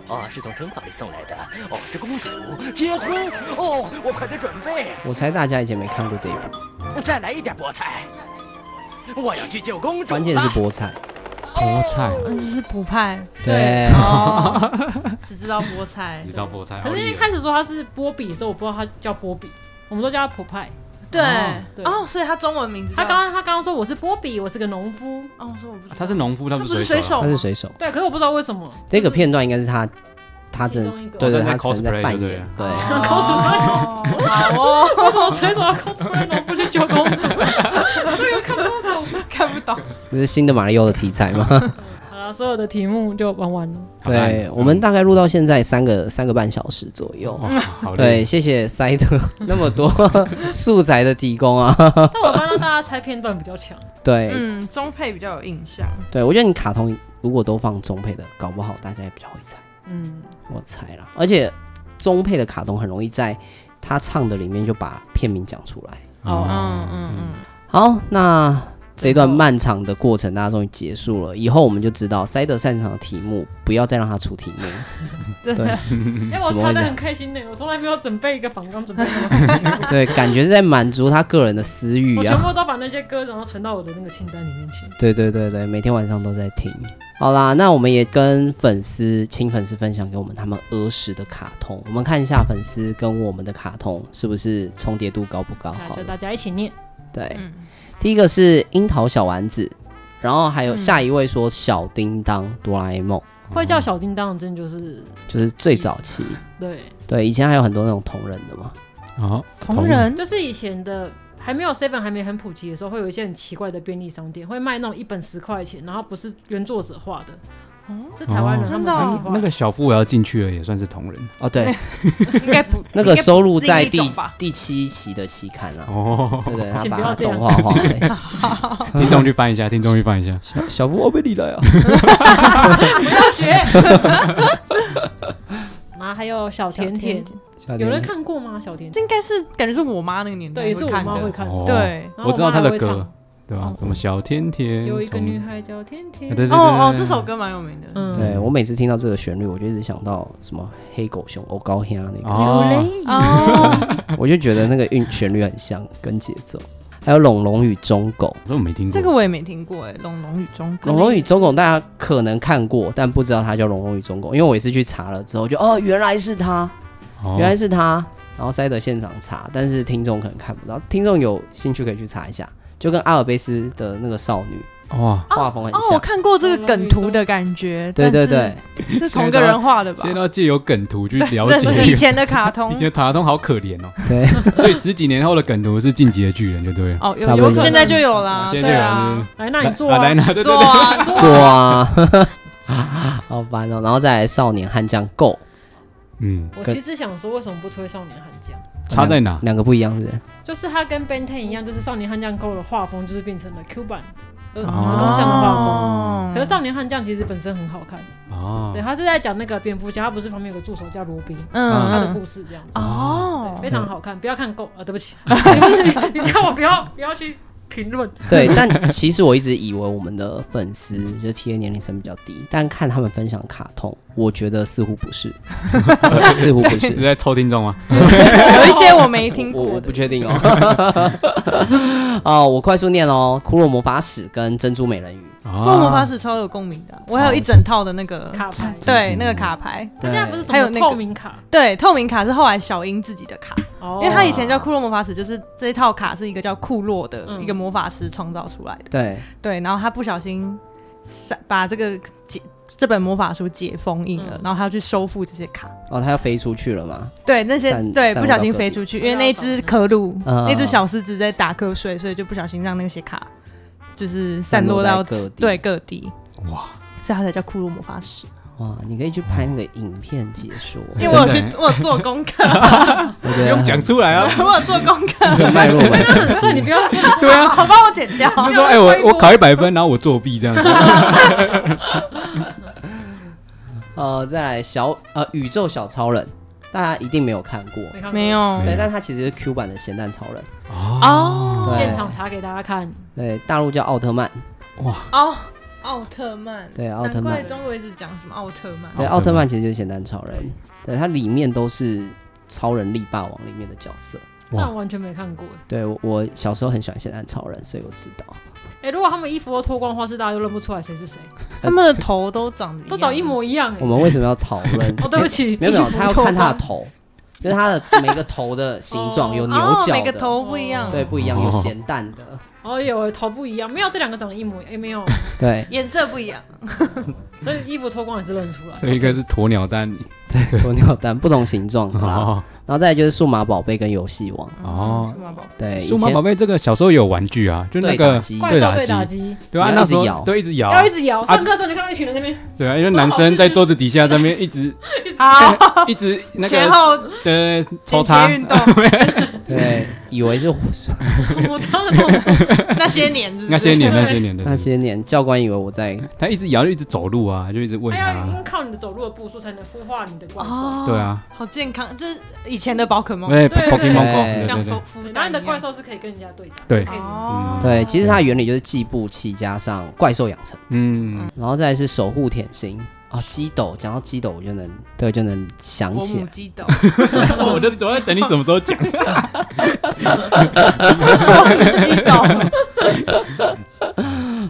S11: 哦，是从城堡里送来的。哦，是公主结婚。哦，我快点准备，
S1: 我猜大家以前没看过这一部，
S11: 再来一点菠菜。我要去救公主。啊
S1: 关键是菠菜。
S4: 菠菜，啊
S1: 哦
S3: 嗯，是补派，
S1: 对
S3: 哦，只知道菠菜，
S4: 只知道菠菜，
S2: 可是
S1: 啊
S2: 因为一开始说他是波比的时候，我不知道他叫波比，我们都叫他普派。
S3: 对
S2: 对，
S3: 哦，所以他中文名
S1: 啊
S3: 字叫，
S2: 他刚刚他刚刚说我是波比，我是个农夫。
S3: 哦，我说我不知道
S4: 他是农夫，他
S3: 不
S4: 不
S3: 是
S4: 水
S3: 水手
S1: 他是水手。
S2: 对，可是我不知道为什么。
S1: 这个片段应该是他，他真的
S2: 其中一个
S1: 对对，
S4: 哦他
S1: 他
S4: 在
S1: 可能在
S4: cosplay
S1: 扮
S4: 就对
S1: 演
S4: 了
S1: 对。
S2: 好哦，我怎么随手要 cosplay 农夫去救公主？这个看不懂，
S3: 看不懂。
S1: 这是新的马里奥的题材吗？
S2: 好了，所有的题目就玩完了。
S1: 对，我们大概录到现在三个三个半小时左右
S2: 哇
S4: 哦好。累
S1: 对，谢谢塞德 那么 多素材的提供啊。
S2: 但我发现大家猜片段比较强。
S1: 对
S3: 嗯，中配比较有印象，
S1: 对，我觉得你卡通如果都放中配的，搞不好大家也比较会猜。
S2: 嗯，
S1: 我猜啦，而且中配的卡通很容易在他唱的里面就把片名讲出来。
S3: 哦，嗯嗯嗯，
S1: 好，那这段漫长的过程大家终于结束了，以后我们就知道塞德擅长的题目，不要再让他出题目。
S3: 真的
S2: 哎、
S1: 嗯
S2: 我
S1: 怎么
S2: 猜
S1: 会
S2: 的
S1: 这
S2: 很
S1: 样？
S2: 开心呢、我从来没有准备一个反 纲，准备那么开心。
S1: 对，感觉是在满足他个人的私欲
S2: 我全
S1: 啊。
S2: 部都把那些歌，然后存到我的那个清单里面去。
S1: 对对对对，每天晚上都在听。好啦，那我们也跟粉丝、请粉丝分享给我们他们儿时的卡通，我们看一下粉丝跟我们的卡通是不是重叠度高不高？好了
S2: 那就。大家一起念。
S3: 嗯
S1: 对，
S2: 嗯
S1: 第一个是樱桃小丸子，然后还有
S2: 嗯
S1: 下一位说小叮当哆啦 A 梦，
S2: 会
S4: 嗯
S2: 叫小叮当，真的就是
S1: 就是最早期。
S2: 对
S1: 对，以前还有很多那种同人的嘛。
S4: 哦，
S2: 就是以前的还没有 Seven 还没很普及的时候，会有一些很奇怪的便利商店，会卖那种一本十块钱，然后不是原作者画的，是台
S4: 哦
S2: 湾人他们自己画
S4: 那个小夫我要进去了，也算是同人
S1: 哦，对，
S3: 应该不
S1: 那个收录在
S3: 应该不
S1: 第
S3: 是另一种吧
S1: 第七期的期刊了、
S4: 哦
S1: 对对，他
S4: 请
S1: 把
S4: 不要
S1: 它
S4: 这样
S1: 动画 化了。
S4: 听众去翻一下，听众去翻一下。
S1: 小小夫我被你了呀！
S2: 不要学。然后还有小甜甜，
S1: 小甜甜
S2: 有人看过吗？小甜
S3: 这
S2: 甜
S3: 应该是感觉是我妈那个年代
S2: 对，也是我妈会看
S4: 哦
S2: 的。
S3: 对
S2: 然后
S4: 我知道他
S2: 还
S4: 的
S2: 会
S4: 歌
S2: 唱，
S4: 对吧？什么小甜甜，
S2: 有一个
S4: 从
S2: 女孩叫甜甜。
S4: 对对对
S3: 哦哦，
S4: 对
S3: 这首歌蛮有名的，
S2: 嗯
S1: 对我每次听到这个旋律，我就一直想到什么黑狗熊、欧高香那个，
S4: 哦
S3: 哦，
S1: 我就觉得那个韵旋律很像，跟节奏。还有《龙龙与忠狗》，
S4: 这我没听
S3: 这个我也没听过哎，《龙龙与忠狗》
S1: 龙龙与忠狗大家可能看过，但不知道它叫龙龙与忠狗，因为我也是去查了之后就哦，原来是它，
S4: 哦
S1: 原来是它。然后塞德现场查，但是听众可能看不到，听众有兴趣可以去查一下，就跟阿尔卑斯的那个少女
S4: 哇，
S1: 画风很
S3: 哦，
S1: 像。
S3: 我看过这个梗图的感觉，
S1: 对对
S3: 但
S1: 对，
S3: 是是同个人画的吧
S4: 现？在要借由梗图去了
S3: 对，
S4: 解
S3: 是以前的卡
S2: 哦
S3: 通
S4: 以前的卡通好可怜哦。
S1: 对，
S4: 所以十几年后的梗图是《进击的巨人》，就对了。
S3: 哦，
S1: 差不多
S3: 有有
S2: 啊
S3: 哦现在就有啦，
S4: 现
S3: 对
S4: 在就有
S3: 啊
S4: 了，
S2: 来，那你 做
S4: 来来那对对
S3: 做啊
S1: 做啊，好烦哦。然后再来少年悍将 Go，
S4: 嗯
S2: 我其实想说，为什么不推少年悍将？
S4: 差在哪？
S1: 两个不一样是不是？
S2: 就是它跟 Ben Ten 一样，就是少年悍将 GO 的画风就是变成了 Q 版，呃，
S4: 哦
S2: 子宫像的画
S3: 哦
S2: 风。
S1: 嗯
S2: 可是少年悍将其实本身很好看，
S4: 哦
S2: 对，他是在讲那个蝙蝠侠，他不是旁边有个助手叫罗宾，
S3: 嗯
S2: 嗯，他的故事这样子。
S3: 哦
S2: 对非常好看，不要看 GO 啊，对不 起， 你叫我不要不要去评论。
S1: 对，但其实我一直以为我们的粉丝就是 T A 年龄层比较低，但看他们分享卡通，我觉得似乎不 是，似乎不
S4: 你
S1: 是，
S4: 在抽听众吗？
S3: 有一些我没听
S1: 我我
S3: 过的，
S1: 不确 定哦。哦，我快速念哦，《骷髅魔法使》跟《珍珠美人鱼》
S4: 啊
S3: 《恶魔法使》超有共鸣的，我还有一整套的那个
S2: 卡牌
S3: 对，那个卡牌。
S1: 对它现在不
S2: 是什么
S3: 还有那个
S2: 透明卡？
S3: 对，透明卡是后来小樱自己的卡，
S2: 哦
S3: 因为他以前叫库洛魔法使，就是这一套卡是一个叫库洛的一个魔法师创造出来的。
S1: 对，
S3: 对，然后他不小心散把这个解这本魔法书解封印了，然后他要去收复这些卡。
S1: 哦，它要飞出去了嘛？
S3: 对，那些
S1: 散
S3: 对
S1: 散
S3: 不小
S1: 落
S3: 心
S1: 到
S3: 飞
S1: 各地
S3: 出去，因为那只可鲁、
S1: 嗯
S3: 那只小狮子在打瞌睡，所以就不小心让那些卡就是散
S1: 散
S3: 落到
S1: 落在各地
S3: 对各地，
S4: 哇！
S3: 所以他才叫库洛魔法使。
S1: 哇，你可以去拍那个影片解说，
S3: 因为我有去
S4: 真的欸
S3: 我有做功课，
S1: 我觉得
S4: 不用讲出来 啊
S3: 我有做功
S1: 一个
S3: 课，
S1: 脉络蛮
S2: 那很 顺，你不要
S4: 对啊
S3: 好，帮我剪掉。
S4: 就说哎，我我考一百分，然后我作弊 这样子。
S1: 呃，再来小呃宇宙小超人，大家一定没有看过，
S2: 看过
S3: 没有
S1: 对，但它其实是 Q 版的咸蛋超人，
S3: 哦
S1: 对
S2: 现场查给大家看。
S1: 对，大陆叫奥特曼，
S3: 哦，奥特曼，
S1: 对奥特曼
S3: 难怪中国一直讲什么奥特曼，
S1: 对，奥特曼其实就是咸蛋超人，对，它里面都是超人力霸王里面的角色。
S2: 但我完全没看过哎
S1: 对我，我小时候很喜欢咸蛋超人，所以我知道。
S2: 哎，如果他们衣服都脱光的话，是大家又认不出来谁是谁，
S1: 呃
S3: 他们的头都长得
S2: 都长一模一样哎。
S1: 啊我们为什么要讨论？
S2: 哦对不起
S1: 没有没有，
S2: 衣服
S1: 他要看他
S2: 脱
S1: 的
S2: 光
S1: 头，就是他的每个头的形状有牛
S3: 哦
S1: 角的，
S3: 每个头不一样，
S1: 对不一样，有
S4: 哦
S1: 咸蛋的，
S2: 哦，有头不一样，没有这两个长得一模一样，哎没有，
S1: 对，
S3: 颜色不一样，
S2: 所以衣服脱光也是认出来。
S4: 所以一个是鸵鸟蛋，
S1: 鸵鸟蛋不同形状的啦
S4: 哦。
S1: 然后再来就是数码宝贝跟游戏王，
S4: 哦，
S3: 数码嗯宝贝，
S1: 对，以
S4: 数码
S1: 前
S4: 宝贝这个小时候有玩具啊，就那
S1: 对
S4: 个
S1: 打机
S2: 怪兽对
S4: 对
S2: 打
S4: 打
S2: 机
S4: 机，对
S1: 你
S4: 啊，
S1: 要
S4: 那
S1: 一直
S4: 时候
S1: 摇
S4: 对一直摇，
S2: 要一直摇，
S4: 啊
S2: 上课的时候你就看到一群人在那边，
S4: 对啊，因为男生在桌子底下这边一直
S3: 好，
S4: 一直那
S3: 前
S4: 个
S3: 后
S4: 对对对抽
S3: 间歇
S4: 插，
S3: 运动
S1: 对，以为是
S2: 我当了动作，
S3: 那些年是不是
S4: 那些年那些年的
S1: 那些年教官以为我在
S4: 他一直摇，一直走路啊，就一直问
S2: 还要
S4: 他。
S2: 靠你的走路的步数才能孵化你的怪兽。
S3: 哦，
S4: 对啊，
S3: 好健康，就是以前的宝可梦，
S4: 对
S2: 对对
S4: Pokemon Go，
S1: 对
S4: 对对
S3: 像福
S4: 对，
S3: 福
S2: 然后
S3: 袋
S2: 你
S3: 一
S2: 的
S3: 样
S2: 怪兽是可以跟人家对打，
S4: 对
S2: 可以理解
S3: 哦，
S1: 对，其实它的原理就是计步器加上怪兽养成，
S4: 嗯，
S1: 然后再来是守护甜心啊，鸡斗。讲到鸡斗，我就能对就能想
S3: 我
S1: 起
S3: 母
S1: 来。
S3: 鸡 斗，
S4: 我就我在等你什么时候讲。
S3: 我母鸡斗，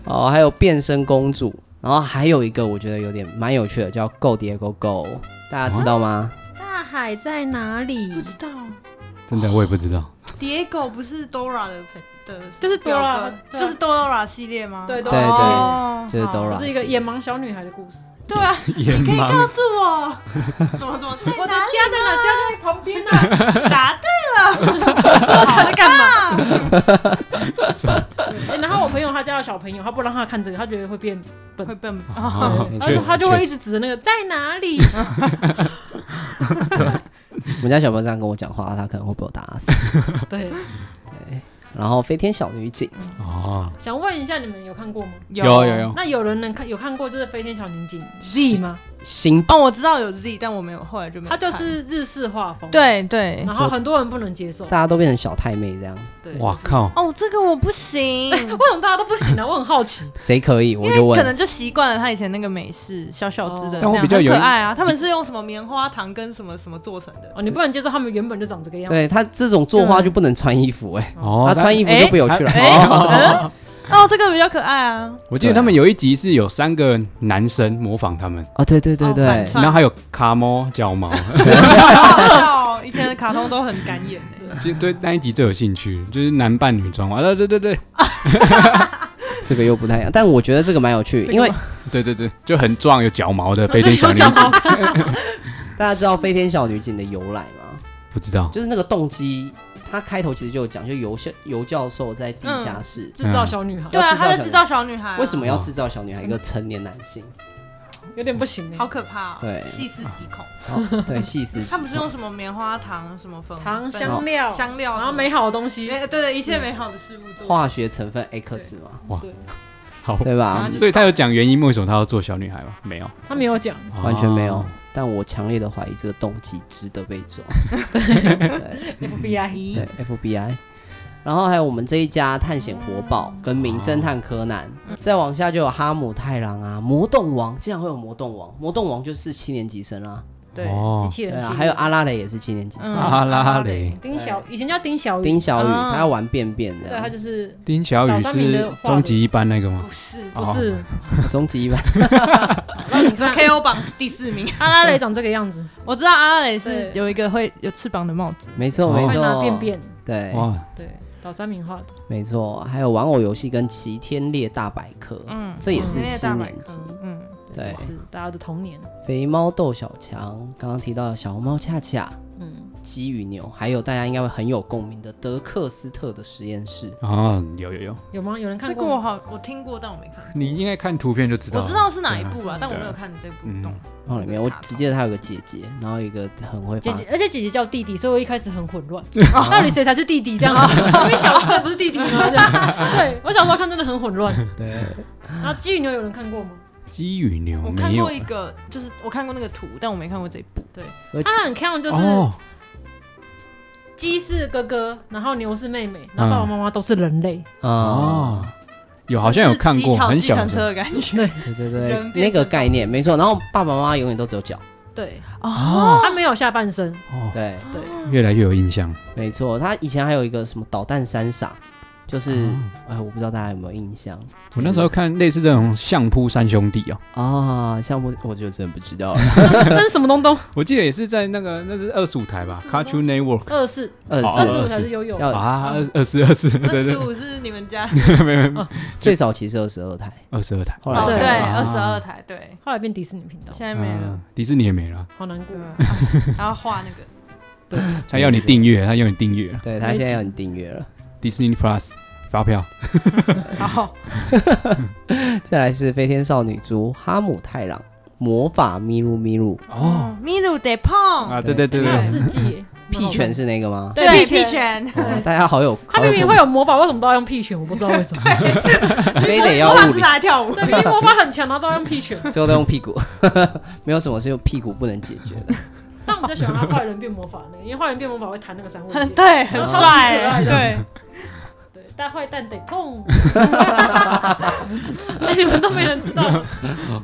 S1: 哦，还有变身公主，然后还有一个我觉得有点蛮有趣的，叫 Go 碟 Go Go，大家知道吗？
S2: 大海在哪里？
S3: 知道
S4: 真的，我也不知道。
S3: Diego 不是 Dora 的朋的，
S2: 就是 Dora，
S3: 表哥
S2: 对啊
S3: 就是 Dora 系列吗？
S2: 对
S1: 对
S2: Dora
S3: 哦
S1: 对，就是
S3: 好
S1: Dora
S2: 是一个眼盲小女孩的故事。
S3: 对啊，
S4: 眼
S3: 你可以
S4: 盲
S3: 告诉我什么什么在
S2: 我的
S3: 哪
S2: 家在哪？啊家在旁边啊。
S3: 里？答对 了，他在干嘛？
S2: 哎然后我朋友他家的小朋友，他不让他看这个，他觉得会变笨。
S3: 会笨吗？
S4: 哦
S2: 对他
S4: 确
S2: 就
S4: 实
S2: 他就会
S4: 确
S2: 一
S4: 实
S2: 直指着那个在哪里，
S1: 我们家小朋友这样跟我讲话，他可能会被我打死。
S2: 对，
S1: 然后飞天小女警，
S4: 哦，
S2: 想问一下你们有看过吗？
S4: 有有
S3: 哦
S4: 有，
S2: 那有人能看有看过就是《飞天小女警》Z 吗？
S1: 新
S3: 哦，我知道有 Z，但我没有，后来就没有
S2: 它
S3: 看。
S2: 就是日式画风，，
S3: 对对，
S2: 然后很多人不能接受，
S1: 大家都变成小太妹这样，
S2: 对，
S4: 哇
S2: 就是
S4: 靠，
S3: 哦，这个我不行，
S2: 为什么大家都不行呢？啊我很好奇，
S1: 谁可以我
S3: 因
S1: 就
S3: 为可
S1: 问
S3: 能。就习惯了他以前那个美式小小只的
S4: 但
S3: 那
S4: 我
S3: 样，
S4: 比较
S3: 很
S4: 有
S3: 可
S4: 一
S3: 爱啊。他们是用什么棉花糖跟什么什么做成的？
S2: 哦，你不能接受他们原本就长这个样子，
S1: 对他这种作画就不能穿衣服哎、
S4: 哦，
S1: 他穿衣服就不有趣了。
S3: 哎嗯哦，这个比较可爱啊。
S4: 我记得他们有一集是有三个男生模仿他们，
S1: 啊，对对对对，
S3: 哦反串
S4: 然后还有卡猫脚毛，
S3: 好好笑 哦！以前的卡通都很敢演诶、
S4: 其实对那一集最有兴趣，就是男扮女装啊，对对对对
S1: 这个又不太一样，但我觉得这个蛮有趣，因为
S4: 对对对，就很壮有脚毛的飞 天小女警，
S1: 大家知道飞天小女警的由来吗？
S4: 不 知道
S1: 就是那个动机，它开头其实就有讲，就游教游教授在地下室、
S3: 嗯
S2: 制造小女孩，
S3: 对
S1: 要
S3: 啊，
S1: 制造
S3: 他
S1: 小
S3: 在制造小女孩啊、
S1: 为什么要制造小女孩一个成年男性？
S2: 有点不行欸，
S3: 好可怕、哦，
S1: 对
S3: 细思极恐
S1: 好对细思极恐
S3: 他们是用什么棉花糖、什么粉
S2: 糖、
S3: 粉
S2: 香料
S3: 哦香料，
S2: 然后美好的东西，
S3: 对对，一切美好的事物做
S1: 化学成分 X 嘛，
S4: 哇
S3: 对，
S4: 好，
S1: 对吧
S4: 所以他有讲原因，为什么他要做小女孩吗？没有，
S2: 他没有讲，
S1: 完全没有。
S4: 哦
S1: 但我强烈的怀疑这个动机值得被抓。
S2: FBI
S1: 对 FBI。然后还有我们这一家探险活宝跟名侦探柯南，再往下就有哈姆太郎啊，魔动王竟然会有魔动王，魔动王就是七年级生啊，
S2: 对
S4: 哦
S2: 机器人
S1: 对
S2: 系
S1: 啊，
S2: 列，
S1: 还有阿拉蕾也是七年级
S3: 嗯
S1: 生，
S4: 阿拉蕾，
S2: 丁小，以前叫丁小雨，
S1: 丁小雨
S2: 啊
S1: 他要玩便便
S2: 对
S1: 的，
S2: 他就是
S4: 丁小雨是终极一班那个吗？
S2: 不
S3: 是
S2: 不是，
S1: 终极一班，
S3: 你知道 KO 榜第四名，
S2: 阿拉蕾长这个样子，
S3: 我知道阿拉蕾是有一个会有翅膀的帽子，
S1: 没错没
S2: 快拿
S1: 错，
S2: 便便，
S1: 对，
S4: 哇，
S2: 对，岛三明画的，
S1: 没错，还有玩偶游戏跟齐天猎大百科，
S2: 嗯
S1: 这也是
S2: 嗯
S1: 七年级，
S3: 嗯，
S1: 对
S2: 也，是大家的童年，
S1: 肥猫斗小强，刚刚提到的小红帽恰恰，
S2: 嗯，
S1: 鸡与牛，还有大家应该会很有共鸣的德克斯特的实验室，
S4: 哦，有有有，
S2: 有吗？有人
S3: 这
S2: 看
S3: 个
S2: 过
S3: 我
S2: 吗？
S3: 好我听过，但我没看。
S4: 你应该看图片就知道
S3: 我
S4: 了。
S3: 知道是哪一部啊
S4: 对，
S3: 但我没有看这部。
S4: 嗯，
S1: 然后里面我只记得他有个姐姐，然后有一个很会
S2: 姐
S1: 发，
S4: 啊
S2: 姐，而且姐姐叫弟弟，所以我一开始很 混乱，到底谁才是弟弟这样子？因为小智不是弟弟吗？这样对我小时候看真的很混 乱。
S1: 对，
S2: 然后鸡与牛有人看过吗？
S4: 鸡与牛
S3: 我看
S4: 没有
S3: 过一，个，就是我看过那个图，但我没看过这一部。
S2: 对，
S1: 而且
S2: 他很看就是
S4: 哎哦，
S2: 鸡是哥哥，然后牛是妹
S4: 嗯
S2: 妹，然后爸爸妈妈都是人类。
S1: 啊、
S4: 哦，有好像有看过，
S3: 骑巧
S4: 很小
S3: 计程
S4: 的时
S3: 车
S4: 候
S3: 的感觉。
S2: 对
S1: 对对对
S3: 人，变
S1: 那个概念没错。然后爸爸妈妈永远都只有脚，
S2: 对，
S4: 啊
S3: 哦，
S2: 他没有下半身。
S4: 哦，
S1: 对，
S2: 对，
S4: 越来越有印象。
S1: 没错。他以前还有一个什么导弹三傻，就是哎，我不知道大家有没有印象
S4: 我那时候看类似这种相扑三兄弟哦，
S1: 啊？像我我就真的不知道了。
S2: 那是什么东东？
S4: 我记得也是在那个那是二十五台吧，Cartoon Network
S2: 二四
S1: 二十
S2: 二
S4: 哦
S1: 四
S2: 十五才是悠悠。
S1: 要
S4: 啊，二二十二十，对
S3: 二
S4: 对啊
S3: 十
S4: 对，
S3: 五是 你们家
S4: 没有没有，
S1: 最早其实二十二台，
S4: 二十二台，
S1: 后
S3: 哦，
S1: 来
S2: 对
S3: 对，
S1: 改
S3: 二
S1: 了
S3: 十二台，对，
S2: 后来变迪士尼频道，
S3: 现在没了
S4: 嗯。，迪士尼也没了，
S2: 好难过
S4: 嗯
S3: 对。啊，然后画那个，
S4: 他要你订阅，他要你订阅了
S1: 对他现在要你订阅了。
S4: ，Disney Plus 发票，
S3: 好，
S1: 再来是飞天少女猪哈姆太郎。魔法咪路咪路，
S4: 哦
S3: 米露得碰，
S4: 啊，对对对
S2: 还有
S4: 对，
S2: 四季 耶，
S1: 屁拳是那个吗？
S3: 对，
S2: 屁
S3: 屁
S2: 屁
S3: 拳，
S1: 哦大家好有，
S2: 他
S1: 好有
S2: 明明会有魔法，为什么都要用屁拳？我不知道为 什么。
S1: 非得要
S3: 我把
S1: 物
S3: 是
S1: 理，
S3: 拿来跳舞
S2: 对，，明明魔法很强，然后都要用屁拳。
S1: 最后都用屁股， 没有什么是用屁股不能解决的。
S2: 但我比较喜欢他坏人变魔法那个，因为坏人变魔法会弹那个三味
S3: 很
S2: 线。
S3: 对，
S4: 啊
S3: 很
S2: 超级可
S3: 帅
S2: 爱，的
S4: 哦
S3: 对，
S2: 对，但坏蛋得碰。 哎，你们都没人知道。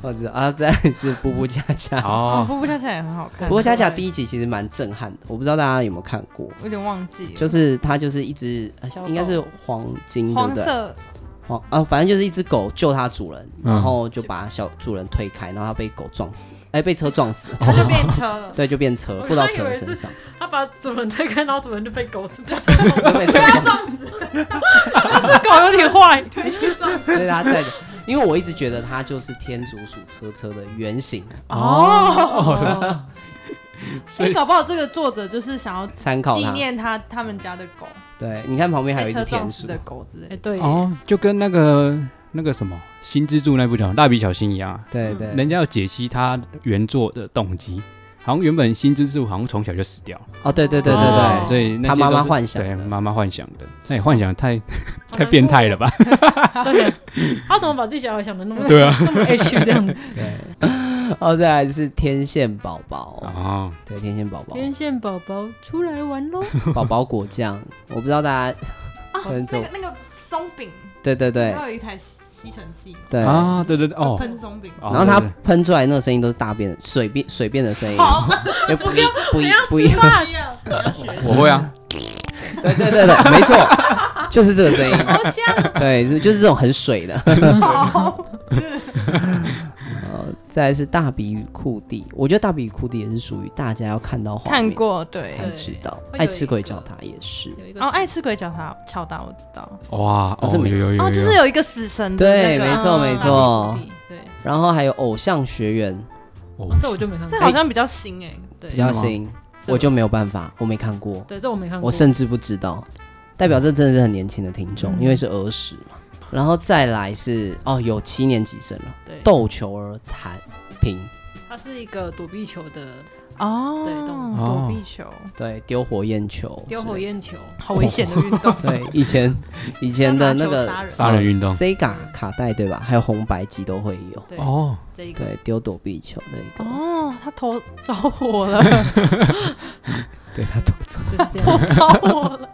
S1: 我知道啊，再来是布布恰恰。
S4: 哦，
S3: 哦，步步恰恰也很好看。
S1: 布布恰恰
S3: 对
S1: 第一集其实蛮震撼的，我不知道大家有没有看过，
S3: 我有点忘记了，
S1: 就是它就是一只呃
S2: 小狗
S1: 应该是黄金对
S3: 黄
S1: 不对？
S4: 哦
S3: 色，
S1: 黄啊，反正就是一只狗救它主人，
S4: 嗯
S1: 然后就把小主人推开，然后它被狗撞死，哎，被车撞死，
S3: 它就变车 了。
S1: 对，就变车
S2: 我
S1: 附到
S2: 刚以
S1: 车
S2: 为
S1: 身
S2: 是
S1: 上，
S2: 他把主人推开，然后主人就被狗吃掉。这只
S1: 就被 车撞死，
S2: 狗有点坏。
S1: 所以它在。因为我一直觉得它就是天竺鼠车车的原型，
S2: 哦
S4: 所
S3: 哎，
S4: 以
S3: 搞不好这个作者就是想要
S1: 参考
S3: 纪
S1: 它。
S3: 念他他们家的狗，
S1: 对，你看旁边还有
S3: 被
S1: 一只
S3: 车撞
S1: 田
S3: 死
S1: 鼠，
S3: 的狗之类
S2: 哎，
S3: 的。
S2: 对耶，
S4: 哦，就跟那个那个什么新之助那部讲蜡笔小新一样啊，
S1: 对对，
S4: 人家要解析他原作的动机，好像原本新之助好像从小就死掉了，
S1: 哦，对对对对
S2: 哦
S1: 对，
S4: 所以那些
S1: 他妈妈
S4: 都是
S1: 幻想
S4: 对
S1: 的
S4: 妈妈幻想的，那也幻想得太
S2: 好
S4: 太变态 了吧？
S2: 难过。对，他怎么把自己小孩想的那么
S4: 对啊
S2: 那么 H 这样子？
S1: 然后哦再来是天线宝宝，
S4: 哦，
S1: 对，天线宝宝，
S2: 天线宝宝出来玩喽！
S1: 宝宝果酱，我不知道大家，
S3: 哦，
S1: 分
S3: 那
S1: 手
S3: 个那个哦松饼，
S1: 对对对
S3: 它有一台吸尘器嘛，呃
S1: 对，然
S4: 啊，对对对，哦，
S3: 喷松饼。
S4: 哦
S1: 后它
S4: 对对
S1: 喷出来那个声音都是大便的水便水便的声音，
S3: 好，
S1: 就不一不一不一，
S3: 饭呀，我 要学
S4: 我会啊，
S1: 对对对对，没错，就是这个声音，
S3: 好香，
S1: 对，是就是这种很水的。
S3: 好，
S1: 哦再来是大比与库蒂，我觉得大比与库蒂也是属于大家要看到画
S3: 看
S1: 面
S3: 过对。
S1: 才知道，
S2: 对
S1: 爱吃鬼叫他也是，
S2: 有一个
S3: 然后爱吃鬼脚踏敲打，我知道。
S4: 哇，
S1: 可是
S4: 哦，
S1: 没
S4: 有有有有，
S3: 哦，就是有一个死神的那
S1: 对，
S3: 个，
S1: 没错没
S3: 嗯。
S1: 错。
S2: 对，
S1: 然后还有偶像学员
S4: 哦
S2: 啊这我就没看过
S3: 这。好像比较新哎，
S2: 对
S1: 比较新，
S2: 对
S1: 我就没有办法，我没看过，
S2: 嗯对，这我没看过。嗯
S1: 我甚至不知道，代表这真的是很年轻的听众，因为是儿时嘛。然后再来是哦，有七年级生了
S2: 对，
S1: 斗球而弹平，
S2: 它是一个躲避球的
S3: 哦，
S2: 对，动
S1: 哦
S2: 物
S3: 躲避球，
S1: 对，丢火焰球，
S2: 丢火焰球，好
S1: 哦。
S2: 危险的运动
S1: 对，以前以前的那个呃
S2: 要 拿球杀人
S4: 杀人运动
S1: ，Sega 卡带对吧？还有红白机都会
S2: 对
S1: 有。
S4: 哦，
S2: 这一个
S1: 对，丢躲避球的一个，
S3: 哦，他头着火了，
S1: 对他都走。
S2: 就是这
S3: 头
S2: 样。
S3: 着 火了。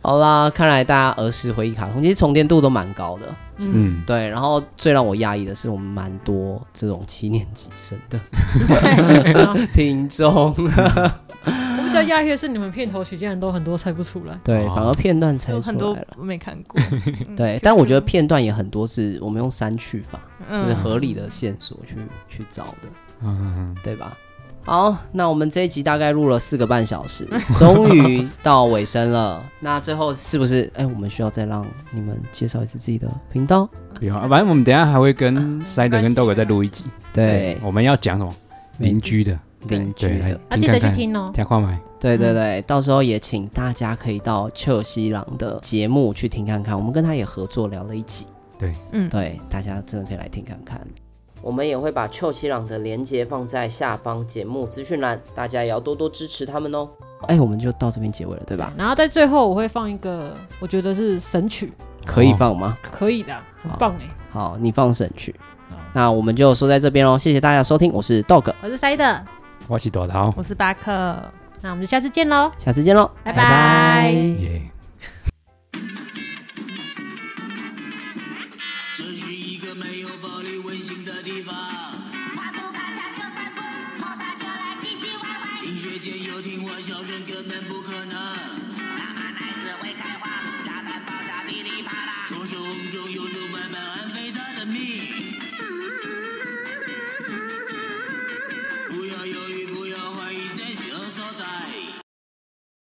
S1: 好啦，看来大家儿时回忆卡通其实重叠度都蛮高的。
S2: 嗯，
S4: 嗯，
S1: 对，然后最让我讶异的是，我们蛮多这种七年级生的 听众，
S2: 我比较讶异的是，你们片头曲竟然都很多猜不出来。
S1: 对，
S4: 哦
S1: 反而片段猜
S3: 有
S1: 出
S3: 很
S1: 来
S3: 多
S1: 了。
S3: 我没看 过，嗯
S1: 对，但我觉得片段也很多是我们用删去法，就是
S3: 嗯
S1: 合理的线索去去找的，
S4: 嗯嗯
S1: 对吧？好，那我们这一集大概录了四个半小时， 终于到尾声了。那最后是不是？哎，我们需要再让你们介绍一次自己的频道？
S4: 嗯，不用啊，反正我们等一下还会跟 Side 跟豆哥再录一集。
S1: 对，
S4: 我们要讲什么？邻居的，
S1: 邻居
S4: 对，来
S1: 的。
S2: 啊，
S4: 听
S2: 记
S4: 看
S2: 得去
S4: 看，
S2: 听哦。
S4: 听看麦。
S1: 对对
S3: 嗯
S1: 对，到时候也请大家可以到邱西郎的节目去听看看，我们跟他也合作聊了一集。
S4: 对，
S3: 嗯
S1: 对，大家真的可以来听看看。我们也会把邱西朗的连接放在下方节目资讯栏，大家也要多多支持他们哦。哎，我们就到这边结尾了，对吧？
S2: 然后在最后我会放一个，我觉得是神曲，
S1: 可以放吗？
S2: 可以的，很
S1: 好
S2: 棒哎。
S1: 好，你放神曲。那我们就说在这边喽，谢谢大家收听，我是 Dog，
S2: 我是 Side，
S4: 我是朵桃，
S3: 我是巴克，
S2: 那我们就下次见喽，
S1: 下次见喽，
S2: 拜
S1: 拜
S2: 拜。
S4: 耶。
S7: 这是一个没有暴力温馨的地方。音乐节有听我笑声根本不可能。左手红中，右手慢慢安慰他的命。